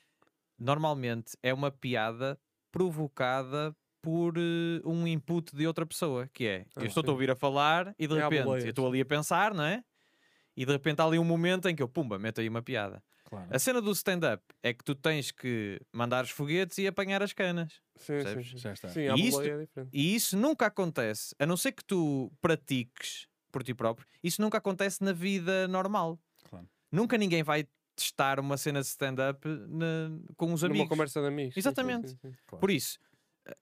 Speaker 3: normalmente é uma piada provocada por eh, um input de outra pessoa, que é
Speaker 1: Ah,
Speaker 3: eu estou-te a
Speaker 1: sim.
Speaker 3: ouvir a falar e de
Speaker 1: É a
Speaker 3: repente eu
Speaker 1: boleia,
Speaker 3: estou ali a pensar, não é? E de repente há ali um momento em que eu, pumba, meto aí uma piada.
Speaker 2: Claro.
Speaker 3: A cena do stand-up é que tu tens que mandar os foguetes e apanhar as canas.
Speaker 1: Sim, sim,
Speaker 3: Percebes?
Speaker 1: sim.
Speaker 2: Já está.
Speaker 1: Sim, a
Speaker 3: E isto-
Speaker 1: boleia é diferente.
Speaker 3: E isso nunca acontece, a não ser que tu pratiques por ti próprio, isso nunca acontece na vida normal.
Speaker 2: Claro.
Speaker 3: Nunca ninguém vai testar uma cena de stand-up na- com os
Speaker 1: Numa
Speaker 3: amigos.
Speaker 1: conversa de amigos. sim, sim,
Speaker 3: Exatamente.
Speaker 1: sim, sim.
Speaker 3: Por isso,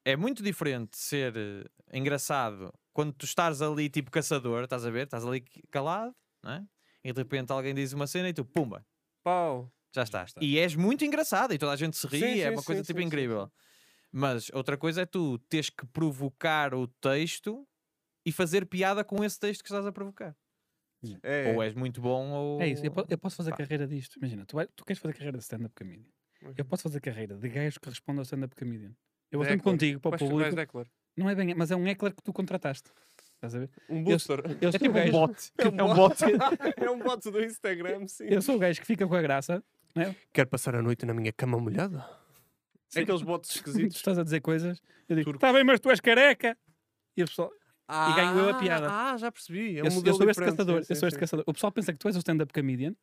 Speaker 3: é muito diferente ser eh, engraçado quando tu estás ali tipo caçador, estás a ver? Estás ali calado, não é? E de repente alguém diz uma cena e tu, pumba,
Speaker 1: Pau.
Speaker 3: já estás.
Speaker 2: está.
Speaker 3: E és muito engraçado e toda a gente se ri,
Speaker 1: Sim,
Speaker 3: é
Speaker 1: sim,
Speaker 3: uma coisa
Speaker 1: sim,
Speaker 3: tipo
Speaker 1: sim, sim,
Speaker 3: incrível. Mas outra coisa é tu teres que provocar o texto e fazer piada com esse texto que estás a provocar.
Speaker 1: É.
Speaker 3: Ou és muito bom ou.
Speaker 2: É isso, eu, po- eu posso fazer
Speaker 3: Pá.
Speaker 2: carreira disto. Imagina, tu, vai- tu queres fazer carreira de stand-up comedian.
Speaker 1: Uhum.
Speaker 2: Eu posso fazer carreira de gajo que responde ao stand-up comedian. Eu vou
Speaker 1: Heckler.
Speaker 2: sempre contigo para o
Speaker 1: Vais- vais
Speaker 2: público.
Speaker 1: heckler.
Speaker 2: Não é bem, mas é um heckler que tu contrataste. Estás a ver?
Speaker 1: Um booster.
Speaker 2: Eu
Speaker 3: É
Speaker 2: sou o
Speaker 3: tipo um
Speaker 2: gajo-
Speaker 3: bote.
Speaker 1: É um
Speaker 3: É um bote.
Speaker 1: é um bot do Instagram, sim.
Speaker 2: eu sou o gajo que fica com a graça
Speaker 1: Quero passar a noite na minha cama molhada.
Speaker 2: Sim.
Speaker 1: É aqueles bots
Speaker 2: tu
Speaker 1: esquisitos.
Speaker 2: estás a dizer coisas, eu digo,
Speaker 1: Turco.
Speaker 2: está bem, mas tu és careca. E o pessoal,
Speaker 1: Ah,
Speaker 2: ganho eu a piada.
Speaker 1: Ah, já percebi. É um
Speaker 2: eu, sou- eu
Speaker 1: modelo
Speaker 2: sou este
Speaker 1: diferente,
Speaker 2: caçador,
Speaker 1: sim,
Speaker 2: eu sou este
Speaker 1: sim, sim.
Speaker 2: caçador. O pessoal pensa que tu és o stand-up comedian,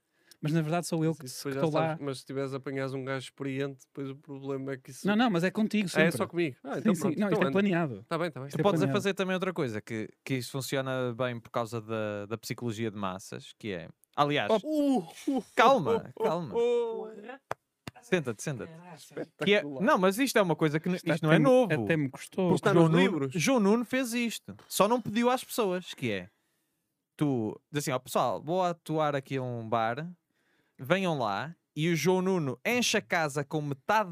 Speaker 2: mas na verdade sou eu que
Speaker 1: Isso depois já
Speaker 2: estou
Speaker 1: sabes,
Speaker 2: lá.
Speaker 1: Mas se tiveres apanhado um gajo experiente, depois o problema é que isso.
Speaker 2: Não, não, mas é contigo
Speaker 1: Ah,
Speaker 2: sempre.
Speaker 1: é só comigo. Ah,
Speaker 2: Sim,
Speaker 1: então
Speaker 2: sim.
Speaker 1: pronto.
Speaker 2: Não, isto
Speaker 1: então
Speaker 2: é planeado.
Speaker 1: Está bem, está bem.
Speaker 2: Isto
Speaker 3: Tu podes a
Speaker 2: apanhado.
Speaker 3: fazer também outra coisa que, que isso funciona bem por causa da, da psicologia de massas, que é. Aliás, calma, calma.
Speaker 1: Uh!
Speaker 3: Senta-te, senta-te. Que é-
Speaker 1: Espetacular.
Speaker 3: Não, mas isto é uma coisa que n-
Speaker 2: Isto
Speaker 3: isto não é
Speaker 2: até me-
Speaker 3: novo.
Speaker 2: Até me custou.
Speaker 1: Porque- está
Speaker 3: João
Speaker 1: nos
Speaker 3: Nuno-
Speaker 1: livros.
Speaker 3: João Nuno fez isto. Só não pediu às pessoas, que é... Tu... Diz assim, ó pessoal, vou atuar aqui a um bar. Venham lá. E o João Nuno enche a casa com metade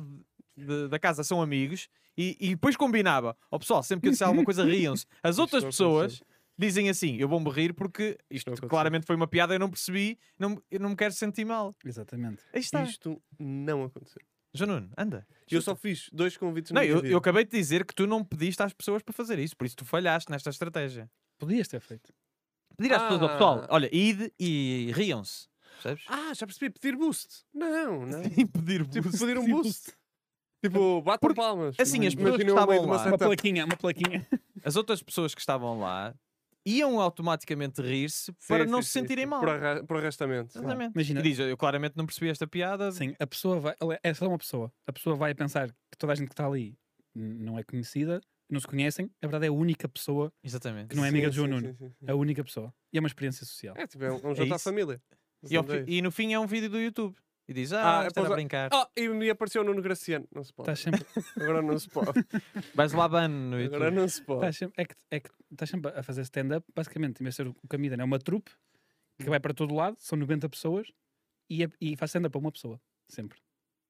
Speaker 3: de- da casa são amigos. E, e depois combinava. Ó pessoal, sempre que eu disser alguma coisa, riam-se. As
Speaker 1: Isto
Speaker 3: outras
Speaker 1: não
Speaker 3: pessoas... Dizem assim, eu vou-me rir porque isto
Speaker 1: aconteceu.
Speaker 3: claramente foi uma piada, eu não percebi, não, eu não me quero sentir mal.
Speaker 2: Exatamente.
Speaker 3: Aí está.
Speaker 1: Isto não aconteceu.
Speaker 3: João Nuno, anda.
Speaker 1: Eu só fiz dois convites na
Speaker 3: Não,
Speaker 1: minha
Speaker 3: eu,
Speaker 1: vida.
Speaker 3: eu acabei de dizer que tu não pediste às pessoas para fazer isso, por isso tu falhaste nesta estratégia.
Speaker 2: Podias ter feito.
Speaker 3: Pedir às pessoas, ó pessoal,
Speaker 1: Ah.
Speaker 3: olha, id e riam-se. Percebes?
Speaker 1: Ah, já percebi. Pedir boost. Não, não.
Speaker 3: pedir
Speaker 1: Tipo, pedir um boost. Tipo, bate
Speaker 3: Porque-
Speaker 1: palmas.
Speaker 3: Assim, as pessoas que
Speaker 1: Imagina eu ao meio
Speaker 3: estavam
Speaker 1: de uma
Speaker 3: lá,
Speaker 1: setup.
Speaker 2: Uma plaquinha, uma plaquinha.
Speaker 3: as outras pessoas que estavam lá iam automaticamente rir-se para não se sentirem mal.
Speaker 1: Por, arra por arrastamento.
Speaker 2: Claro.
Speaker 3: Exatamente.
Speaker 2: Imagina-
Speaker 3: E diz, eu claramente não percebi esta piada.
Speaker 2: Sim, a pessoa vai. ali- É só uma pessoa. A pessoa vai pensar que toda a gente que está ali n- não é conhecida, não se conhecem. A verdade é a única pessoa,
Speaker 3: Exatamente.
Speaker 2: Que não é amiga de João
Speaker 1: Ah. sim,
Speaker 2: Nuno.
Speaker 1: sim, sim, sim.
Speaker 2: a única pessoa. E é uma experiência social.
Speaker 1: É tipo, é um, é um jantar de
Speaker 2: isso.
Speaker 1: família.
Speaker 3: E, ao
Speaker 1: Portanto, é
Speaker 3: fi-
Speaker 1: isso.
Speaker 3: e no fim é um vídeo do YouTube. E diz, ah,
Speaker 1: Ah,
Speaker 3: isto
Speaker 1: pois
Speaker 3: era
Speaker 1: é.
Speaker 3: a brincar.
Speaker 1: Ah, e me apareceu o Nuno Graciano. Não se pode.
Speaker 2: Estás sempre,
Speaker 1: Agora não se pode.
Speaker 3: Vais lá ban no YouTube.
Speaker 1: Agora não se pode.
Speaker 2: estás sempre, é que, é que estás sempre a fazer stand-up, basicamente, em vez de ser o Camida, é uma trupe que vai para todo lado, são 90 pessoas e, é- e faz stand-up para uma pessoa, sempre.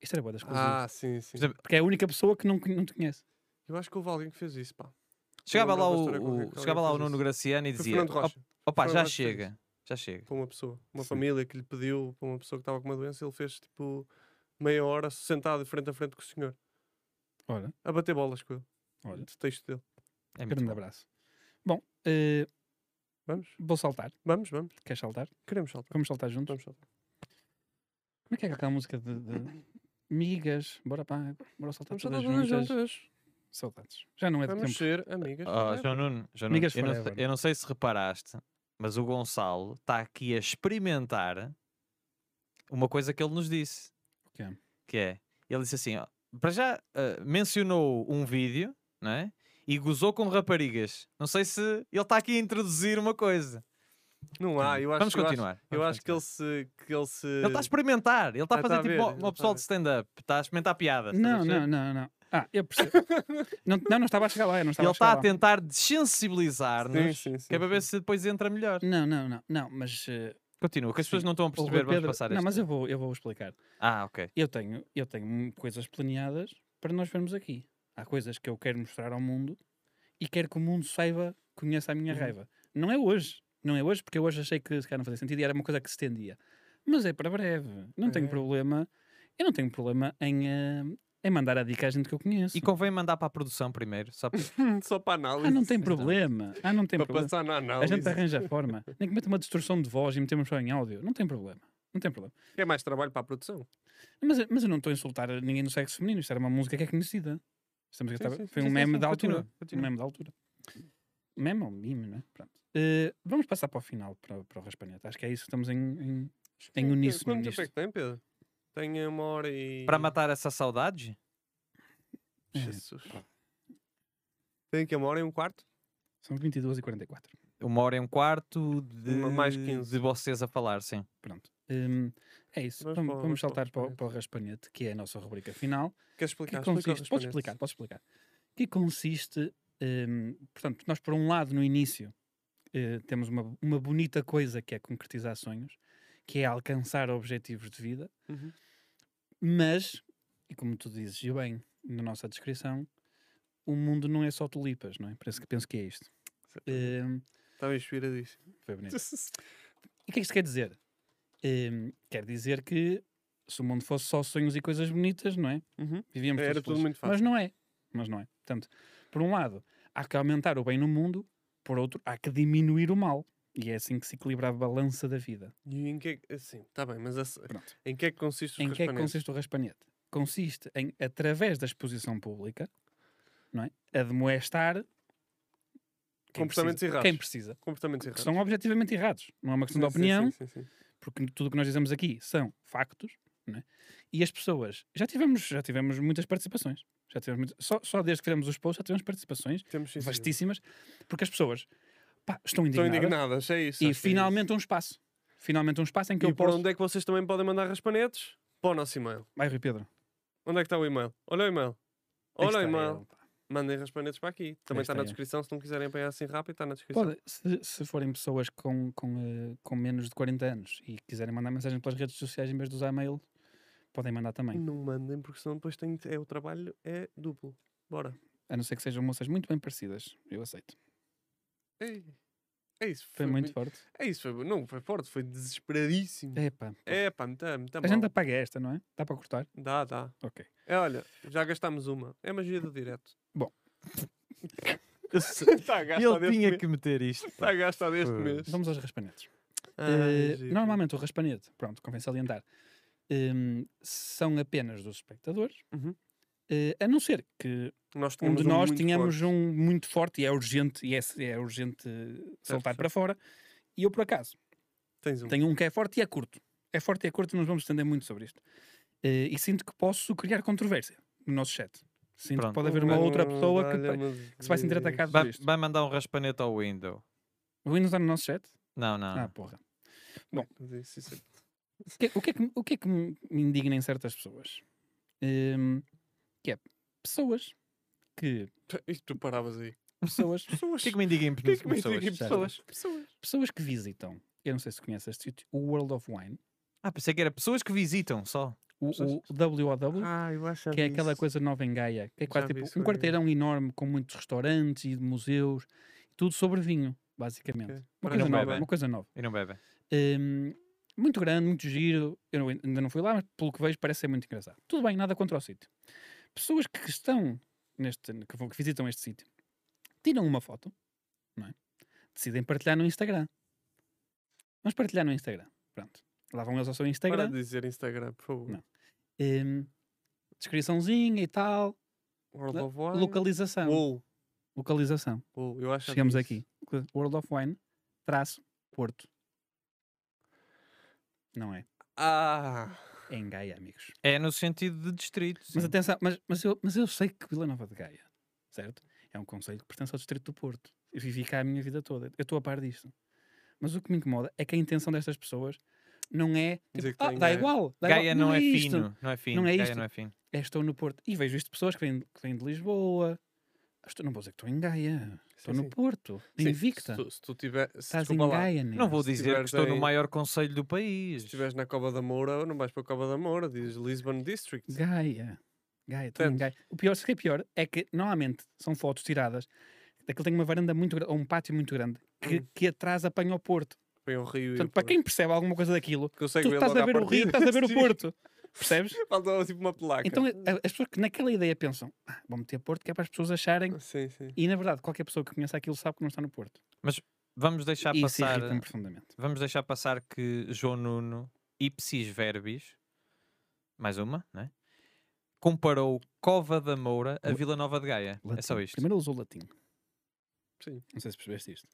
Speaker 2: Isto era boa das coisas.
Speaker 1: Ah, sim, sim.
Speaker 2: Porque é a única pessoa que não, con- não te conhece.
Speaker 1: Eu acho que houve alguém que fez isso, pá.
Speaker 3: Chegava
Speaker 1: Não,
Speaker 3: lá
Speaker 1: não,
Speaker 3: o,
Speaker 1: pastora, qualquer-
Speaker 3: o-
Speaker 1: qualquer
Speaker 3: chegava lá o
Speaker 1: coisa
Speaker 3: Nuno Graciano e
Speaker 1: Foi
Speaker 3: dizia,
Speaker 1: Fernando Rocha.
Speaker 3: opa,
Speaker 1: Fernando
Speaker 3: já
Speaker 1: Rocha fez
Speaker 3: chega. Já chega. É
Speaker 1: Para uma pessoa. Uma
Speaker 2: Sim.
Speaker 1: família que lhe pediu, para uma pessoa que estava com uma doença, ele fez tipo meia hora sentado frente a frente com o senhor.
Speaker 2: Olha,
Speaker 1: A bater bolas com ele.
Speaker 2: olha.
Speaker 1: De texto dele.
Speaker 3: É muito
Speaker 2: Um Grande
Speaker 3: bom.
Speaker 2: abraço. Bom, eh,
Speaker 1: Vamos?
Speaker 2: vou saltar.
Speaker 1: Vamos, vamos.
Speaker 2: Queres saltar?
Speaker 1: Queremos saltar.
Speaker 2: Vamos saltar juntos?
Speaker 1: Vamos saltar.
Speaker 2: Como é que é aquela música de, de- migas? Bora pá, bora saltar
Speaker 1: Vamos saltar
Speaker 2: todas
Speaker 1: todas
Speaker 2: juntas.
Speaker 1: juntas.
Speaker 2: Saudades. Já não é de
Speaker 1: Vamos
Speaker 2: tempo.
Speaker 1: ser amigas.
Speaker 3: Oh,
Speaker 1: É,
Speaker 3: João Nuno, João Nuno,
Speaker 2: Amigas
Speaker 3: eu, não, sei-
Speaker 2: forever.
Speaker 3: eu não sei se reparaste, mas o Gonçalo está aqui a experimentar uma coisa que ele nos disse.
Speaker 2: quê?
Speaker 3: Que é, ele disse assim, ó, para já ah, mencionou um vídeo, não é? E gozou com raparigas. Não sei se ele está aqui a introduzir uma coisa.
Speaker 1: Não há, Ah, eu acho
Speaker 3: Vamos
Speaker 1: eu acho-
Speaker 3: continuar.
Speaker 1: Eu
Speaker 3: vamos
Speaker 1: acho que ele se. Que ele se...
Speaker 3: Ele tá está a experimentar, ele está a
Speaker 1: Ah,
Speaker 3: fazer
Speaker 1: tá a
Speaker 3: tipo
Speaker 1: ver,
Speaker 3: uma,
Speaker 1: ele
Speaker 3: uma
Speaker 1: tá a
Speaker 3: pessoa
Speaker 1: ver.
Speaker 3: de stand-up, está a experimentar piadas. estás a
Speaker 2: Não,
Speaker 3: perceber?
Speaker 2: não, não, não. Ah, eu percebo. não, não, não estava a chegar lá. eu Não estava
Speaker 3: Ele
Speaker 2: a chegar
Speaker 3: está a
Speaker 2: lá.
Speaker 3: tentar desensibilizar-nos,
Speaker 1: Sim, sim, sim,
Speaker 3: que é para ver
Speaker 1: sim.
Speaker 3: se depois entra melhor.
Speaker 2: Não, não, não, não, mas. eh,
Speaker 3: Continua, que as pessoas
Speaker 2: Sim.
Speaker 3: não estão a
Speaker 2: o Rui
Speaker 3: perceber, vamos
Speaker 2: Pedro-
Speaker 3: passar
Speaker 2: Não,
Speaker 3: isto.
Speaker 2: mas eu vou, eu vou explicar.
Speaker 3: Ah, ok.
Speaker 2: Eu tenho, eu tenho coisas planeadas para nós vermos aqui. Há coisas que eu quero mostrar ao mundo e quero que o mundo saiba, conheça a minha
Speaker 1: Uhum.
Speaker 2: raiva. Não é hoje. Não é hoje, porque eu hoje achei que se calhar não fazia sentido e era uma coisa que se estendia. Mas é para breve. Não tenho
Speaker 1: É.
Speaker 2: problema. Eu não tenho problema em, eh, em mandar a dica à gente que eu conheço.
Speaker 3: E convém mandar para a produção primeiro, só para...
Speaker 1: Só para a análise.
Speaker 2: Ah, não tem problema. Ah, não tem
Speaker 1: então? Para
Speaker 2: problema.
Speaker 1: passar na
Speaker 2: A
Speaker 1: análise.
Speaker 2: gente arranja a forma. Nem que meta uma distorção de voz e metemos só em áudio. Não tem problema. Não tem problema.
Speaker 1: É mais trabalho para a produção.
Speaker 2: Mas, mas eu não estou a insultar a ninguém do sexo feminino. Isto era uma música que é conhecida. Esta música
Speaker 1: Sim,
Speaker 2: estava-
Speaker 1: sim,
Speaker 2: foi
Speaker 3: sim,
Speaker 2: um
Speaker 3: sim,
Speaker 2: meme
Speaker 3: sim,
Speaker 2: da
Speaker 3: continua,
Speaker 2: altura. Um
Speaker 3: continua.
Speaker 2: meme da altura. Meme ou meme, não é? Pronto. Eh, vamos passar para o final, para, para o Raspaneta. Acho que é isso. Estamos em. em- Em
Speaker 1: Quanto-
Speaker 2: uníssono
Speaker 1: Quanto tempo
Speaker 2: nisto.
Speaker 1: é que tem, Pedro? Tenho uma hora e.
Speaker 3: para matar essa saudade.
Speaker 2: É,
Speaker 1: Jesus. Tem que uma hora e um quarto?
Speaker 2: São 22 e 44
Speaker 3: Uma hora e um quarto de,
Speaker 1: Uma- mais 15.
Speaker 3: de vocês a falar, sim.
Speaker 2: Pronto. Hum, é isso.
Speaker 1: Vamos
Speaker 2: Vamos,
Speaker 1: para o-
Speaker 2: vamos
Speaker 1: vamos para o
Speaker 2: saltar para, o-
Speaker 1: Raspanete.
Speaker 2: para o Raspanete, que é a nossa rubrica final.
Speaker 1: Queres
Speaker 2: que
Speaker 1: explicar? Explica ao
Speaker 2: consiste, posso
Speaker 1: respondente.
Speaker 2: explicar, posso explicar. Que consiste, hum, portanto, nós por um lado no início eh, temos uma, uma bonita coisa que é concretizar sonhos, que é alcançar objetivos de vida,
Speaker 1: Uhum.
Speaker 2: mas, e como tu dizes e bem na nossa descrição, o mundo não é só tulipas, não é? Parece que penso que é isto. Hum,
Speaker 1: Estava inspiradíssimo.
Speaker 2: foi bonito. E o que é que isto quer dizer? Hum, quer dizer que se o mundo fosse só sonhos e coisas bonitas, não é?
Speaker 1: Uhum.
Speaker 2: Vivíamos
Speaker 1: Era
Speaker 2: todos
Speaker 1: tudo
Speaker 2: felizes.
Speaker 1: muito fácil.
Speaker 2: Mas não é. Mas não é. Portanto, por um lado, há que aumentar o bem no mundo, por outro, há que diminuir o mal. E é assim que se equilibra a balança da vida.
Speaker 1: E em que é que. Assim, está bem, mas essa-
Speaker 2: Pronto.
Speaker 1: em que é que consiste os
Speaker 2: Em que é que
Speaker 1: raspanetes?
Speaker 2: consiste o raspanete? Consiste em, através da exposição pública, não é? Admoestar quem
Speaker 1: Comportamentos
Speaker 2: precisa,
Speaker 1: errados.
Speaker 2: Quem precisa.
Speaker 1: Comportamentos
Speaker 2: Que
Speaker 1: errados.
Speaker 2: são objetivamente errados. Não é uma questão de
Speaker 1: Sim, sim,
Speaker 2: opinião,
Speaker 1: sim, sim, sim.
Speaker 2: porque tudo o que nós dizemos aqui são factos, não é? e as pessoas já tivemos, já tivemos muitas participações. Já tivemos muitas- só, só desde que fizemos os posts já tivemos participações
Speaker 1: Temos sim, sim.
Speaker 2: vastíssimas, porque as pessoas pá, estão
Speaker 1: Estão
Speaker 2: indignadas,
Speaker 1: indignadas, é isso.
Speaker 2: e
Speaker 1: acho que é
Speaker 2: finalmente um espaço. Finalmente um espaço em
Speaker 1: isso.
Speaker 2: que
Speaker 1: E
Speaker 2: eu
Speaker 1: por
Speaker 2: posso.
Speaker 1: onde é que vocês também podem mandar raspanetes? Para o nosso e-mail.
Speaker 2: Vai, Rui Pedro.
Speaker 1: Onde é que está o e-mail? Olha o e-mail.
Speaker 2: aí
Speaker 1: Olha o
Speaker 2: está
Speaker 1: e-mail.
Speaker 2: ele, pá.
Speaker 1: Mandem raspanetes para aqui. Também está
Speaker 2: Aí está
Speaker 1: na
Speaker 2: ele.
Speaker 1: descrição. Se não quiserem apanhar assim rápido, está na descrição.
Speaker 2: Pode, se, se forem pessoas com, com, eh, com menos de 40 anos e quiserem mandar mensagem pelas redes sociais em vez de usar mail, podem mandar também.
Speaker 1: Não mandem, porque senão depois tem, é, o trabalho é duplo. Bora.
Speaker 2: A não ser que sejam moças muito bem parecidas. Eu aceito.
Speaker 1: É, é isso.
Speaker 2: Foi muito forte.
Speaker 1: É isso, foi, não foi forte, foi desesperadíssimo.
Speaker 2: Epá,
Speaker 1: É pá, muita, muita
Speaker 2: A gente
Speaker 1: mal.
Speaker 2: apaga esta, não é? Dá para cortar?
Speaker 1: Dá, dá.
Speaker 2: Ok.
Speaker 1: É, olha, já gastámos uma. É a magia do direto.
Speaker 2: Tá,
Speaker 1: Está a gastar
Speaker 3: Ele
Speaker 1: deste
Speaker 3: tinha
Speaker 1: mês.
Speaker 3: que meter isto.
Speaker 1: Está a gastar tá, deste
Speaker 3: Fogo.
Speaker 1: mês.
Speaker 2: Vamos aos raspanetes.
Speaker 1: Ai,
Speaker 2: Eh,
Speaker 1: Ah, giro.
Speaker 2: normalmente o ehm, raspanete, pronto, convém salientar, hum, são apenas dos espectadores.
Speaker 1: Uhum.
Speaker 2: Eh, a não ser que
Speaker 1: Nós
Speaker 2: um
Speaker 1: tínhamos
Speaker 2: de nós
Speaker 1: muito
Speaker 2: tínhamos
Speaker 1: forte.
Speaker 2: um muito forte e é urgente, e é, é urgente eh, saltar
Speaker 1: certo.
Speaker 2: para fora. E eu, por acaso,
Speaker 1: Tens um.
Speaker 2: Tenho um que é forte e é curto. É forte e é curto, não nos vamos estender muito sobre isto. Eh, e sinto que posso criar controvérsia no nosso chat. Sinto
Speaker 3: Pronto.
Speaker 2: que pode haver uma outra
Speaker 1: um,
Speaker 2: pessoa que, vai- que se vai sentir atacada por
Speaker 3: Vai,
Speaker 2: isto.
Speaker 3: vai mandar um raspanete ao window.
Speaker 2: O Windows está no nosso chat?
Speaker 3: Não, não.
Speaker 2: Ah,
Speaker 3: não.
Speaker 2: porra.
Speaker 1: Isso, isso.
Speaker 2: O que, o que é que, o que é que me indigna em certas pessoas? Ehm, que é pessoas que.
Speaker 1: Isto tu paravas aí.
Speaker 2: Pessoas,
Speaker 1: Pessoas.
Speaker 3: O que é que me indigam em
Speaker 1: que é que me
Speaker 3: pessoas?
Speaker 1: indigam em
Speaker 3: pessoas?
Speaker 1: pessoas.
Speaker 2: pessoas que visitam. Eu não sei se conheces este sítio, o World of Wine,
Speaker 3: Ah, pensei que era pessoas que visitam só.
Speaker 2: o, o WOW.
Speaker 1: Ah, eu acho
Speaker 2: que é aquela coisa nova em Gaia, que é quase
Speaker 1: vi
Speaker 2: tipo
Speaker 1: isso
Speaker 2: um
Speaker 1: agora.
Speaker 2: quarteirão enorme com muitos restaurantes e museus, tudo sobre vinho, basicamente.
Speaker 1: Ok. é
Speaker 2: Uma,
Speaker 1: Parece
Speaker 2: coisa
Speaker 3: bem,
Speaker 2: nova,
Speaker 3: bem.
Speaker 2: uma coisa nova.
Speaker 3: E não bebem.
Speaker 2: Hum, muito grande, muito giro. Eu não- ainda não fui lá, mas pelo que vejo parece ser muito engraçado. Tudo bem, nada contra o sítio. Pessoas que estão neste, que, vão- que visitam este sítio, tiram uma foto, não é? Decidem partilhar no Instagram. Vamos partilhar no Instagram. Pronto. Lá vão eles ao seu Instagram.
Speaker 1: Para de dizer Instagram, por favor.
Speaker 2: Não. Hum, descriçãozinha e tal.
Speaker 1: World
Speaker 2: Lo-
Speaker 1: of Wine.
Speaker 2: Localização.
Speaker 1: Uou,
Speaker 2: Localização.
Speaker 1: uou, eu acho que já vi
Speaker 2: Chegamos
Speaker 1: isso.
Speaker 2: aqui. World of Wine, traço, Porto. Não é.
Speaker 1: Ah,
Speaker 2: É em Gaia, amigos.
Speaker 3: É no sentido de distrito.
Speaker 2: Mas
Speaker 3: sim.
Speaker 2: atenção, mas, mas, eu, mas eu sei que Vila Nova de Gaia, certo? É um conselho que pertence ao Distrito do Porto. Eu vivi cá a minha vida toda. Eu estou a par disto. Mas o que me incomoda é que a intenção destas pessoas não é.
Speaker 1: Dizer
Speaker 2: Tipo,
Speaker 1: que
Speaker 2: ah,
Speaker 1: tá em
Speaker 2: dá
Speaker 1: Gaia."
Speaker 2: igual. Dá
Speaker 3: Gaia
Speaker 2: igual.
Speaker 3: não, é,
Speaker 2: isto.
Speaker 3: fino. Não é fino.
Speaker 2: Não é
Speaker 3: Gaia
Speaker 2: isto.
Speaker 3: não é fino.
Speaker 2: É, estou no Porto. E vejo isto de pessoas que vêm, que vêm de Lisboa. Estou- não vou dizer que estou em Gaia. Estou
Speaker 1: Sim,
Speaker 2: no
Speaker 1: sim.
Speaker 2: Porto.
Speaker 1: sim,
Speaker 2: Invicta.
Speaker 1: Se tu, se tu tiver, se,
Speaker 2: Estás em
Speaker 1: desculpa lá,
Speaker 2: Gaia,
Speaker 3: Não
Speaker 2: Nino.
Speaker 3: vou
Speaker 1: se
Speaker 3: dizer que
Speaker 1: tiveres
Speaker 3: estou no
Speaker 1: em-
Speaker 3: maior conselho do país.
Speaker 1: se estiveres na Cova da Moura, não vais para a Cova da Moura, diz Lisbon District.
Speaker 2: Gaia. Gaia, estou em
Speaker 1: Entendes?
Speaker 2: Gaia. O pior, sabe o que é pior? É que normalmente são fotos tiradas daquele tem uma varanda muito grande, ou um pátio muito grande, que,
Speaker 1: Hum.
Speaker 2: que atrás apanha o Porto.
Speaker 1: Foi um rio. e
Speaker 2: Portanto,
Speaker 1: o
Speaker 2: para
Speaker 1: Porto.
Speaker 2: quem percebe alguma coisa daquilo,
Speaker 1: Consegue
Speaker 2: tu estás
Speaker 1: logo
Speaker 2: a
Speaker 1: à
Speaker 2: ver o Rio,
Speaker 1: partida.
Speaker 2: estás a ver o
Speaker 1: Sim.
Speaker 2: Porto. Percebes?
Speaker 1: Faltava tipo uma placa.
Speaker 2: Então a- as pessoas que naquela ideia pensam, ah, vou meter Porto, que é para as pessoas acharem.
Speaker 1: Sim, sim.
Speaker 2: E na verdade, qualquer pessoa que conheça aquilo sabe que não está no Porto.
Speaker 3: Vamos deixar
Speaker 2: e isso
Speaker 3: passar.
Speaker 1: eh,
Speaker 2: irrita-me profundamente.
Speaker 3: Vamos deixar passar que João Nuno, ipsis verbis, mais uma, né? Comparou Cova da Moura a
Speaker 2: La-
Speaker 3: Vila Nova de Gaia. É só
Speaker 2: Latim.
Speaker 3: isto.
Speaker 2: Primeiro ele usou latim.
Speaker 1: Sim.
Speaker 2: Não sei se percebeste isto.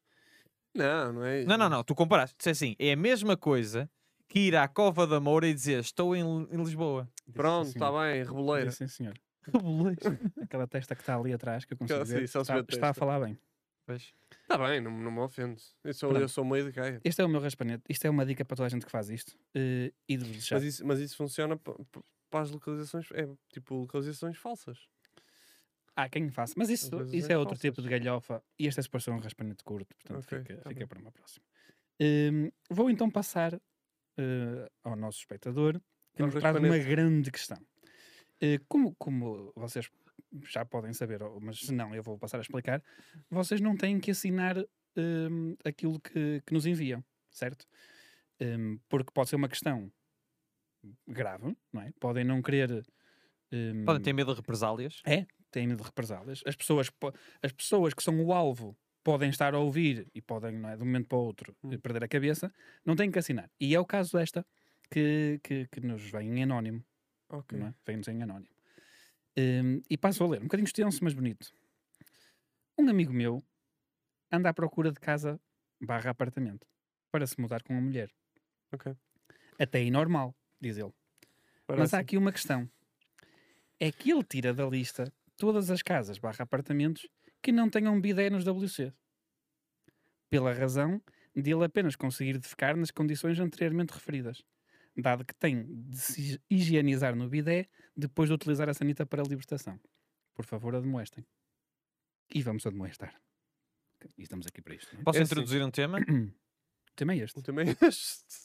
Speaker 1: Não, não é isso.
Speaker 3: Não, não, não. Tu comparaste. Disse assim. É a mesma coisa que ir à Cova da Moura e dizer estou em, Li- em Lisboa.
Speaker 2: Disse,
Speaker 1: Pronto,
Speaker 2: "Sim,
Speaker 1: está
Speaker 2: senhor."
Speaker 1: bem, reboleira.
Speaker 2: Disse, "Sim, senhor. Aquela testa que está ali atrás, que eu consigo
Speaker 1: Aquela-
Speaker 2: ver,
Speaker 1: sim, só se
Speaker 2: está,
Speaker 1: vê a
Speaker 2: está a
Speaker 1: testa.
Speaker 2: falar bem.
Speaker 3: Pois.
Speaker 1: Está Tá bem, não, não me ofendes. Eu sou, eu
Speaker 2: Pronto.
Speaker 1: sou meio de Gaia.
Speaker 2: Este é o meu raspanete. Isto é uma dica para toda a gente que faz isto. eh, e de deixar.
Speaker 1: Mas isso, mas isso funciona pa- pa- para as localizações, é tipo localizações falsas.
Speaker 2: Há quem faça. Mas isso,
Speaker 1: coisas
Speaker 2: isso
Speaker 1: bem
Speaker 2: é outro tipo
Speaker 1: falsas.
Speaker 2: de galhofa. E este é suposto ser um raspanete curto. Portanto,
Speaker 1: Ok,
Speaker 2: fica,
Speaker 1: tá
Speaker 2: fica
Speaker 1: bem.
Speaker 2: para uma próxima. Hum, vou então passar eh, ao nosso espectador que
Speaker 1: Ao
Speaker 2: nos traz uma
Speaker 1: raspanete.
Speaker 2: grande questão. Eh, como, como vocês já podem saber, ou- mas se não, eu vou passar a explicar. Vocês não têm que assinar hum, aquilo que, que nos enviam, certo? Hum, porque pode ser uma questão grave, não é? Podem não querer. hum,
Speaker 3: Podem ter medo de represálias.
Speaker 2: têm medo de represálias. As pessoas, po- as pessoas que são o alvo podem estar a ouvir e podem, não é, de um momento para o outro, eh,
Speaker 1: Hum.
Speaker 2: perder a cabeça, não têm que assinar. E é o caso desta que, que, que nos vem em anónimo,
Speaker 1: Ok.
Speaker 2: não é? Vem-nos em anónimo. Hum, e passo a ler, um bocadinho extenso, mas bonito. Um amigo meu anda à procura de casa barra apartamento para se mudar com uma mulher.
Speaker 1: Ok.
Speaker 2: Até aí normal, diz ele. Mas há aqui uma questão. É que ele tira da lista todas as casas barra apartamentos que não tenham bidé nos WC. Pela razão de ele apenas conseguir defecar nas condições anteriormente referidas. Dado que tem de se hig- higienizar no bidé depois de utilizar a sanita para a libertação. Por favor, admoestem. E vamos admoestar. E estamos aqui para isto. Não é?
Speaker 3: Posso
Speaker 1: É assim.
Speaker 3: introduzir um tema?
Speaker 2: Também é este.
Speaker 1: Também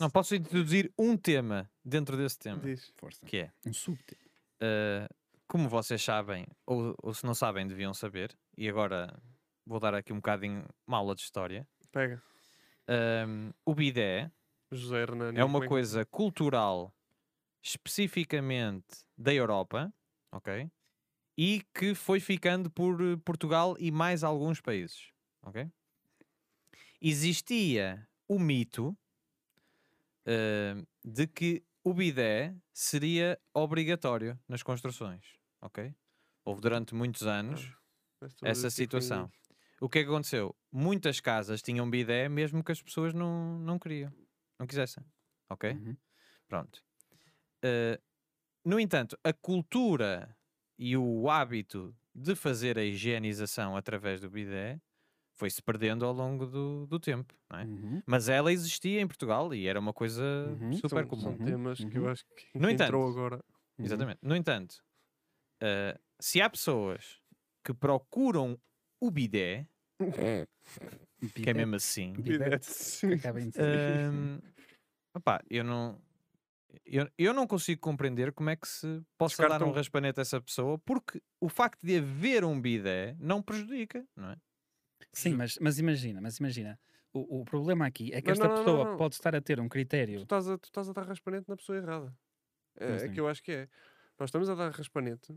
Speaker 3: Não, posso introduzir um tema dentro desse tema.
Speaker 1: diz.
Speaker 2: Força.
Speaker 3: Que é.
Speaker 2: Um subtema.
Speaker 3: Uh, como vocês sabem, ou, ou se não sabem, deviam saber, e agora vou dar aqui um bocadinho uma aula de história.
Speaker 1: Pega.
Speaker 3: Um, o bidé
Speaker 1: José Hernani.
Speaker 3: é uma
Speaker 1: como que-
Speaker 3: coisa cultural especificamente da Europa, ok? E que foi ficando por eh, Portugal e mais alguns países, ok? Existia o mito eh, de que o bidé seria obrigatório nas construções, ok? Houve durante muitos anos
Speaker 1: Mas tu
Speaker 3: essa
Speaker 1: tipo,
Speaker 3: situação. O que é que aconteceu? Muitas casas tinham bidé mesmo que as pessoas não, não queriam, não quisessem. Ok?
Speaker 2: Uhum.
Speaker 3: Pronto. Eh, no entanto, a cultura e o hábito de fazer a higienização através do bidé foi-se perdendo ao longo do, do tempo. Não é?
Speaker 2: Uhum.
Speaker 3: Mas ela existia em Portugal e era uma coisa
Speaker 2: Uhum.
Speaker 3: super
Speaker 1: são,
Speaker 3: comum.
Speaker 1: São temas que eu
Speaker 2: Uhum.
Speaker 1: acho que
Speaker 3: No
Speaker 1: entrou
Speaker 3: entanto,
Speaker 1: agora.
Speaker 3: Exatamente. No entanto, eh, se há pessoas que procuram o bidé, que é mesmo assim,
Speaker 1: é
Speaker 2: Bidé.
Speaker 1: Sim.
Speaker 2: Um Acaba em dizer.
Speaker 3: Ahm, opá, eu não. Eu, eu não consigo compreender como é que se possa dar um
Speaker 1: Descartam.
Speaker 3: raspanete a essa pessoa, porque o facto de haver um bidé não prejudica, não é?
Speaker 2: Sim, mas, mas imagina, mas imagina. O, o problema aqui é que
Speaker 1: Não,
Speaker 2: esta
Speaker 1: não, não, não,
Speaker 2: pessoa
Speaker 1: não.
Speaker 2: pode estar a ter um
Speaker 1: Tu
Speaker 2: critério.
Speaker 1: estás, a, tu estás a dar raspanete na pessoa errada.
Speaker 2: Mas
Speaker 1: É, é
Speaker 3: assim?
Speaker 2: sim.
Speaker 1: que eu acho que é. Nós estamos a dar raspanete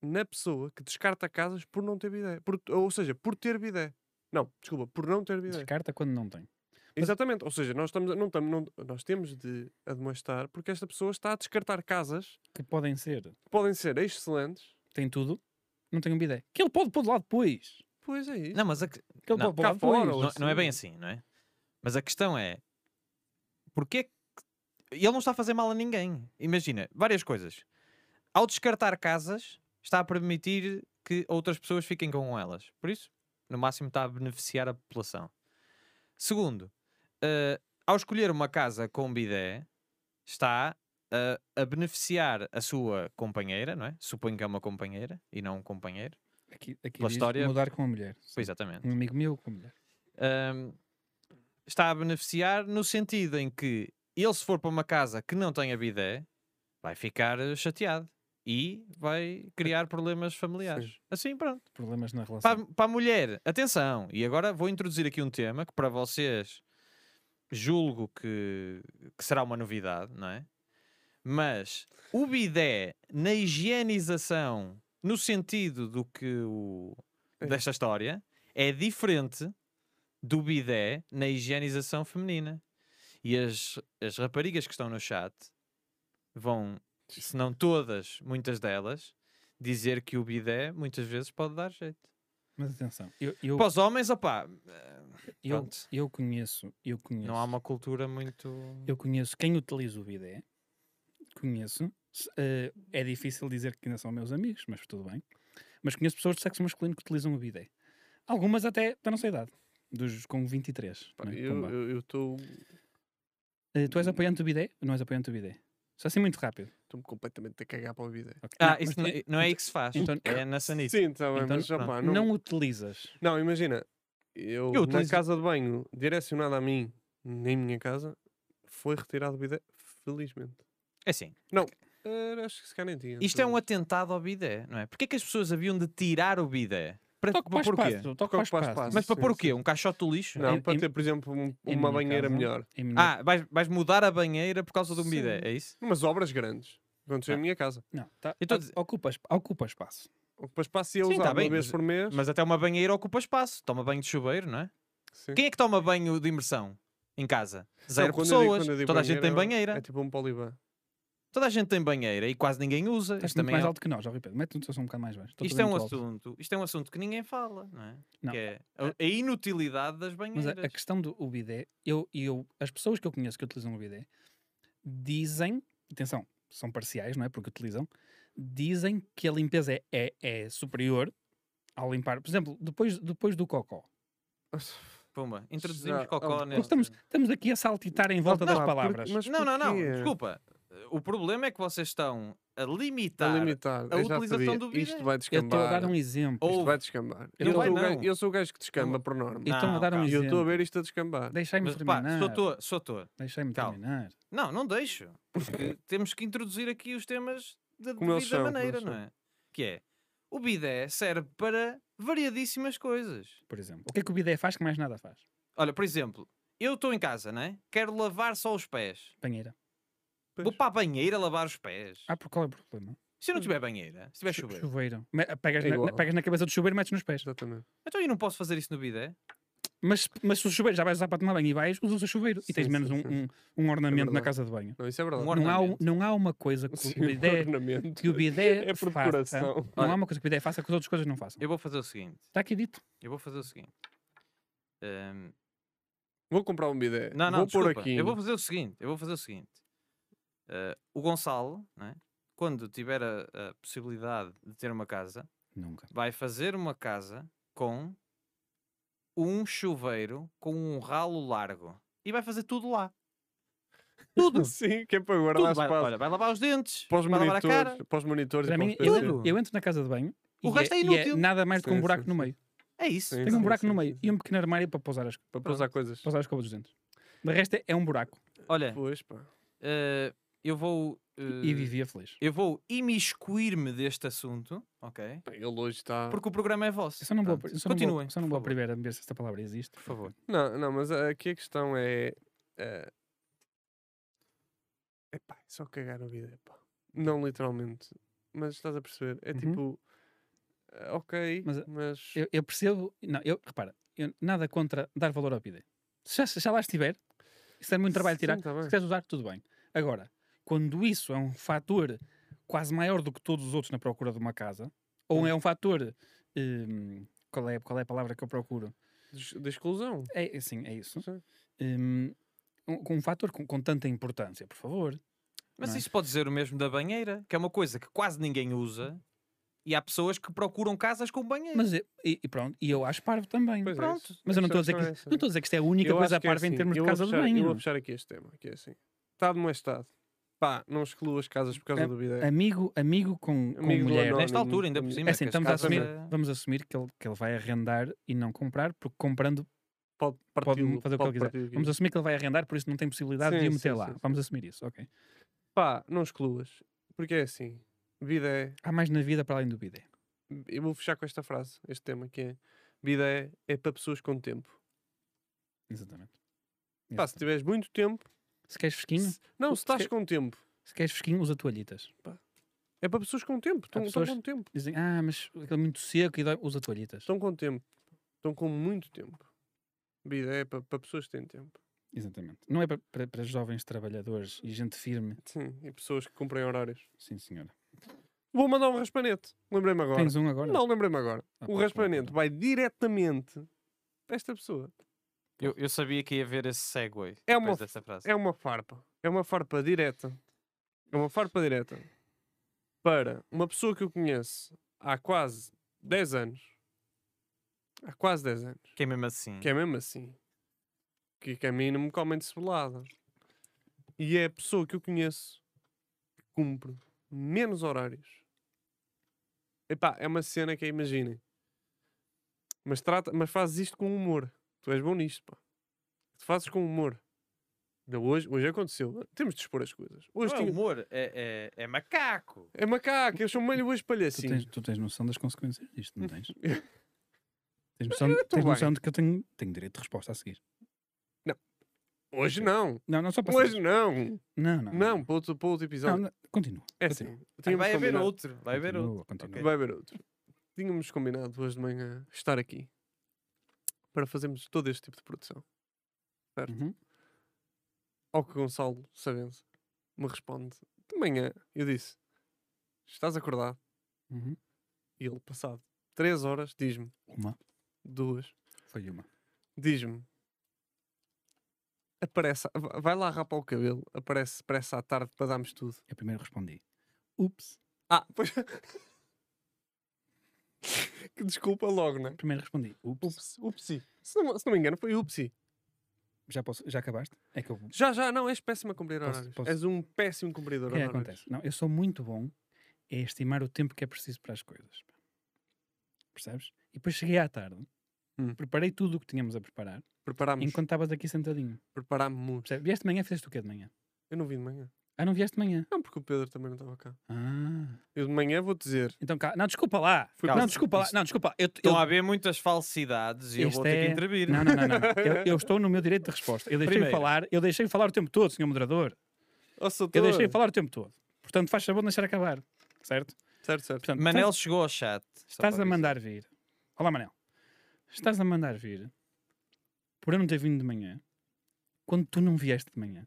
Speaker 1: na pessoa que descarta casas por não ter bidé. Por, ou seja, por ter bidé. Não, desculpa, por não ter bidé.
Speaker 2: Descarta quando não tem.
Speaker 1: Exatamente. Ou seja, nós, estamos, a- não estamos, não- nós temos de admoestar porque esta pessoa está a descartar casas
Speaker 2: Que podem ser.
Speaker 1: que podem ser excelentes.
Speaker 2: Tem tudo, não tem um bidé. Que ele pode pôr de lá depois.
Speaker 1: Pois é isso.
Speaker 3: Não, mas a, que-
Speaker 2: Que ele
Speaker 3: Não,
Speaker 2: pode pôr Então, lá
Speaker 1: cá fora,
Speaker 2: depois.
Speaker 1: ou
Speaker 3: não, não é bem
Speaker 1: assim.
Speaker 3: assim, não é? Mas a questão é: porque é que. Ele não está a fazer mal a ninguém. Imagina, várias coisas. Ao descartar casas, está a permitir que outras pessoas fiquem com elas. Por isso, no máximo, está a beneficiar a população. Segundo, eh, ao escolher uma casa com bidé, está a, a beneficiar a sua companheira, não é? Suponho que é uma companheira e não um companheiro.
Speaker 2: Aqui, aqui
Speaker 3: Pela
Speaker 2: diz
Speaker 3: história-
Speaker 2: mudar com a mulher.
Speaker 3: Pois, é. exatamente.
Speaker 2: Um amigo meu com a mulher.
Speaker 3: hum, está a beneficiar no sentido em que ele, se for para uma casa que não tenha bidé, vai ficar eh, chateado e vai criar problemas familiares. Assim, pronto.
Speaker 2: Problemas na relação.
Speaker 3: Para, para a mulher, atenção, e agora vou introduzir aqui um tema que para vocês julgo que, que será uma novidade, não é? Mas o bidé na higienização, no sentido do que o,
Speaker 1: É.
Speaker 3: desta história, é diferente do bidé na higienização feminina. E as, as raparigas que estão no chat vão, se não todas, muitas delas, dizer que o bidé muitas vezes pode dar jeito.
Speaker 2: Mas atenção, eu, eu,
Speaker 3: Para os homens, opá, eh,
Speaker 2: eu,
Speaker 3: pronto.
Speaker 2: eu conheço, eu conheço.
Speaker 3: não há uma cultura muito.
Speaker 2: Eu conheço quem utiliza o bidé, conheço. Se- eh, é difícil dizer que ainda são meus amigos, mas tudo bem. Mas conheço pessoas de sexo masculino que utilizam o bidé. Algumas até da nossa idade, dos com 23.
Speaker 1: Pá,
Speaker 2: não é?
Speaker 1: eu-
Speaker 2: Pumba.
Speaker 1: Eu estou
Speaker 2: Eh, tu és apoiante do bidé ou não és apoiante do bidé? Só assim muito rápido.
Speaker 1: estou-me completamente a cagar para o bidé.
Speaker 2: ok?
Speaker 3: Ah,
Speaker 2: Não,
Speaker 3: isso
Speaker 2: mas
Speaker 3: não,
Speaker 2: tu-
Speaker 3: não é aí que se faz.
Speaker 2: Então-
Speaker 3: é na sanita.
Speaker 1: Sim, está bem,
Speaker 2: Então,
Speaker 1: mas já
Speaker 3: pronto.
Speaker 1: pá,
Speaker 2: não...
Speaker 1: Ah, não, não...
Speaker 2: utilizas.
Speaker 1: imagina. Eu,
Speaker 3: Eu
Speaker 1: na
Speaker 3: utilizo-
Speaker 1: casa de banho, direcionada a mim, nem minha casa, foi retirado o bidé, felizmente.
Speaker 3: É assim.
Speaker 1: Eh, acho que se calhar nem tinha.
Speaker 3: Isto é um atentado ao bidé, não é? Porquê que as pessoas haviam de tirar o bidé? Para,
Speaker 2: Toco para
Speaker 3: para porquê?
Speaker 2: espaço, toco para
Speaker 1: Toco para
Speaker 2: espaço.
Speaker 1: espaço.
Speaker 3: Mas para
Speaker 1: Sim,
Speaker 3: pôr o quê?
Speaker 1: sim.
Speaker 3: Um caixote do lixo?
Speaker 1: Não,
Speaker 2: Em-
Speaker 1: para
Speaker 2: em-
Speaker 1: ter, por exemplo, um-
Speaker 2: Em
Speaker 1: uma
Speaker 2: minha
Speaker 1: banheira
Speaker 2: casa,
Speaker 1: melhor.
Speaker 2: em minha-
Speaker 3: Ah, vais, vais mudar a banheira por causa de um bidé,
Speaker 2: Sim.
Speaker 3: é isso?
Speaker 1: Umas obras grandes. Aconteceu em
Speaker 3: Não.
Speaker 1: minha casa.
Speaker 2: Não, tá,
Speaker 3: Eu tô a
Speaker 2: tá-
Speaker 3: dizer-
Speaker 2: ocupa, esp- ocupa espaço.
Speaker 1: O que passei a
Speaker 3: Sim,
Speaker 1: usar
Speaker 3: tá bem,
Speaker 1: uma vez
Speaker 3: mas-
Speaker 1: por mês.
Speaker 3: Mas até uma banheira ocupa espaço. Toma banho de chuveiro, não é?
Speaker 1: Sim.
Speaker 3: Quem é que toma banho de imersão em casa? Zero
Speaker 1: Não, quando eu digo-
Speaker 3: pessoas.
Speaker 1: quando eu digo
Speaker 3: Toda a gente tem
Speaker 1: É,
Speaker 3: banheira.
Speaker 1: é tipo um poliban.
Speaker 3: Toda a gente tem banheira e quase ninguém usa.
Speaker 2: Estás
Speaker 3: Isto
Speaker 2: muito
Speaker 3: também
Speaker 2: mais
Speaker 3: é
Speaker 2: alto que nós, ó, Rui Pedro. Mete-nos só um bocado mais baixo. Estou
Speaker 3: Isto
Speaker 2: tudo
Speaker 3: é, um
Speaker 2: muito alto.
Speaker 3: assunto, isto é um assunto que ninguém fala, não é?
Speaker 2: Não.
Speaker 3: Que é a, a inutilidade das
Speaker 2: Mas é, a,
Speaker 3: banheiras.
Speaker 2: a questão do o bidé, eu, eu, as pessoas que eu conheço que utilizam o bidé dizem, atenção, são parciais, não é? Porque utilizam, dizem que a limpeza é, é, é superior ao limpar. Por exemplo, depois, depois do cocó.
Speaker 3: Pumba, introduzimos
Speaker 1: Já-
Speaker 3: cocó
Speaker 1: oh,
Speaker 2: Nós
Speaker 3: neste...
Speaker 2: Estamos, estamos aqui a saltitar em volta
Speaker 1: Ah,
Speaker 2: das
Speaker 1: pá, porque-
Speaker 2: palavras.
Speaker 1: mas
Speaker 3: Não, não, não,
Speaker 1: porquê?
Speaker 3: desculpa. O problema é que vocês estão a limitar.
Speaker 1: A limitar.
Speaker 3: Tá, a
Speaker 1: eu já te
Speaker 3: utilização
Speaker 1: disse,
Speaker 3: do bidé.
Speaker 1: Isto vai
Speaker 2: Eu estou a
Speaker 1: descambar.
Speaker 2: dar um exemplo.
Speaker 3: Ou-
Speaker 1: Isto vai descambar. Eu,
Speaker 2: Eu
Speaker 3: não-
Speaker 1: sou o
Speaker 3: Não.
Speaker 1: gajo, eu sou o gajo que descamba por norma.
Speaker 2: Eu estou a
Speaker 3: Não,
Speaker 2: dar um
Speaker 3: calma.
Speaker 1: E eu estou a
Speaker 2: exemplo.
Speaker 1: ver isto a descambar.
Speaker 2: Deixai-me
Speaker 3: Mas pá,
Speaker 2: terminar.
Speaker 3: sou ator, sou ator.
Speaker 2: Deixai-me
Speaker 3: Calma.
Speaker 2: terminar.
Speaker 3: Não, não deixo. Porque temos que introduzir aqui os temas da
Speaker 1: Como
Speaker 3: devida
Speaker 1: eles são, como
Speaker 3: maneira,
Speaker 1: eles
Speaker 3: não
Speaker 1: são.
Speaker 3: é? Que é, o bidé serve para variadíssimas coisas.
Speaker 2: Por exemplo, o que é que o bidé faz que mais nada faz?
Speaker 3: Olha, por exemplo, eu estou em casa, não é? Quero lavar só os pés.
Speaker 2: Banheira.
Speaker 3: Vou para a banheira lavar os pés.
Speaker 2: Ah, por qual é o problema?
Speaker 3: Se eu
Speaker 1: Hum.
Speaker 3: não tiver banheira, se tiver
Speaker 2: Chu-
Speaker 3: chuveiro,
Speaker 2: chuveiro. Me- Pegas,
Speaker 1: É
Speaker 2: na,
Speaker 1: igual.
Speaker 2: pegas na cabeça do chuveiro e metes nos pés.
Speaker 1: Exatamente.
Speaker 3: Então eu não posso fazer isso no bidé?
Speaker 2: Mas, mas se o chuveiro já vais usar para tomar banho e vais, usas o chuveiro e
Speaker 1: Sim,
Speaker 2: tens
Speaker 1: sim,
Speaker 2: menos um,
Speaker 1: sim.
Speaker 2: um, um ornamento na
Speaker 1: verdade.
Speaker 2: casa de banho.
Speaker 1: Não, isso é verdade.
Speaker 3: Um
Speaker 2: Não há,
Speaker 3: ornamento.
Speaker 2: não há uma coisa que
Speaker 1: Sim, um
Speaker 2: o bidé,
Speaker 1: ornamento.
Speaker 2: que o bidé
Speaker 1: É por
Speaker 2: faça.
Speaker 1: decoração.
Speaker 2: Não
Speaker 3: Olha.
Speaker 2: há uma coisa que o bidé faça que as outras coisas não façam.
Speaker 3: Eu vou fazer o seguinte.
Speaker 2: Está aqui dito.
Speaker 3: Eu vou fazer o seguinte. Ahm,
Speaker 1: Vou comprar um bidé.
Speaker 3: não, não,
Speaker 1: vou pôr
Speaker 3: desculpa,
Speaker 1: aqui.
Speaker 3: Eu vou fazer o seguinte. Eu vou fazer o seguinte. Ah, o Gonçalo, né, quando tiver a, a possibilidade de ter uma casa,
Speaker 2: Nunca.
Speaker 3: vai fazer uma casa com um chuveiro com um ralo largo e vai fazer tudo lá. Tudo.
Speaker 1: Sim, que é para
Speaker 3: tudo.
Speaker 1: guardar
Speaker 3: Vai,
Speaker 1: espaço.
Speaker 3: olha, vai lavar os dentes,
Speaker 1: para os
Speaker 3: vai lavar a cara.
Speaker 1: monitores, para os monitores e
Speaker 2: Para
Speaker 1: para
Speaker 2: mim,
Speaker 1: os PCs.
Speaker 2: eu,
Speaker 3: Tudo.
Speaker 2: eu entro na casa de banho
Speaker 3: O
Speaker 2: e
Speaker 3: resto é
Speaker 2: e
Speaker 3: inútil.
Speaker 2: nada mais do que
Speaker 1: Sim,
Speaker 2: um buraco
Speaker 1: sim,
Speaker 2: no
Speaker 1: sim.
Speaker 2: meio.
Speaker 3: É isso.
Speaker 1: Sim,
Speaker 2: Tenho um
Speaker 1: sim,
Speaker 2: buraco
Speaker 1: sim,
Speaker 2: no meio
Speaker 1: sim,
Speaker 2: e um pequeno armário para pousar as, para
Speaker 1: Para pousar coisas.
Speaker 2: pousar as escovas dos dentes. De resto é- é um buraco.
Speaker 3: Olha,
Speaker 1: Pois, pá.
Speaker 3: eh, eu vou.
Speaker 2: E
Speaker 3: eh,
Speaker 2: vivia feliz.
Speaker 3: Eu vou imiscuir-me deste assunto, ok?
Speaker 1: Bem, Ele hoje está.
Speaker 3: Porque o programa é vosso.
Speaker 2: Eu só não vou,
Speaker 3: Portanto,
Speaker 2: eu só não vou,
Speaker 3: continuem.
Speaker 2: eu só não
Speaker 3: por
Speaker 2: vou
Speaker 3: favor.
Speaker 2: primeiro a ver se esta palavra existe.
Speaker 3: Por favor.
Speaker 1: Não, não, mas ah, aqui a questão é. É epá, é só cagar no bidé, pá. Não literalmente. Mas estás a perceber? É
Speaker 2: Uhum.
Speaker 1: tipo. ah, Ok,
Speaker 2: Mas, ah,
Speaker 1: mas.
Speaker 2: Eu, eu percebo, não, eu, repara, eu, nada contra dar valor ao PID. Se já, se já lá estiver, isso é muito trabalho tirar.
Speaker 1: Sim, tá bem.
Speaker 2: Se quiseres usar, tudo bem. Agora, quando isso é um fator quase maior do que todos os outros na procura de uma casa, ou é um fator. hum, qual, é, qual é a palavra que eu procuro?
Speaker 1: Des- Da exclusão.
Speaker 2: É, é sim, é isso.
Speaker 1: Sim.
Speaker 2: Hum, um, com um fator com, com tanta importância, por favor.
Speaker 3: Mas
Speaker 2: Não é?
Speaker 3: isso pode dizer o mesmo da banheira, que é uma coisa que quase ninguém usa e há pessoas que procuram casas com banheira.
Speaker 2: Mas, eu- e, e pronto, e eu acho parvo também.
Speaker 1: Pois é,
Speaker 3: Pronto.
Speaker 1: isso.
Speaker 2: Mas eu não estou a dizer
Speaker 1: questão
Speaker 2: que,
Speaker 1: é essa.
Speaker 2: não estou a dizer que isto é a única
Speaker 1: Eu
Speaker 2: coisa
Speaker 1: acho que é
Speaker 2: parva em
Speaker 1: assim,
Speaker 2: termos
Speaker 1: eu vou
Speaker 2: de casa de
Speaker 1: fechar- Eu vou
Speaker 2: banho.
Speaker 1: fechar aqui este tema, que é assim. Estado não é Estado. Pá, não excluo as casas por causa
Speaker 2: É,
Speaker 1: do bidé.
Speaker 2: Amigo, amigo com, com
Speaker 1: Amigo do
Speaker 2: mulher.
Speaker 1: anónimo,
Speaker 3: Nesta altura, ainda por
Speaker 1: amigo-
Speaker 2: É
Speaker 3: cima.
Speaker 2: assim,
Speaker 3: que as
Speaker 2: estamos a
Speaker 3: casas
Speaker 2: assumir,
Speaker 3: é-
Speaker 2: vamos assumir que ele, que ele vai arrendar e não comprar, porque comprando
Speaker 1: Pode
Speaker 2: pode
Speaker 1: partir
Speaker 2: fazer o que ele quiser. Vamos assumir que ele vai arrendar, por isso não tem possibilidade de
Speaker 1: Sim,
Speaker 2: o meter
Speaker 1: sim,
Speaker 2: lá.
Speaker 1: sim, sim.
Speaker 2: Vamos assumir isso, ok.
Speaker 1: Pá, não excluas. Porque é assim. Vida é.
Speaker 2: Há mais na vida para além do bidé.
Speaker 1: Eu vou fechar com esta frase, este tema, que é. Vida é, é para pessoas com tempo.
Speaker 2: Exatamente.
Speaker 1: Pá, se
Speaker 2: Exatamente.
Speaker 1: tiveres muito tempo.
Speaker 2: Se queres fresquinho,
Speaker 1: se- não, se estás
Speaker 2: porque-
Speaker 1: com tempo.
Speaker 2: se queres fresquinho, usa toalhitas.
Speaker 1: É para pessoas com tempo. Estão estão
Speaker 2: pessoas-
Speaker 1: com tempo.
Speaker 2: Dizem, ah, mas aquele muito seco e dói, usa toalhitas.
Speaker 1: Estão com tempo. Estão com muito tempo. Vida é para, para pessoas que têm tempo.
Speaker 2: Exatamente. Não é para, para, para jovens trabalhadores e gente firme.
Speaker 1: Sim, e pessoas que cumprem horários.
Speaker 2: Sim, senhora.
Speaker 1: Vou mandar um raspanete. Lembrei-me agora.
Speaker 2: Tens um agora?
Speaker 1: Não, lembrei-me agora.
Speaker 2: Ah,
Speaker 1: o
Speaker 2: pronto,
Speaker 1: raspanete
Speaker 2: pronto.
Speaker 1: vai diretamente para esta pessoa.
Speaker 3: Eu, eu sabia que ia haver esse segue
Speaker 1: É uma
Speaker 3: depois
Speaker 1: f-
Speaker 3: dessa frase.
Speaker 1: É uma farpa. É uma farpa direta. É uma farpa direta. Para uma pessoa que eu conheço há quase 10 anos. Há quase 10 anos.
Speaker 3: Que é mesmo assim.
Speaker 1: Que é mesmo assim. Que caminha me comem de cebolada. E é a pessoa que eu conheço que cumpre menos horários. Epá, é uma cena que é, imaginem. Mas, trata, mas fazes isto com humor. Tu és bom nisto, pá. Tu fazes com humor. Ainda hoje, hoje aconteceu. Temos de expor as coisas. Hoje
Speaker 3: Não é
Speaker 1: tinha-
Speaker 3: humor, é, é, é macaco.
Speaker 1: é macaco, eu chamo-lhe hoje
Speaker 2: Tu
Speaker 1: palhacinho.
Speaker 2: tens, tu tens noção das consequências disto, não tens? tens noção,
Speaker 1: eu tô
Speaker 2: tens
Speaker 1: bem.
Speaker 2: noção de que eu tenho, tenho direito de resposta a seguir.
Speaker 1: Hoje não.
Speaker 2: Não, não só para
Speaker 1: Hoje
Speaker 2: saber.
Speaker 1: não.
Speaker 2: Não, não.
Speaker 1: Não, para outro, para outro
Speaker 2: Não,
Speaker 1: episódio.
Speaker 2: não, Continua.
Speaker 1: é assim.
Speaker 2: continua,
Speaker 1: tínhamos
Speaker 3: vai haver
Speaker 1: combinado.
Speaker 3: outro. Vai haver outro.
Speaker 2: continua, continua.
Speaker 3: Ok.
Speaker 1: Vai haver outro. Tínhamos combinado hoje de manhã estar aqui para fazermos todo este tipo de produção.
Speaker 2: Uhum.
Speaker 1: Ao que Gonçalo Sabenza me responde de manhã. Eu disse: Estás acordado?
Speaker 2: Uhum.
Speaker 1: E ele, passado 3 horas, diz-me:
Speaker 2: Uma.
Speaker 1: duas,
Speaker 2: Foi uma.
Speaker 1: diz-me. Aparece, va- vai lá rapar o cabelo, aparece pressa à tarde para darmos tudo.
Speaker 2: Eu primeiro respondi. Ups.
Speaker 1: Ah, pois. que desculpa logo, né?
Speaker 2: Primeiro respondi. Ups.
Speaker 1: Ups, upsi. Se não, se não me engano, foi upsi.
Speaker 2: Já, posso, já acabaste? É que eu. O
Speaker 1: Já, já, não, és péssimo a cumprir
Speaker 2: Posso-
Speaker 1: horários.
Speaker 2: posso-
Speaker 1: És um péssimo cumpridor
Speaker 2: que é que
Speaker 1: horários.
Speaker 2: acontece? Não, eu sou muito bom a estimar o tempo que é preciso para as coisas. pá. Percebes? E depois cheguei à tarde,
Speaker 1: Hum.
Speaker 2: preparei tudo o que tínhamos a preparar,
Speaker 1: Preparámos,
Speaker 2: enquanto estavas aqui sentadinho.
Speaker 1: preparámos.
Speaker 2: Percebes? Vieste de manhã, fizeste o quê de manhã?
Speaker 1: Eu não vi de manhã.
Speaker 2: Ah, não vieste de manhã?
Speaker 1: Não, porque o Pedro também não estava cá.
Speaker 2: Ah.
Speaker 1: Eu de manhã vou dizer.
Speaker 2: Então, cá. Não, desculpa lá.
Speaker 1: Foi
Speaker 2: não,
Speaker 1: por-
Speaker 2: desculpa lá.
Speaker 1: isto-
Speaker 2: Não, desculpa. lá. Eu, eu,
Speaker 3: Estão a haver Então, muitas falsidades e eu
Speaker 2: Este
Speaker 3: vou ter
Speaker 2: é-
Speaker 3: que intervir.
Speaker 2: Não, não, não. não. Eu, eu estou no meu direito de resposta. Eu deixei
Speaker 3: Primeiro.
Speaker 2: falar, eu deixei falar o tempo todo, senhor moderador.
Speaker 1: Ó, sou
Speaker 2: Eu deixei
Speaker 1: todo."
Speaker 2: falar o tempo todo. Portanto, faz favor de deixar acabar. Certo?
Speaker 1: Certo, certo.
Speaker 2: Portanto,
Speaker 3: Manel chegou ao chat. só
Speaker 2: estás, estás
Speaker 3: para
Speaker 2: a
Speaker 3: avisar.
Speaker 2: mandar vir. Olá, Manel. Estás a mandar vir por eu não ter vindo de manhã, quando tu não vieste de manhã,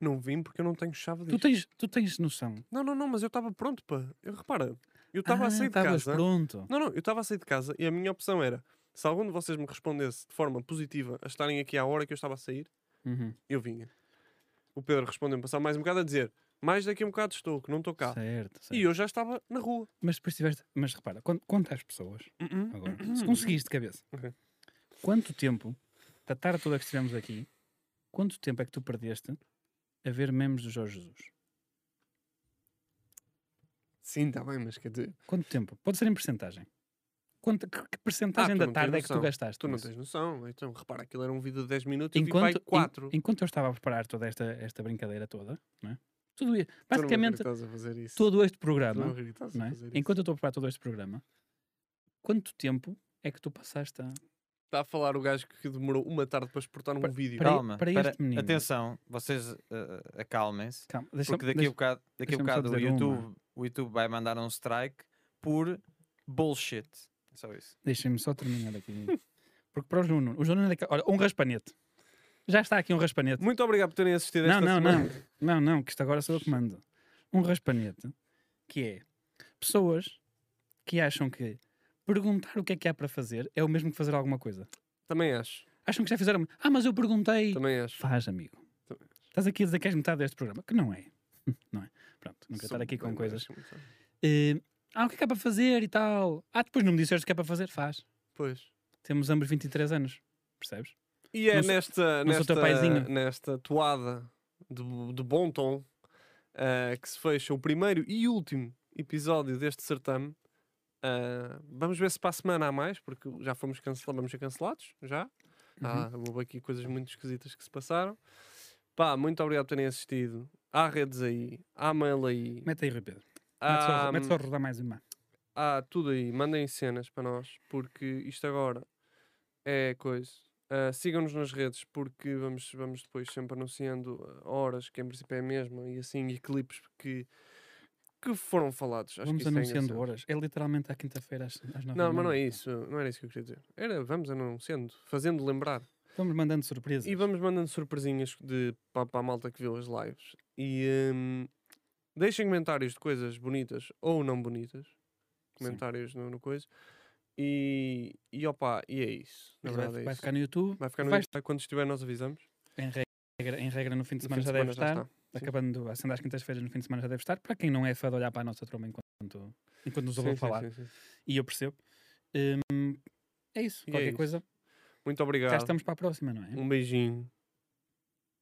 Speaker 1: Não vim porque eu não tenho chave
Speaker 2: tu
Speaker 1: disto.
Speaker 2: tens, tu tens noção.
Speaker 1: Não, não, não, mas eu estava pronto, pá. Eu, repara, eu estava a
Speaker 2: Ah,
Speaker 1: sair de
Speaker 2: estavas
Speaker 1: casa.
Speaker 2: pronto.
Speaker 1: Não, não, eu estava a sair de casa e a minha opção era: se algum de vocês me respondesse de forma positiva a estarem aqui à hora que eu estava a sair,
Speaker 2: Uhum,
Speaker 1: eu vinha. O Pedro respondeu-me passar mais um bocado a dizer: mais daqui a um bocado estou, que não estou cá.
Speaker 2: certo, certo.
Speaker 1: E eu já estava na rua.
Speaker 2: Mas depois tiveste. Mas repara, quan- quantas pessoas
Speaker 1: Uhum,
Speaker 2: agora?
Speaker 1: uhum.
Speaker 2: Se conseguiste de cabeça,
Speaker 1: Ok.
Speaker 2: quanto tempo, da tarde toda que estivemos aqui, quanto tempo é que tu perdeste a ver memes do Jorge Jesus?
Speaker 1: Sim, está bem, mas quer dizer,
Speaker 2: Quanto tempo? Pode ser em percentagem. Quanto, que, que percentagem
Speaker 1: Ah, tu
Speaker 2: da
Speaker 1: não tens
Speaker 2: tarde é que tu
Speaker 1: noção.
Speaker 2: gastaste?
Speaker 1: tu não
Speaker 2: nisso?
Speaker 1: tens noção. Então, repara, aquilo era um vídeo de 10 minutos e eu vi
Speaker 2: enquanto,
Speaker 1: pai 4.
Speaker 2: en- enquanto eu estava a preparar toda esta, esta brincadeira toda, não é? Tudo i- basicamente
Speaker 1: estás a fazer isso.
Speaker 2: todo este
Speaker 1: Tu não
Speaker 2: programa,
Speaker 1: acredito que estás
Speaker 2: não
Speaker 1: a
Speaker 2: é?
Speaker 1: fazer isso.
Speaker 2: enquanto eu estou a preparar todo este programa, quanto tempo é que tu passaste a.
Speaker 1: Está a falar o gajo que demorou uma tarde para exportar um
Speaker 2: Pa-
Speaker 1: vídeo.
Speaker 2: para-
Speaker 3: Calma,
Speaker 2: para
Speaker 3: espera,
Speaker 2: este menino.
Speaker 3: atenção, vocês eh, acalmem-se.
Speaker 2: Calma, deixa
Speaker 3: Porque daqui a
Speaker 2: deixa-
Speaker 3: bocado, daqui a
Speaker 2: deixa-me só
Speaker 3: bocado o,
Speaker 2: dizer uma.
Speaker 3: YouTube, o YouTube vai mandar um strike por bullshit. É só isso.
Speaker 2: Deixem-me só terminar aqui. Porque para o Juno, o Juno é daquela- Olha, um raspanete. Já está aqui um raspanete.
Speaker 1: Muito obrigado por terem assistido
Speaker 2: Não,
Speaker 1: esta
Speaker 2: não,
Speaker 1: semana.
Speaker 2: não. Não, não, que isto agora sou eu que mando. Um raspanete que é pessoas que acham que perguntar o que é que há para fazer é o mesmo que fazer alguma coisa.
Speaker 1: Também acho.
Speaker 2: Acham que já fizeram. Ah, mas eu perguntei.
Speaker 1: Também acho.
Speaker 2: Faz, amigo.
Speaker 1: Também.
Speaker 2: Estás aqui a dizer que és metade deste programa. Que não é. Não é. Pronto, não quero estar
Speaker 1: Sou
Speaker 2: aqui com
Speaker 1: bem
Speaker 2: coisas.
Speaker 1: baixo, então.
Speaker 2: Eh, ah, o que é que há para fazer e tal. Ah, depois não me disseste o que é para fazer. Faz.
Speaker 1: Pois.
Speaker 2: Temos ambos 23 anos. Percebes?
Speaker 1: E é
Speaker 2: Não sou-
Speaker 1: nesta,
Speaker 2: não sou teu
Speaker 1: nesta,
Speaker 2: paizinho.
Speaker 1: nesta toada de, bo- de bom tom ah, que se fecha o primeiro e último episódio deste certame. Ah, vamos ver se para a semana há mais, porque já fomos cancelados, vamos ser cancelados, já. Ah,
Speaker 2: Uhum.
Speaker 1: houve aqui coisas muito esquisitas que se passaram. Pá, muito obrigado por terem assistido. Há redes aí, há mail aí,
Speaker 2: Mete aí, Rui Pedro. Mete só,
Speaker 1: há,
Speaker 2: mete só a rodar mais uma.
Speaker 1: há tudo aí. Mandem cenas para nós, porque isto agora é coisa. Ah, Sigam-nos nas redes, porque vamos, vamos depois sempre anunciando ah, horas, que em princípio é a mesma, e assim, e clipes que, que foram falados. Acho
Speaker 2: Vamos
Speaker 1: que isso é
Speaker 2: anunciando
Speaker 1: engraçado.
Speaker 2: horas. É literalmente à quinta-feira às, às nove. da
Speaker 1: Não, mas não é
Speaker 2: manhã.
Speaker 1: isso. Não era isso que eu queria dizer. Era, vamos anunciando, fazendo lembrar.
Speaker 2: Vamos mandando surpresas.
Speaker 1: E vamos mandando surpresinhas de, para, para a malta que viu as lives. E hum, deixem comentários de coisas bonitas ou não bonitas. Comentários no, no coisa. E, e opa, e é isso. Na
Speaker 2: Mas vai,
Speaker 1: verdade é
Speaker 2: vai
Speaker 1: isso.
Speaker 2: ficar no YouTube.
Speaker 1: Vai ficar no
Speaker 2: Vai-
Speaker 1: Insta, Quando estiver, nós avisamos.
Speaker 2: Em regra, em regra, no fim
Speaker 1: No
Speaker 2: de semana
Speaker 1: fim
Speaker 2: já
Speaker 1: de
Speaker 2: deve estar.
Speaker 1: está. Sim.
Speaker 2: Acabando, sendo às quintas-feiras, no fim de semana já deve estar. Para quem não é fã de olhar para a nossa troma enquanto, enquanto nos ouve
Speaker 1: Sim,
Speaker 2: a
Speaker 1: sim,
Speaker 2: falar.
Speaker 1: sim, sim.
Speaker 2: E eu percebo. Hum, é isso.
Speaker 1: E é
Speaker 2: Qualquer
Speaker 1: isso.
Speaker 2: coisa.
Speaker 1: Muito obrigado.
Speaker 2: Já estamos para a próxima, não é?
Speaker 1: Um beijinho.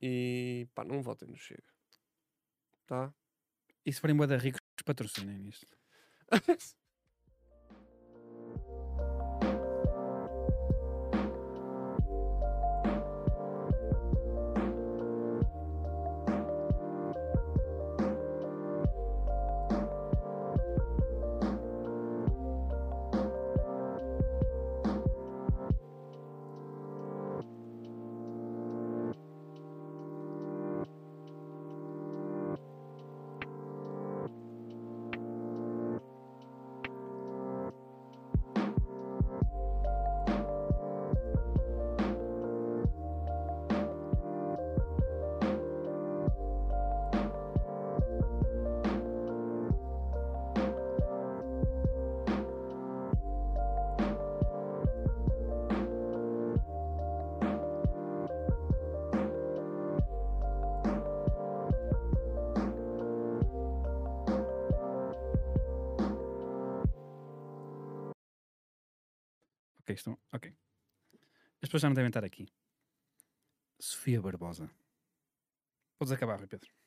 Speaker 1: E pá, não votem no Chega. Tá?
Speaker 2: E se forem boa da ricos, patrocinem isto. Ok, estão. Ok. As pessoas já não devem estar aqui. Sofia Barbosa. Podes acabar, Rui Pedro.